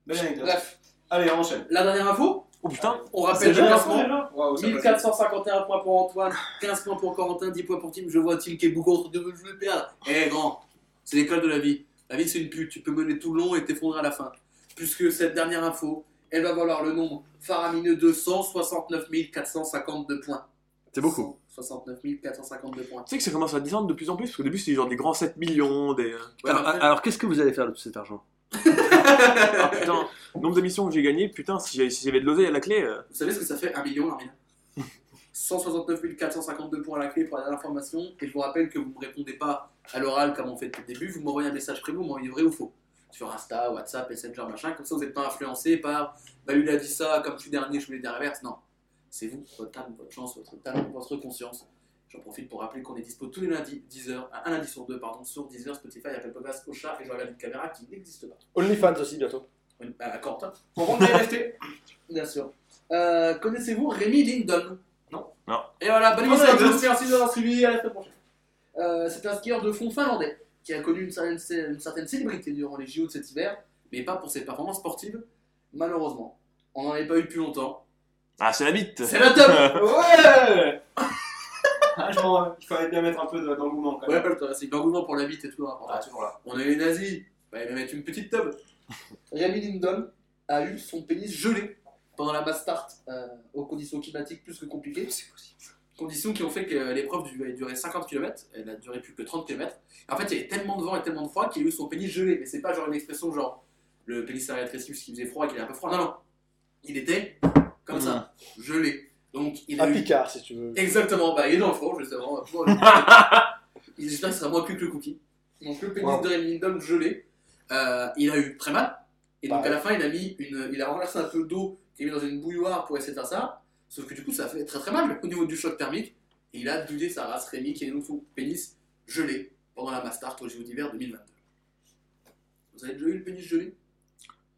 Belle anecdote.
Bref,
Allez, on enchaîne.
la dernière info,
Oh putain
on rappelle le classement.
Waouh, ça passe.
1451 points pour Antoine, 15 points pour Corentin, 10 points pour Tim. Je vois Tim qui est bougon entre deux, je vais perdre. Eh, grand, c'est l'école de la vie. La vie, c'est une pute. Tu peux mener tout le long et t'effondrer à la fin. Puisque cette dernière info, elle va valoir le nombre faramineux de 169 452 points.
C'est beaucoup.
169 452 points.
Tu sais que ça commence à descendre de plus en plus, parce qu'au début c'était genre des grands 7 millions, des... euh,
Alors, alors, qu'est-ce que vous allez faire de tout cet argent
Ah putain, nombre d'émissions que j'ai gagné, putain, si j'avais si j'avais de l'oseille à la clé... euh,
Vous savez ce que ça fait 1 million, Larmina 169 452 points à la clé pour la dernière formation. Et je vous rappelle que vous ne me répondez pas à l'oral comme on fait depuis le début. Vous m'envoyez un message prévu, vous m'envoyez vrai ou faux. Sur Insta, WhatsApp, Messenger, machin. Comme ça, vous n'êtes pas influencé par bah, lui, il a dit ça, comme je suis dernier, je voulais dire l'inverse. Non. C'est vous, votre âme, votre chance, votre talent, votre conscience. J'en profite pour rappeler qu'on est dispo tous les lundis, 10h, un lundi sur deux, pardon, sur 10h, Spotify, Apple Podcasts, Ocha et je regarde une caméra qui n'existe pas.
OnlyFans aussi bientôt.
Une- bah, Quentin,
On rentre les NFT.
[COUGHS] Bien sûr. Euh, Connaissez-vous Rémi Lindon
Non.
Non.
Et voilà, bonne
Bonne
émission à
anecdote.
tous, merci de nous avoir suivis, à la semaine prochaine. Euh, C'est un skieur de fond finlandais qui a connu une certaine, une certaine célébrité durant les JO de cet hiver, mais pas pour ses performances sportives, malheureusement. On n'en avait pas eu depuis longtemps.
Ah, c'est la bite
C'est le
[LAUGHS]
top
Ouais [LAUGHS] ah, je m'en- Il fallait bien mettre un peu de- d'engouement quand
Ouais,
même.
rappelle-toi, c'est l'engouement pour la bite et tout. hein.
Ah, toujours là.
On a eu les nazis, bah, il va mettre une petite tub. [LAUGHS] Rémi Lindon a eu son pénis gelé pendant la basse start euh, aux conditions climatiques plus que compliquées. Conditions qui ont fait que l'épreuve du- elle durait 50 km, elle a duré plus que 30 km. En fait, il y avait tellement de vent et tellement de froid qu'il a eu son pénis gelé. Mais c'est pas genre une expression genre le pénis s'est rétréci parce qu'il faisait froid et qu'il est un peu froid. Non, non. Il était comme ça, gelé. Donc il a
Ah,
À
eu
Picard, si tu veux.
Exactement, bah il est dans le front, justement. Toujours le- Il- J'espère que ce sera moins cuit que le cookie. Donc le pénis
Wow.
de Rémi Lindholm gelé, euh, il a eu très mal. Et donc
Pareil.
à la fin, il a mis une, il a renversé un peu d'eau qu'il a mis dans une bouilloire pour essayer de faire ça. Sauf que du coup, ça a fait très très mal au niveau du choc thermique. Et il a douillé sa race Rémi qui est donc son pénis gelé pendant la Mastart au JO d'hiver 2022. Vous avez déjà eu le pénis gelé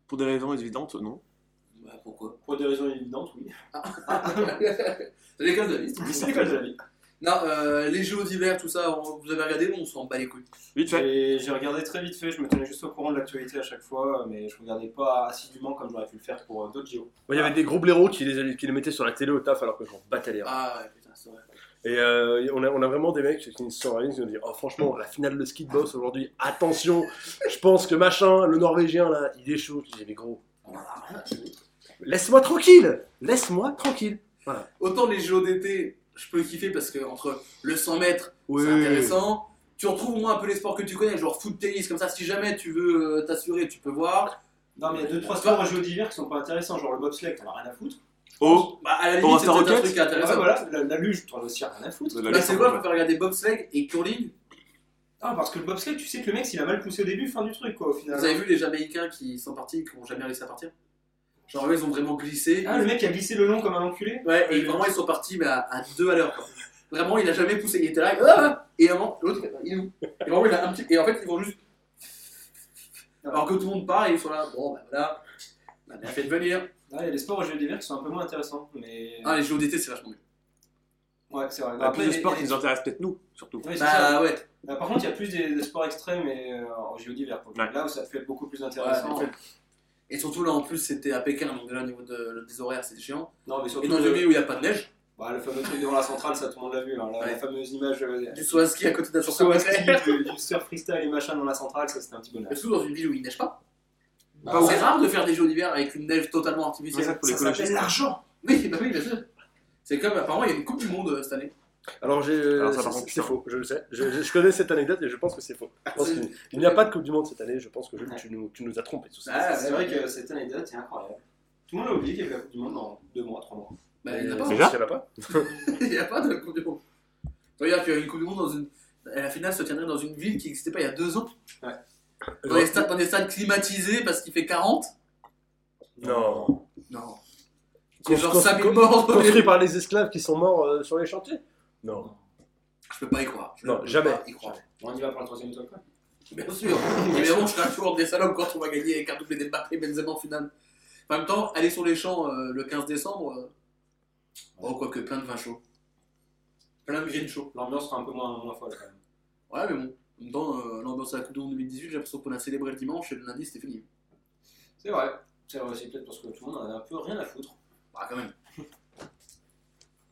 Pour des raisons évidentes, non.
Bah
[LAUGHS]
pourquoi
Pour des raisons évidentes, oui.
C'est l'école de la vie. c'est tout.
C'est l'école de la vie.
Non, euh, les JO d'hiver, tout ça, on- vous avez regardé, on s'en bat les couilles.
Vite fait.
[LAUGHS] J'ai j'ai regardé très vite fait, je me tenais juste au courant de l'actualité à chaque fois, mais je regardais pas assidûment comme j'aurais pu le faire pour euh, d'autres JO.
Ouais, Il y avait des gros blaireaux qui les, qui les mettaient sur la télé au taf alors que j'en battais les reins.
Ah ouais, putain, c'est vrai.
Et euh, on, a, on a vraiment des mecs qui se sont réunis qui nous disent Oh, franchement, la finale de ski de boss aujourd'hui, attention, je pense que machin, le Norvégien là, il est chaud. Je dis Mais gros, laisse-moi tranquille Laisse-moi tranquille
Autant les JO d'été, je peux kiffer parce que entre le 100 mètres,
Oui.
c'est intéressant. Tu retrouves au moins un peu les sports que tu connais, genre foot, tennis, comme ça. Si jamais tu veux euh, t'assurer, tu peux voir.
Non, mais il y a deux, trois sports aux JO d'hiver qui sont pas intéressants, genre le bobsleigh, t'en as rien à foutre.
Oh
Bah, à la
Pour
limite, c'est
Insta
peut-être un
Rocket,
truc qui est
Ouais,
intéressant.
voilà, la, la luge, t'en as aussi rien à foutre.
De la
Là,
lutte,
Bah, c'est quoi Je préfère regarder bobsleigh et curling.
Ah, parce que le bobsleigh, tu sais que le mec, s'il a mal poussé au début, fin du truc, quoi, au final.
Vous avez vu les Jamaïcains qui sont partis, qui n'ont jamais réussi à partir Genre, eux, ils ont vraiment glissé.
Ah, le mec a glissé le long comme un enculé
Ouais, et vraiment, ils sont partis mais à, à deux à l'heure. quoi. Vraiment, il a jamais poussé. Il était là, Ah et vraiment, l'autre, il est où Et vraiment, il a un petit. Et en fait, ils vont juste. Alors que tout le monde part et ils sont là, bon, bah voilà, on a bien fait de venir.
Ouais, Ah, il y a des sports aux Jeux d'hiver qui sont un peu moins intéressants, mais.
Ah, les jeux d'été, c'est vachement mieux.
ouais, c'est vrai.
Il y a plus de
les-
sports qui
les-
nous intéressent peut-être nous, surtout.
Ouais, c'est ça.
Bah ouais,
Bah, par contre, il y a plus des, des sports extrêmes et, euh, en JO d'hiver. pour le coup.
Ouais.
Là où ça peut être beaucoup plus intéressant.
intéressant. Et surtout là, en plus, c'était à Pékin, donc déjà au niveau de- des horaires, c'était géant.
non, mais
Et
surtout, euh,
dans le
le,
pays où il n'y a pas de neige,
bah, le fameux truc devant la centrale, ça tout le monde l'a vu. hein, la, la
Ouais.
fameuse image euh,
du saut à ski à côté de la
du
source à
saut à
Pékin.
ski, du, du surf freestyle et machin dans la centrale, ça c'était un petit bonheur.
Et surtout dans une ville où il neige pas.
Bah,
c'est
ouais.
rare de faire des jeux d'hiver avec une neige totalement
C'est ça
artificielle.
pour les
ça s'appelle
écologistes.
l'argent
[LAUGHS] Oui, bah oui, bien sûr. C'est comme, apparemment, il y a une Coupe du Monde euh, cette année.
Alors, j'ai.
Alors, ça, par
c'est-
contre,
C'est
putain.
faux, je le sais. Je, je- je connais cette anecdote et je pense que c'est faux. Je
Ah,
pense qu'il il n'y a pas de Coupe du Monde cette année, je pense que Jules, tu, nous, tu nous as trompé tout ça.
Ah,
C'est
ouais.
vrai que cette anecdote est incroyable. Tout le monde l'a oublié qu'il y avait la Coupe du Monde dans 2 mois, 3 mois.
Bah, il n'y en a
Euh,
pas.
parce
Déjà
qu'il y en a pas.
[LAUGHS] Il n'y a pas de Coupe du Monde. Regarde qu'il y a une Coupe du Monde dans une. à La finale se tiendrait dans une ville qui n'existait pas il y a deux ans.
Ouais.
Dans, les stades, dans des stades climatisés parce qu'il fait 40.
Non.
Non.
Cons-
C'est genre
cons-
5000
cons-
morts.
Construit par les esclaves qui sont morts euh, sur les chantiers Non.
Je peux pas y croire. Je
Non,
peux
jamais.
pas y croire.
Bon, on y va pour la troisième étoile, quoi.
Bien sûr. Évidemment, je serai toujours des salopes quand on va gagner avec un doublé d'Mbappé et Benzema en finale. En même temps, aller sur les champs euh, le 15 décembre. euh, Oh, quoique, plein de vin chaud. Plein de green chaud.
L'ambiance sera un peu moins, moins folle quand même.
Ouais, mais bon. En même temps, euh, l'ambiance à la Coupe du Monde 2018, j'ai l'impression qu'on a célébré le dimanche et le lundi, c'était fini.
C'est vrai. C'est vrai, c'est peut-être parce que tout le monde en a un peu rien à foutre.
Bah, quand même.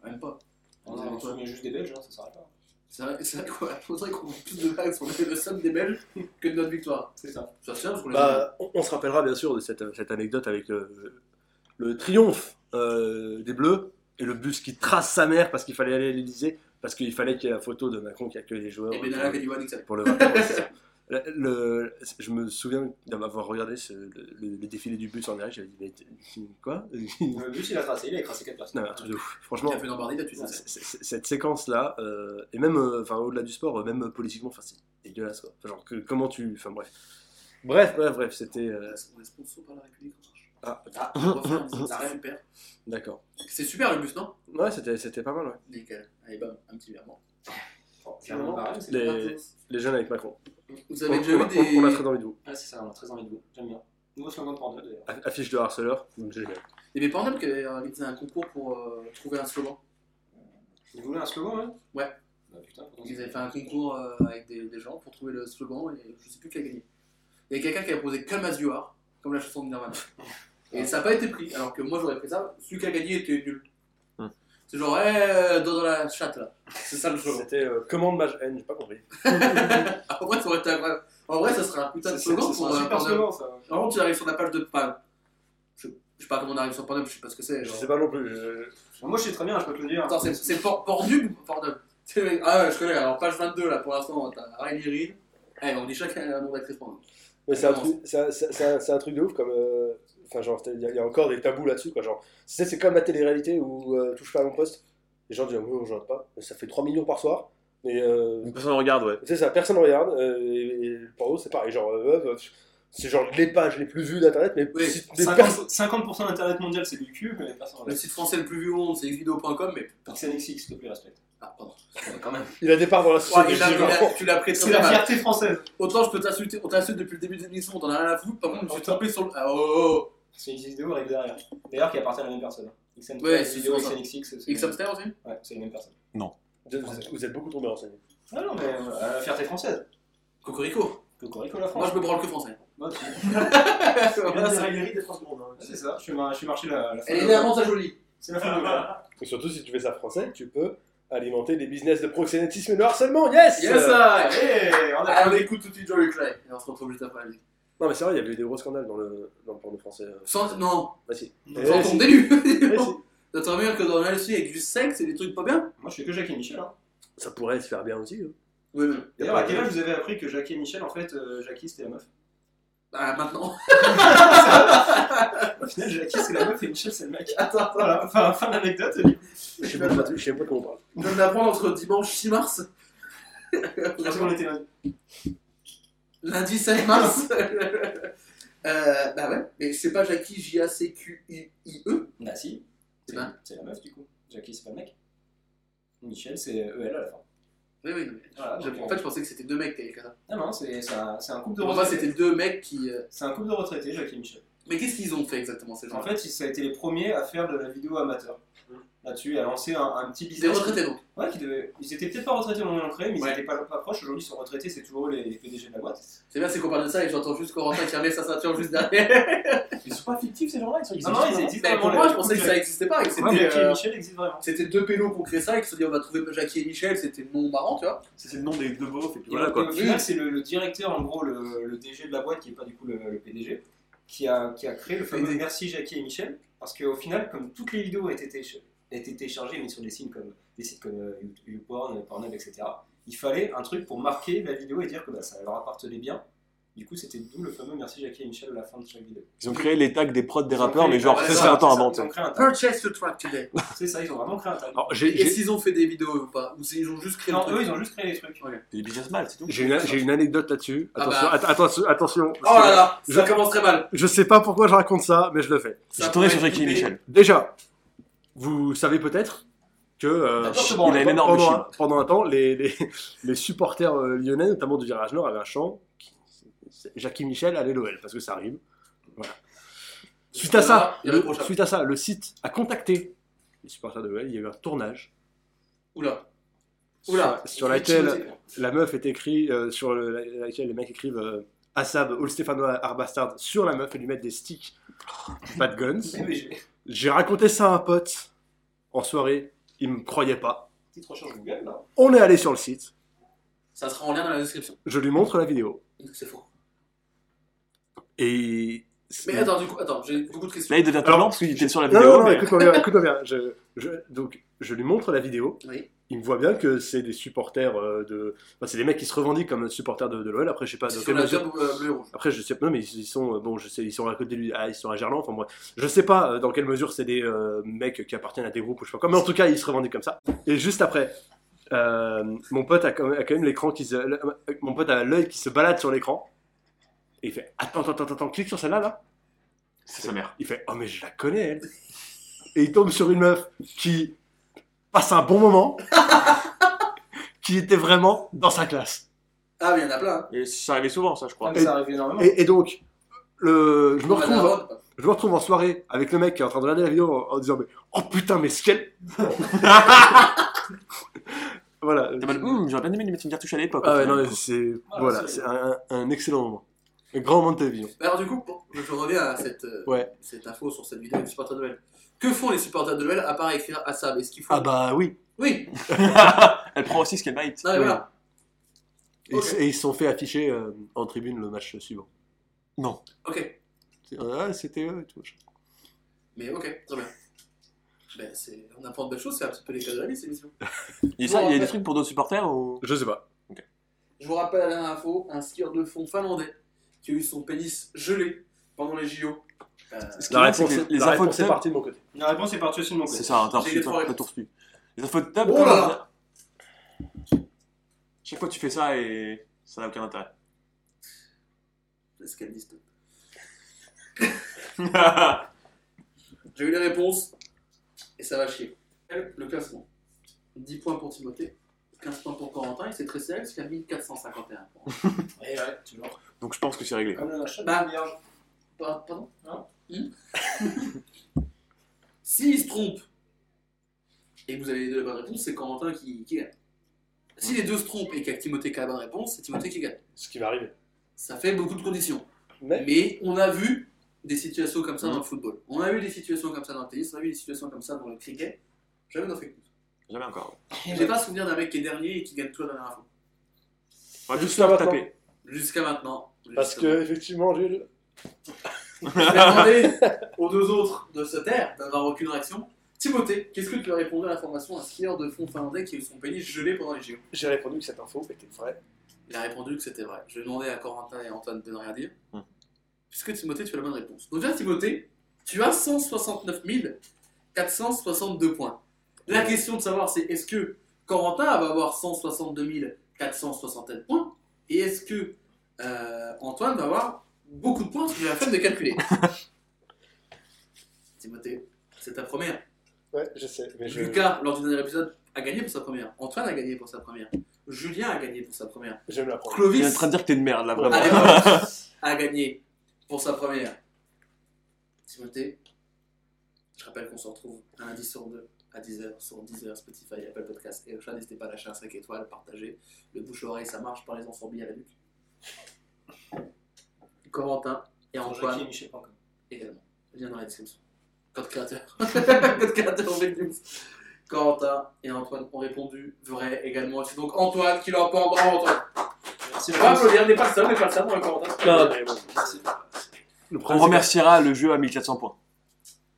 même pas.
On a
Ouais.
juste des Belges, hein, ça s'arrête pas.
C'est vrai, c'est vrai qu'on faudrait qu'on ait plus de vagues sur le somme des Belges que de notre victoire.
C'est ça.
Ça se parce qu'on les a.
Bah, on, on se rappellera bien sûr de cette, cette anecdote avec le, le triomphe euh, des Bleus et le bus qui trace sa mère parce qu'il fallait aller à l'Elysée, parce qu'il fallait qu'il y ait la photo de Macron qui accueille les joueurs. euh,
Et Benalla qui a dit ouais, nique sa mère.
pour le [LAUGHS] vainqueur, ouais, c'est ça. Le- le- je me souviens d'avoir regardé ce- le, le- le défilé du bus en direct, j'avais dit, mais t- quoi [LAUGHS] Non,
Le but, il a tracé, il a écrasé 4 personnes.
mais un truc de ouf.
Qui
Franchement,
a fait d'embarder, il a tué sa mère.
c- c- cette séquence-là, euh, et même, euh, enfin, au-delà du sport, euh, même euh, politiquement, enfin, c'est dégueulasse, quoi. Enfin, genre, que- comment tu... Enfin, bref. Bref, bref, bref, c'était...
On
euh,
est sponsor par la République en marche.
Ah,
Ah, on va faire un petit arrêt, super.
d'accord.
C'est super le bus, non
Ouais, c'était, c'était pas mal, ouais.
Nickel. Allez, bam, un petit verre. Bon.
Bon, Clairement, pareil, c'est
Les-
pas très-
Les jeunes avec Macron.
Vous
On,
avez déjà
on-
eu des.
on- on a très envie de vous.
Ah, c'est ça, on a très envie de vous. J'aime bien. Nouveau slogan de Pornhub, d'ailleurs.
Ah.
A- Affiche de harceleur, génial.
Il y avait Pornhub qui avait organisé un concours pour euh, trouver un slogan.
Ils voulaient un slogan, hein
Ouais.
Bah putain, pourtant,
Donc,
c'est-
Ils avaient fait un concours euh, avec des, des gens pour trouver le slogan et je sais plus qui a gagné. Il y a quelqu'un qui a posé Calm as you are, comme la chanson de
[LAUGHS]
Nirvana. Et ça n'a pas été pris, alors que moi j'aurais pris ça. Celui qui a gagné était nul.
Hmm.
C'est genre, eh, dans, dans la chatte là. C'est ça le slogan.
C'était euh, commande mage N, j'ai pas compris.
[LAUGHS] En vrai, ça aurait été incroyable. En vrai, ça serait un putain de
c'est-
slogan
c'est- c'est
pour.
un
euh,
super
Pornhub.
slogan, ça.
Vraiment, tu arrives sur la page de. Enfin, je, je sais pas comment on arrive sur Pornhub, je sais pas ce que c'est.
Je
genre.
sais pas non plus. je-
Moi, je sais très bien, je peux te le dire.
Attends, c'est- c'est por- Pornhub ou Pornhub [LAUGHS] C'est- Ah ouais, je connais. Alors, page 22 là, pour l'instant, t'as Riley Reid. Eh, on dit chacun un nom d'actrice porno.
Mais c'est un, truc, c'est, un, c'est- c'est un- c'est un truc de ouf, comme. euh, Enfin, genre, il y, a- y a encore des tabous là-dessus, quoi. Genre, tu sais, c'est comme la télé-réalité où euh, touche pas à mon poste. Les gens disent, oui, on regarde pas. Mais ça fait 3 millions par soir. Mais. euh,
Personne ne regarde, ouais.
tu sais, ça, personne regarde. euh, et, et le porno, c'est pareil. Genre, euh, euh, c'est genre les pages les plus vues d'internet, mais
Oui,
si- des personnes.
50%, 50% d'Internet mondial, c'est du cul, mais personne ne
Le
regarde.
site français le plus vu au monde, c'est xvideo.com, mais.
XNXX, s'il te plaît, respecte.
Ah, pardon.
Quand même.
Il a des parts dans la
Ouais,
société.
il a- il
vraiment.
a- tu l'as pris
C'est
très
la
mal.
fierté française.
Autant je peux t'insulter, on t'insulte depuis le début de l'émission, on t'en a rien à foutre. Par contre, je me suis
Attends.
trompé sur le. Ah, oh, oh,
C'est une vidéo arrive derrière. D'ailleurs, qui appartient à la même personne. XN
Ouais, c'est
vidéo,
souvent ça.
XNXX, c'est
oh. X-Hamster aussi
Ouais, c'est la même personne.
Vous êtes- vous êtes beaucoup tombés renseignés.
Ah non, mais euh, la fierté française.
Cocorico.
Cocorico, la
Moi,
France.
je me branle que français.
Moi, tu- [LAUGHS]
Voilà, c'est-
C'est ça, hein. je suis, mar- je suis marché la, la
Elle est
de-
née avant sa jolie.
C'est la fin de voilà.
Et surtout, si tu fais ça français, tu peux alimenter des business de proxénétisme et de harcèlement. Yes Euh,
Hey, Eh, on a
Allez, on écoute tout de suite Joey Clay. Et on se retrouve juste après la musique.
Non, mais c'est vrai, il y avait eu des gros scandales dans le, dans le porno français. euh.
Sans, non, [LAUGHS]
Bah si. Eh,
sans
si.
ton élu. [LAUGHS]
Eh, si.
D'autant mieux que dans la aussi avec du sexe et des trucs pas bien.
Moi, je suis que Jacques et Michel. Hein.
Ça pourrait se faire bien aussi. hein.
Oui, oui.
D'ailleurs, euh, à quel âge vous avez appris que Jacques et Michel, en fait, euh, Jackie c'était la meuf
Bah, maintenant.
Au final, Jackie c'est la meuf et Michel c'est le mec. Attends, Ah, voilà, enfin, fin de l'anecdote. du coup.
Je sais pas, je sais pas comment on parle.
Je viens de l'apprendre entre dimanche 6 mars.
Parce qu'on était lundi.
Lundi 7 mars. [LAUGHS] euh, bah ouais, mais c'est pas Jackie J-A-C-Q-I-I-E.
Bah, si.
C'est pas-
C'est la meuf, du coup. Jackie c'est pas le mec. Michel c'est EL à la fin.
Oui, oui, non, mais-
Voilà,
Je- En fait, je pensais que c'était deux mecs qui avaient fait ça.
Ah non, c'est c'est un, c'est un couple de
Pour moi, c'était
retraités.
deux mecs qui. euh,
C'est un couple de retraités, Jackie et Michel.
Mais qu'est-ce qu'ils ont fait exactement ces
En
gens-là
fait, ça a été les premiers à faire de la vidéo amateur. Là-dessus, à lancer un, un petit
Des
business.
retraités donc.
Ouais, qui devaient- ils étaient peut-être pas retraités au moment où on créé, mais ils
Ouais.
étaient pas, pas proches. Aujourd'hui, ils sont retraités, c'est toujours les, les PDG de la boîte.
C'est bien, c'est qu'on parle de ça et j'entends juste Corentin qui remet sa ceinture juste derrière.
Ils sont pas fictifs, ces gens-là Ils sont
Ah,
Non, non, ils existent.
Mais pour
vraiment,
moi,
les-
je pensais que ça existait pas et que
Ouais, mais
c'était.
Jackie et
euh,
Michel existent vraiment.
C'était deux pélos qui ont créé ça et qui se sont dit on va trouver Jackie et Michel, c'était non marrant, tu vois.
C'est le nom des deux beaufs, et puis
Et au- et Au final, c'est le, le directeur, en gros, le, le DG de la boîte, qui n'est pas du coup le, le PDG, qui a, qui a créé le fameux
PDG.
Merci Jackie et Michel. Parce qu'au final, comme toutes les vidéos étaient, télécha- étaient téléchargées, mais sur des sites comme, des sites comme euh, You- YouPorn, Pornhub, etc., il fallait un truc pour marquer la vidéo et dire que bah, ça leur appartenait bien. Du coup, c'était d'où le fameux Merci Jackie et Michel à la fin de chaque vidéo.
Ils ont créé les tags des prods des
Ils ont
rappeurs,
créé-
mais genre
Ouais,
très
c'est
très
ça,
longtemps avant.
Ils ont créé un tag.
Purchase the track today.
C'est ça, ils ont vraiment créé un
Ah,
tag.
Alors, j'ai
Et
j'ai-
s'ils ont fait des vidéos ou pas Ou s'ils ont juste créé
Non,
le
eux,
truc
ils ont juste créé des trucs.
des businessmen, c'est tout.
J'ai une, j'ai une anecdote là-dessus.
Ah
Attention,
bah.
att- attention, attention.
Oh là là, ça
Je-
commence très mal.
Je sais pas pourquoi je raconte ça, mais je le fais.
Ça
J'ai tourné
pourrait
sur Jackie et
être coupé.
Michel.
Déjà, vous savez peut-être que euh,
D'accord, c'est
Il a une énorme
pendant,
chine.
un, pendant un temps, les, les, les supporters euh, lyonnais, notamment du Virage Nord, avaient un chant qui- c'est- Jackie Michel, allez l'OL, parce que ça arrive. Voilà. Suite à ça,
Il y a le
le-
prochain.
suite à ça, le site a contacté les supporters de l'OL. Il y a eu un tournage
Oula. Oula.
sur, sur laquelle la meuf est écrite, sur le- la- laquelle les mecs écrivent euh, Assab ou le Stéphanois Arbastard sur la meuf et lui mettre
[LAUGHS]
des sticks Bad Guns.
Mais oui, j'ai-
J'ai raconté ça à un pote en soirée, il me croyait pas.
Petite recherche Google, là.
On est allé sur le site,
Ça sera en lien dans la description.
je lui montre la vidéo
C'est faux.
et.
Mais attends, du coup, attends, j'ai beaucoup de questions.
Là, il devient trop
Alors-
lent parce qu'il était sur la
Non,
vidéo.
non, non,
mais-
écoute-moi bien, écoute-moi bien. Je, je- donc, je lui montre la vidéo.
Oui.
Il me voit bien que c'est des supporters euh, de. Enfin, c'est des mecs qui se revendiquent comme supporters de, de l'OL. Après, je sais pas.
C'est
de
sur
quelle
la
mesure-
job euh, bleu et rouge.
Après, je sais pas, mais ils, ils sont, euh, bon, je sais, ils sont à côté du, ah, ils sont à Gerland. Enfin, moi, je sais pas euh, dans quelle mesure c'est des euh, mecs qui appartiennent à des groupes ou je sais pas quoi. Mais en tout cas, ils se revendiquent comme ça. Et juste après, euh, mon pote a quand même, a quand même l'écran qui se, le- euh, mon pote a l'œil qui se balade sur l'écran. Et il fait attends, attends, attends, attends, clique sur celle-là là.
C'est sa mère.
Il fait oh mais je la connais elle. Et il tombe sur une meuf qui passe un bon moment, [LAUGHS] qui était vraiment dans sa classe.
Ah, mais il y en a plein. hein.
Et ça arrivait souvent, ça, je crois.
Ah, mais ça arrive énormément.
Et, et donc, le, Euh, je, me
On va dans la
retrouve,
robe.
je me retrouve en soirée avec le mec qui est en train de regarder la vidéo en, en disant mais, Oh putain, mais ce
[LAUGHS]
qu'elle. [LAUGHS] voilà.
T'es en mode, Hum, j'aurais bien aimé lui mettre une cartouche à l'époque.
Ah ouais,
Enfin, [LAUGHS]
non, mais c'est
Ah,
voilà,
c'est-
c'est un, un- un excellent moment. Un grand moment de télévision.
Bah, Alors du coup, bon, je reviens à cette, euh,
Ouais.
cette info sur cette vidéo des supporters de l'OL. Que font les supporters de l'OL à part écrire Assab Est-ce qu'ils font
Ah bah oui.
Oui Non
Elle prend aussi ce qu'elle mérite.
mais
Oui.
voilà
Et,
Ok.
ils- et ils se sont fait afficher euh, en tribune le match suivant.
Ok.
C'est- Ah, c'était eux et tout. machin.
Mais ok, très bien. Ben, c'est... On apprend de belles choses, c'est un petit peu les cas de la vie, cette émission.
Il y a, ça,
Bon,
il y a
en
des
fait-
trucs pour d'autres supporters ou...
Je sais pas.
Je vous rappelle à la dernière info, un skieur de fond finlandais qui a eu son pénis gelé pendant les JO. Euh,
Ce qui
La
est bien, c'est
réponse,
que les, les
la
infos de
réponse est
table.
partie de mon côté.
La réponse est partie aussi de mon côté.
C'est ça, un
J'ai les trois
tour- un
réponses.
tour dessus. Les infos de table.
Oh là
comme-
là
Chaque fois, tu fais ça et ça n'a aucun intérêt.
Est-ce qu'elle dit stop
ah,
[LAUGHS] J'ai eu les réponses, et ça va chier. Le classement. 10 points pour Timothée, 15 points pour Corentin, et c'est très serré jusqu'à 1451 points.
[LAUGHS] Ouais, Eh ouais, toujours.
donc je pense que c'est réglé.
Comme la chatte
Bah.
de vierge.
Pa- Pardon
Non.
Hmm [LAUGHS] S'il se trompe, et que vous avez les deux la bonne réponse, c'est Corentin qui, qui gagne. Si les deux se trompent et qu'il y a que Timothée qui a la bonne réponse, c'est Timothée qui gagne.
Ce qui va arriver.
Ça fait beaucoup de conditions.
Mais-
on a vu des situations comme ça
Mmh.
Mhm.
dans le football. On a vu des situations comme ça dans le tennis, on a vu des situations comme ça dans le cricket. Jamais dans Fake News.
Jamais encore.
Eh ben.
J'ai pas souvenir d'un mec qui est dernier et qui gagne tout à la dernière fois.
On va tous
Juste
se
là
faire
maintenant.
taper.
Jusqu'à maintenant.
Parce que, effectivement, Jules.
Je vais
[LAUGHS]
demander aux deux autres de se taire, d'avoir aucune réaction. Timothée, qu'est-ce que tu as répondu à la formation à un skieur de fond finlandais qui a eu son pénis gelé pendant les JO
J'ai répondu que cette info était vraie.
Il a répondu que c'était vrai. Je vais demander à Corentin et Antoine de ne rien dire.
Hmm.
Puisque Timothée, tu as la bonne réponse. Donc déjà, Timothée, tu as 169 462 points. La question de savoir, c'est est-ce que Corentin va avoir 162 467 points Et est-ce que euh, Antoine va avoir beaucoup de points Parce que j'ai la flemme de
[LAUGHS]
calculer. Timothée, c'est ta première.
Ouais, je sais. Mais je,
Lucas, lors du dernier épisode, a gagné pour sa première. Antoine a gagné pour sa première. Julien a gagné pour sa première.
j'aime la prendre.
Il est
Clovis
en train de dire que t'es une merde là, vraiment.
à l'époque, [LAUGHS] a gagné pour sa première. Timothée, je rappelle qu'on se retrouve un lundi sur deux à 10h sur 10h Spotify, Apple Podcast et Ocha. N'hésitez pas à lâcher un 5 étoiles, partager. Le bouche-oreille, ça marche, parlez-en sur Billy à la Luc. Corentin et Antoine
Jackie et Michel Pancon.
également. Lien dans la description. Code créateur. [LAUGHS] Code créateur en fake news. Corentin et Antoine ont répondu vrai également. C'est donc Antoine qui l'emporte. Bravo Antoine.
Merci,
On va
Laurence.
applaudir, n'est pas le seul, n'est pas le seul pour le Corentin.
Merci.
Le
On
bah,
remerciera le jeu à 1400 points.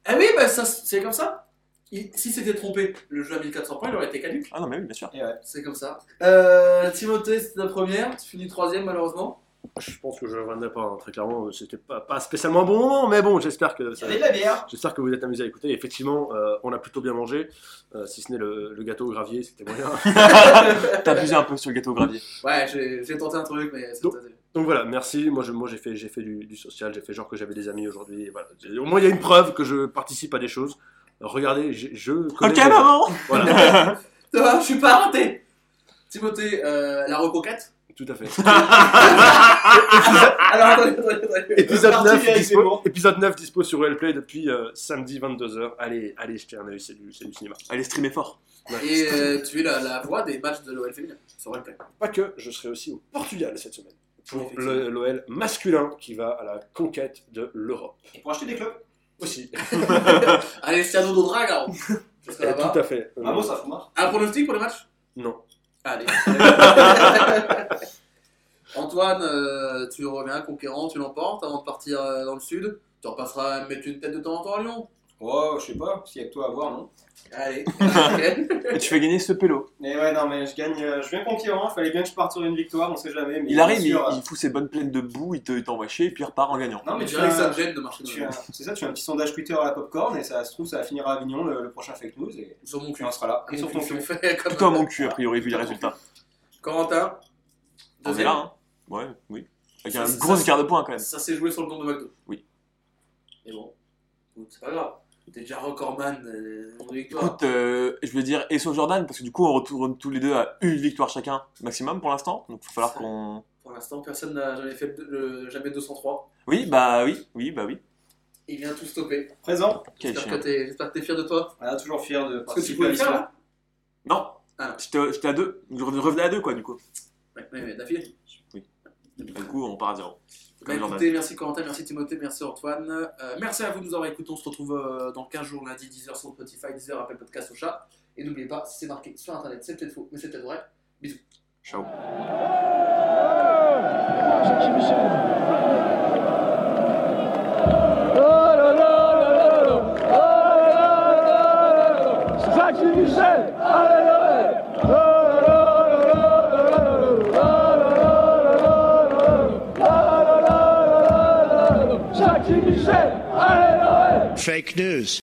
Eh oui, bah, ça, c'est comme ça. Il- si c'était trompé, le jeu à 1400 points, il aurait été caduque.
Ah non, mais oui, bien sûr.
C'est comme ça. Euh, Timothée, c'était la première. Tu finis troisième, malheureusement.
Je pense que je ne reviendrai pas, hein. très clairement. C'était pas, pas spécialement un bon moment, mais bon, j'espère que
Il y
ça.
avait de la bière.
J'espère que vous êtes amusés à écouter. Effectivement, euh, on a plutôt bien mangé, euh, si ce n'est le, le gâteau au gravier, c'était moyen.
T'as abusé un peu sur le gâteau au gravier.
Ouais, j'ai j'ai tenté un truc, mais c'est
Donc- Donc voilà, merci. Moi, je- moi, j'ai fait, j'ai fait du, du social, j'ai fait genre que j'avais des amis aujourd'hui. et voilà. J'ai- Au moins, il y a une preuve que je participe à des choses. Regardez, j'ai- je. connais
Ok,
les-
maman
Voilà,
Ça va, je suis pas raté. Timothée, euh, la reconquête.
tout à fait.
Alors, attendez, attendez, attendez.
Épisode
Parti
9,
avec les
dispo,
mots.
épisode 9 dispo sur Wellplay depuis euh, samedi 22h. Allez, allez, jetez un œil, c'est du, c'est du cinéma.
Allez, streamer fort.
Et euh, tu es la, la voix des matchs de l'OL féminin. Sur Wallplay.
Pas que, je serai aussi au Portugal cette semaine. pour le- l'OL masculin qui va à la conquête de l'Europe.
Et pour acheter des clubs
Aussi.
Allez, c'est à nous de drague, alors. Je serai là-bas.
Tout à fait. Euh,
Ramos à Fomar.
Un pronostic pour le match
Non.
Allez. [LAUGHS] Antoine, euh, tu reviens conquérant, tu l'emportes avant de partir euh, dans le sud. Tu repasseras à mettre une tête de temps en temps à Lyon.
Oh, je sais pas, s'il y a que toi à voir, [LAUGHS] non
Allez. Ok.
Et tu fais gagner ce pélo.
Mais ouais, non, mais je gagne, euh, je viens conquérant, fallait bien que je parte sur une victoire, on sait jamais. Mais
Il arrive,
bien
il,
hein.
sûr, euh,
il fout ses bonnes plaines de boue, il te- il t'envoie chier, et puis il repart en gagnant.
Non, mais
tu
tu
dirais que ça
as,
me gêne de marcher dans
tu
le-
as- c'est ça, tu as un petit sondage Twitter à la popcorn et ça se trouve, ça va finir à Avignon le, le prochain fake news et,
Sur mon
et
cul.
on sera là.
Ah,
Et
mon
sur ton
cul,
cul.
on fait comme-
Comme mon cul, a priori, vu les résultats.
Corentin.
On est
deuxième.
là, hein Ouais, oui. Avec un
C'est-
gros
ça-
écart de points
hein.
quand même.
Ça s'est joué sur le compte de McDo.
Oui.
Mais bon, écoute, c'est pas grave. T'es déjà recordman euh, de victoire.
Écoute, euh, je vais dire Esso Jordan, parce que du coup, on retourne tous les deux à une victoire chacun maximum pour l'instant. Donc, il va falloir
Ça.
qu'on.
Pour l'instant, personne n'a jamais fait le- jamais 203.
Oui, bah oui, oui, bah oui.
Il vient tout stopper.
Présent,
Quel
J'espère que
chien. Ah,
t'es j'espère que t'es fier de toi.
on est toujours fier de
Parce que
participer à
tu pouvais le faire
l'histoire.
là.
Non,
Ah.
j'étais j'étais à deux. Je revenais à deux, quoi, du coup.
Ouais, ouais, ouais, d'affilée.
Du coup, on part à zéro.
Bah,
Jordan.
écoutez, merci Corentin, merci Timothée, merci Antoine. Euh, merci à vous de nous avoir écoutés. On se retrouve euh, dans 15 jours, lundi, 10h sur Spotify, 10h Apple Podcast au chat. Et n'oubliez pas, si c'est marqué sur Internet, c'est peut-être faux, mais c'est peut-être vrai.
Ciao.
Fake news.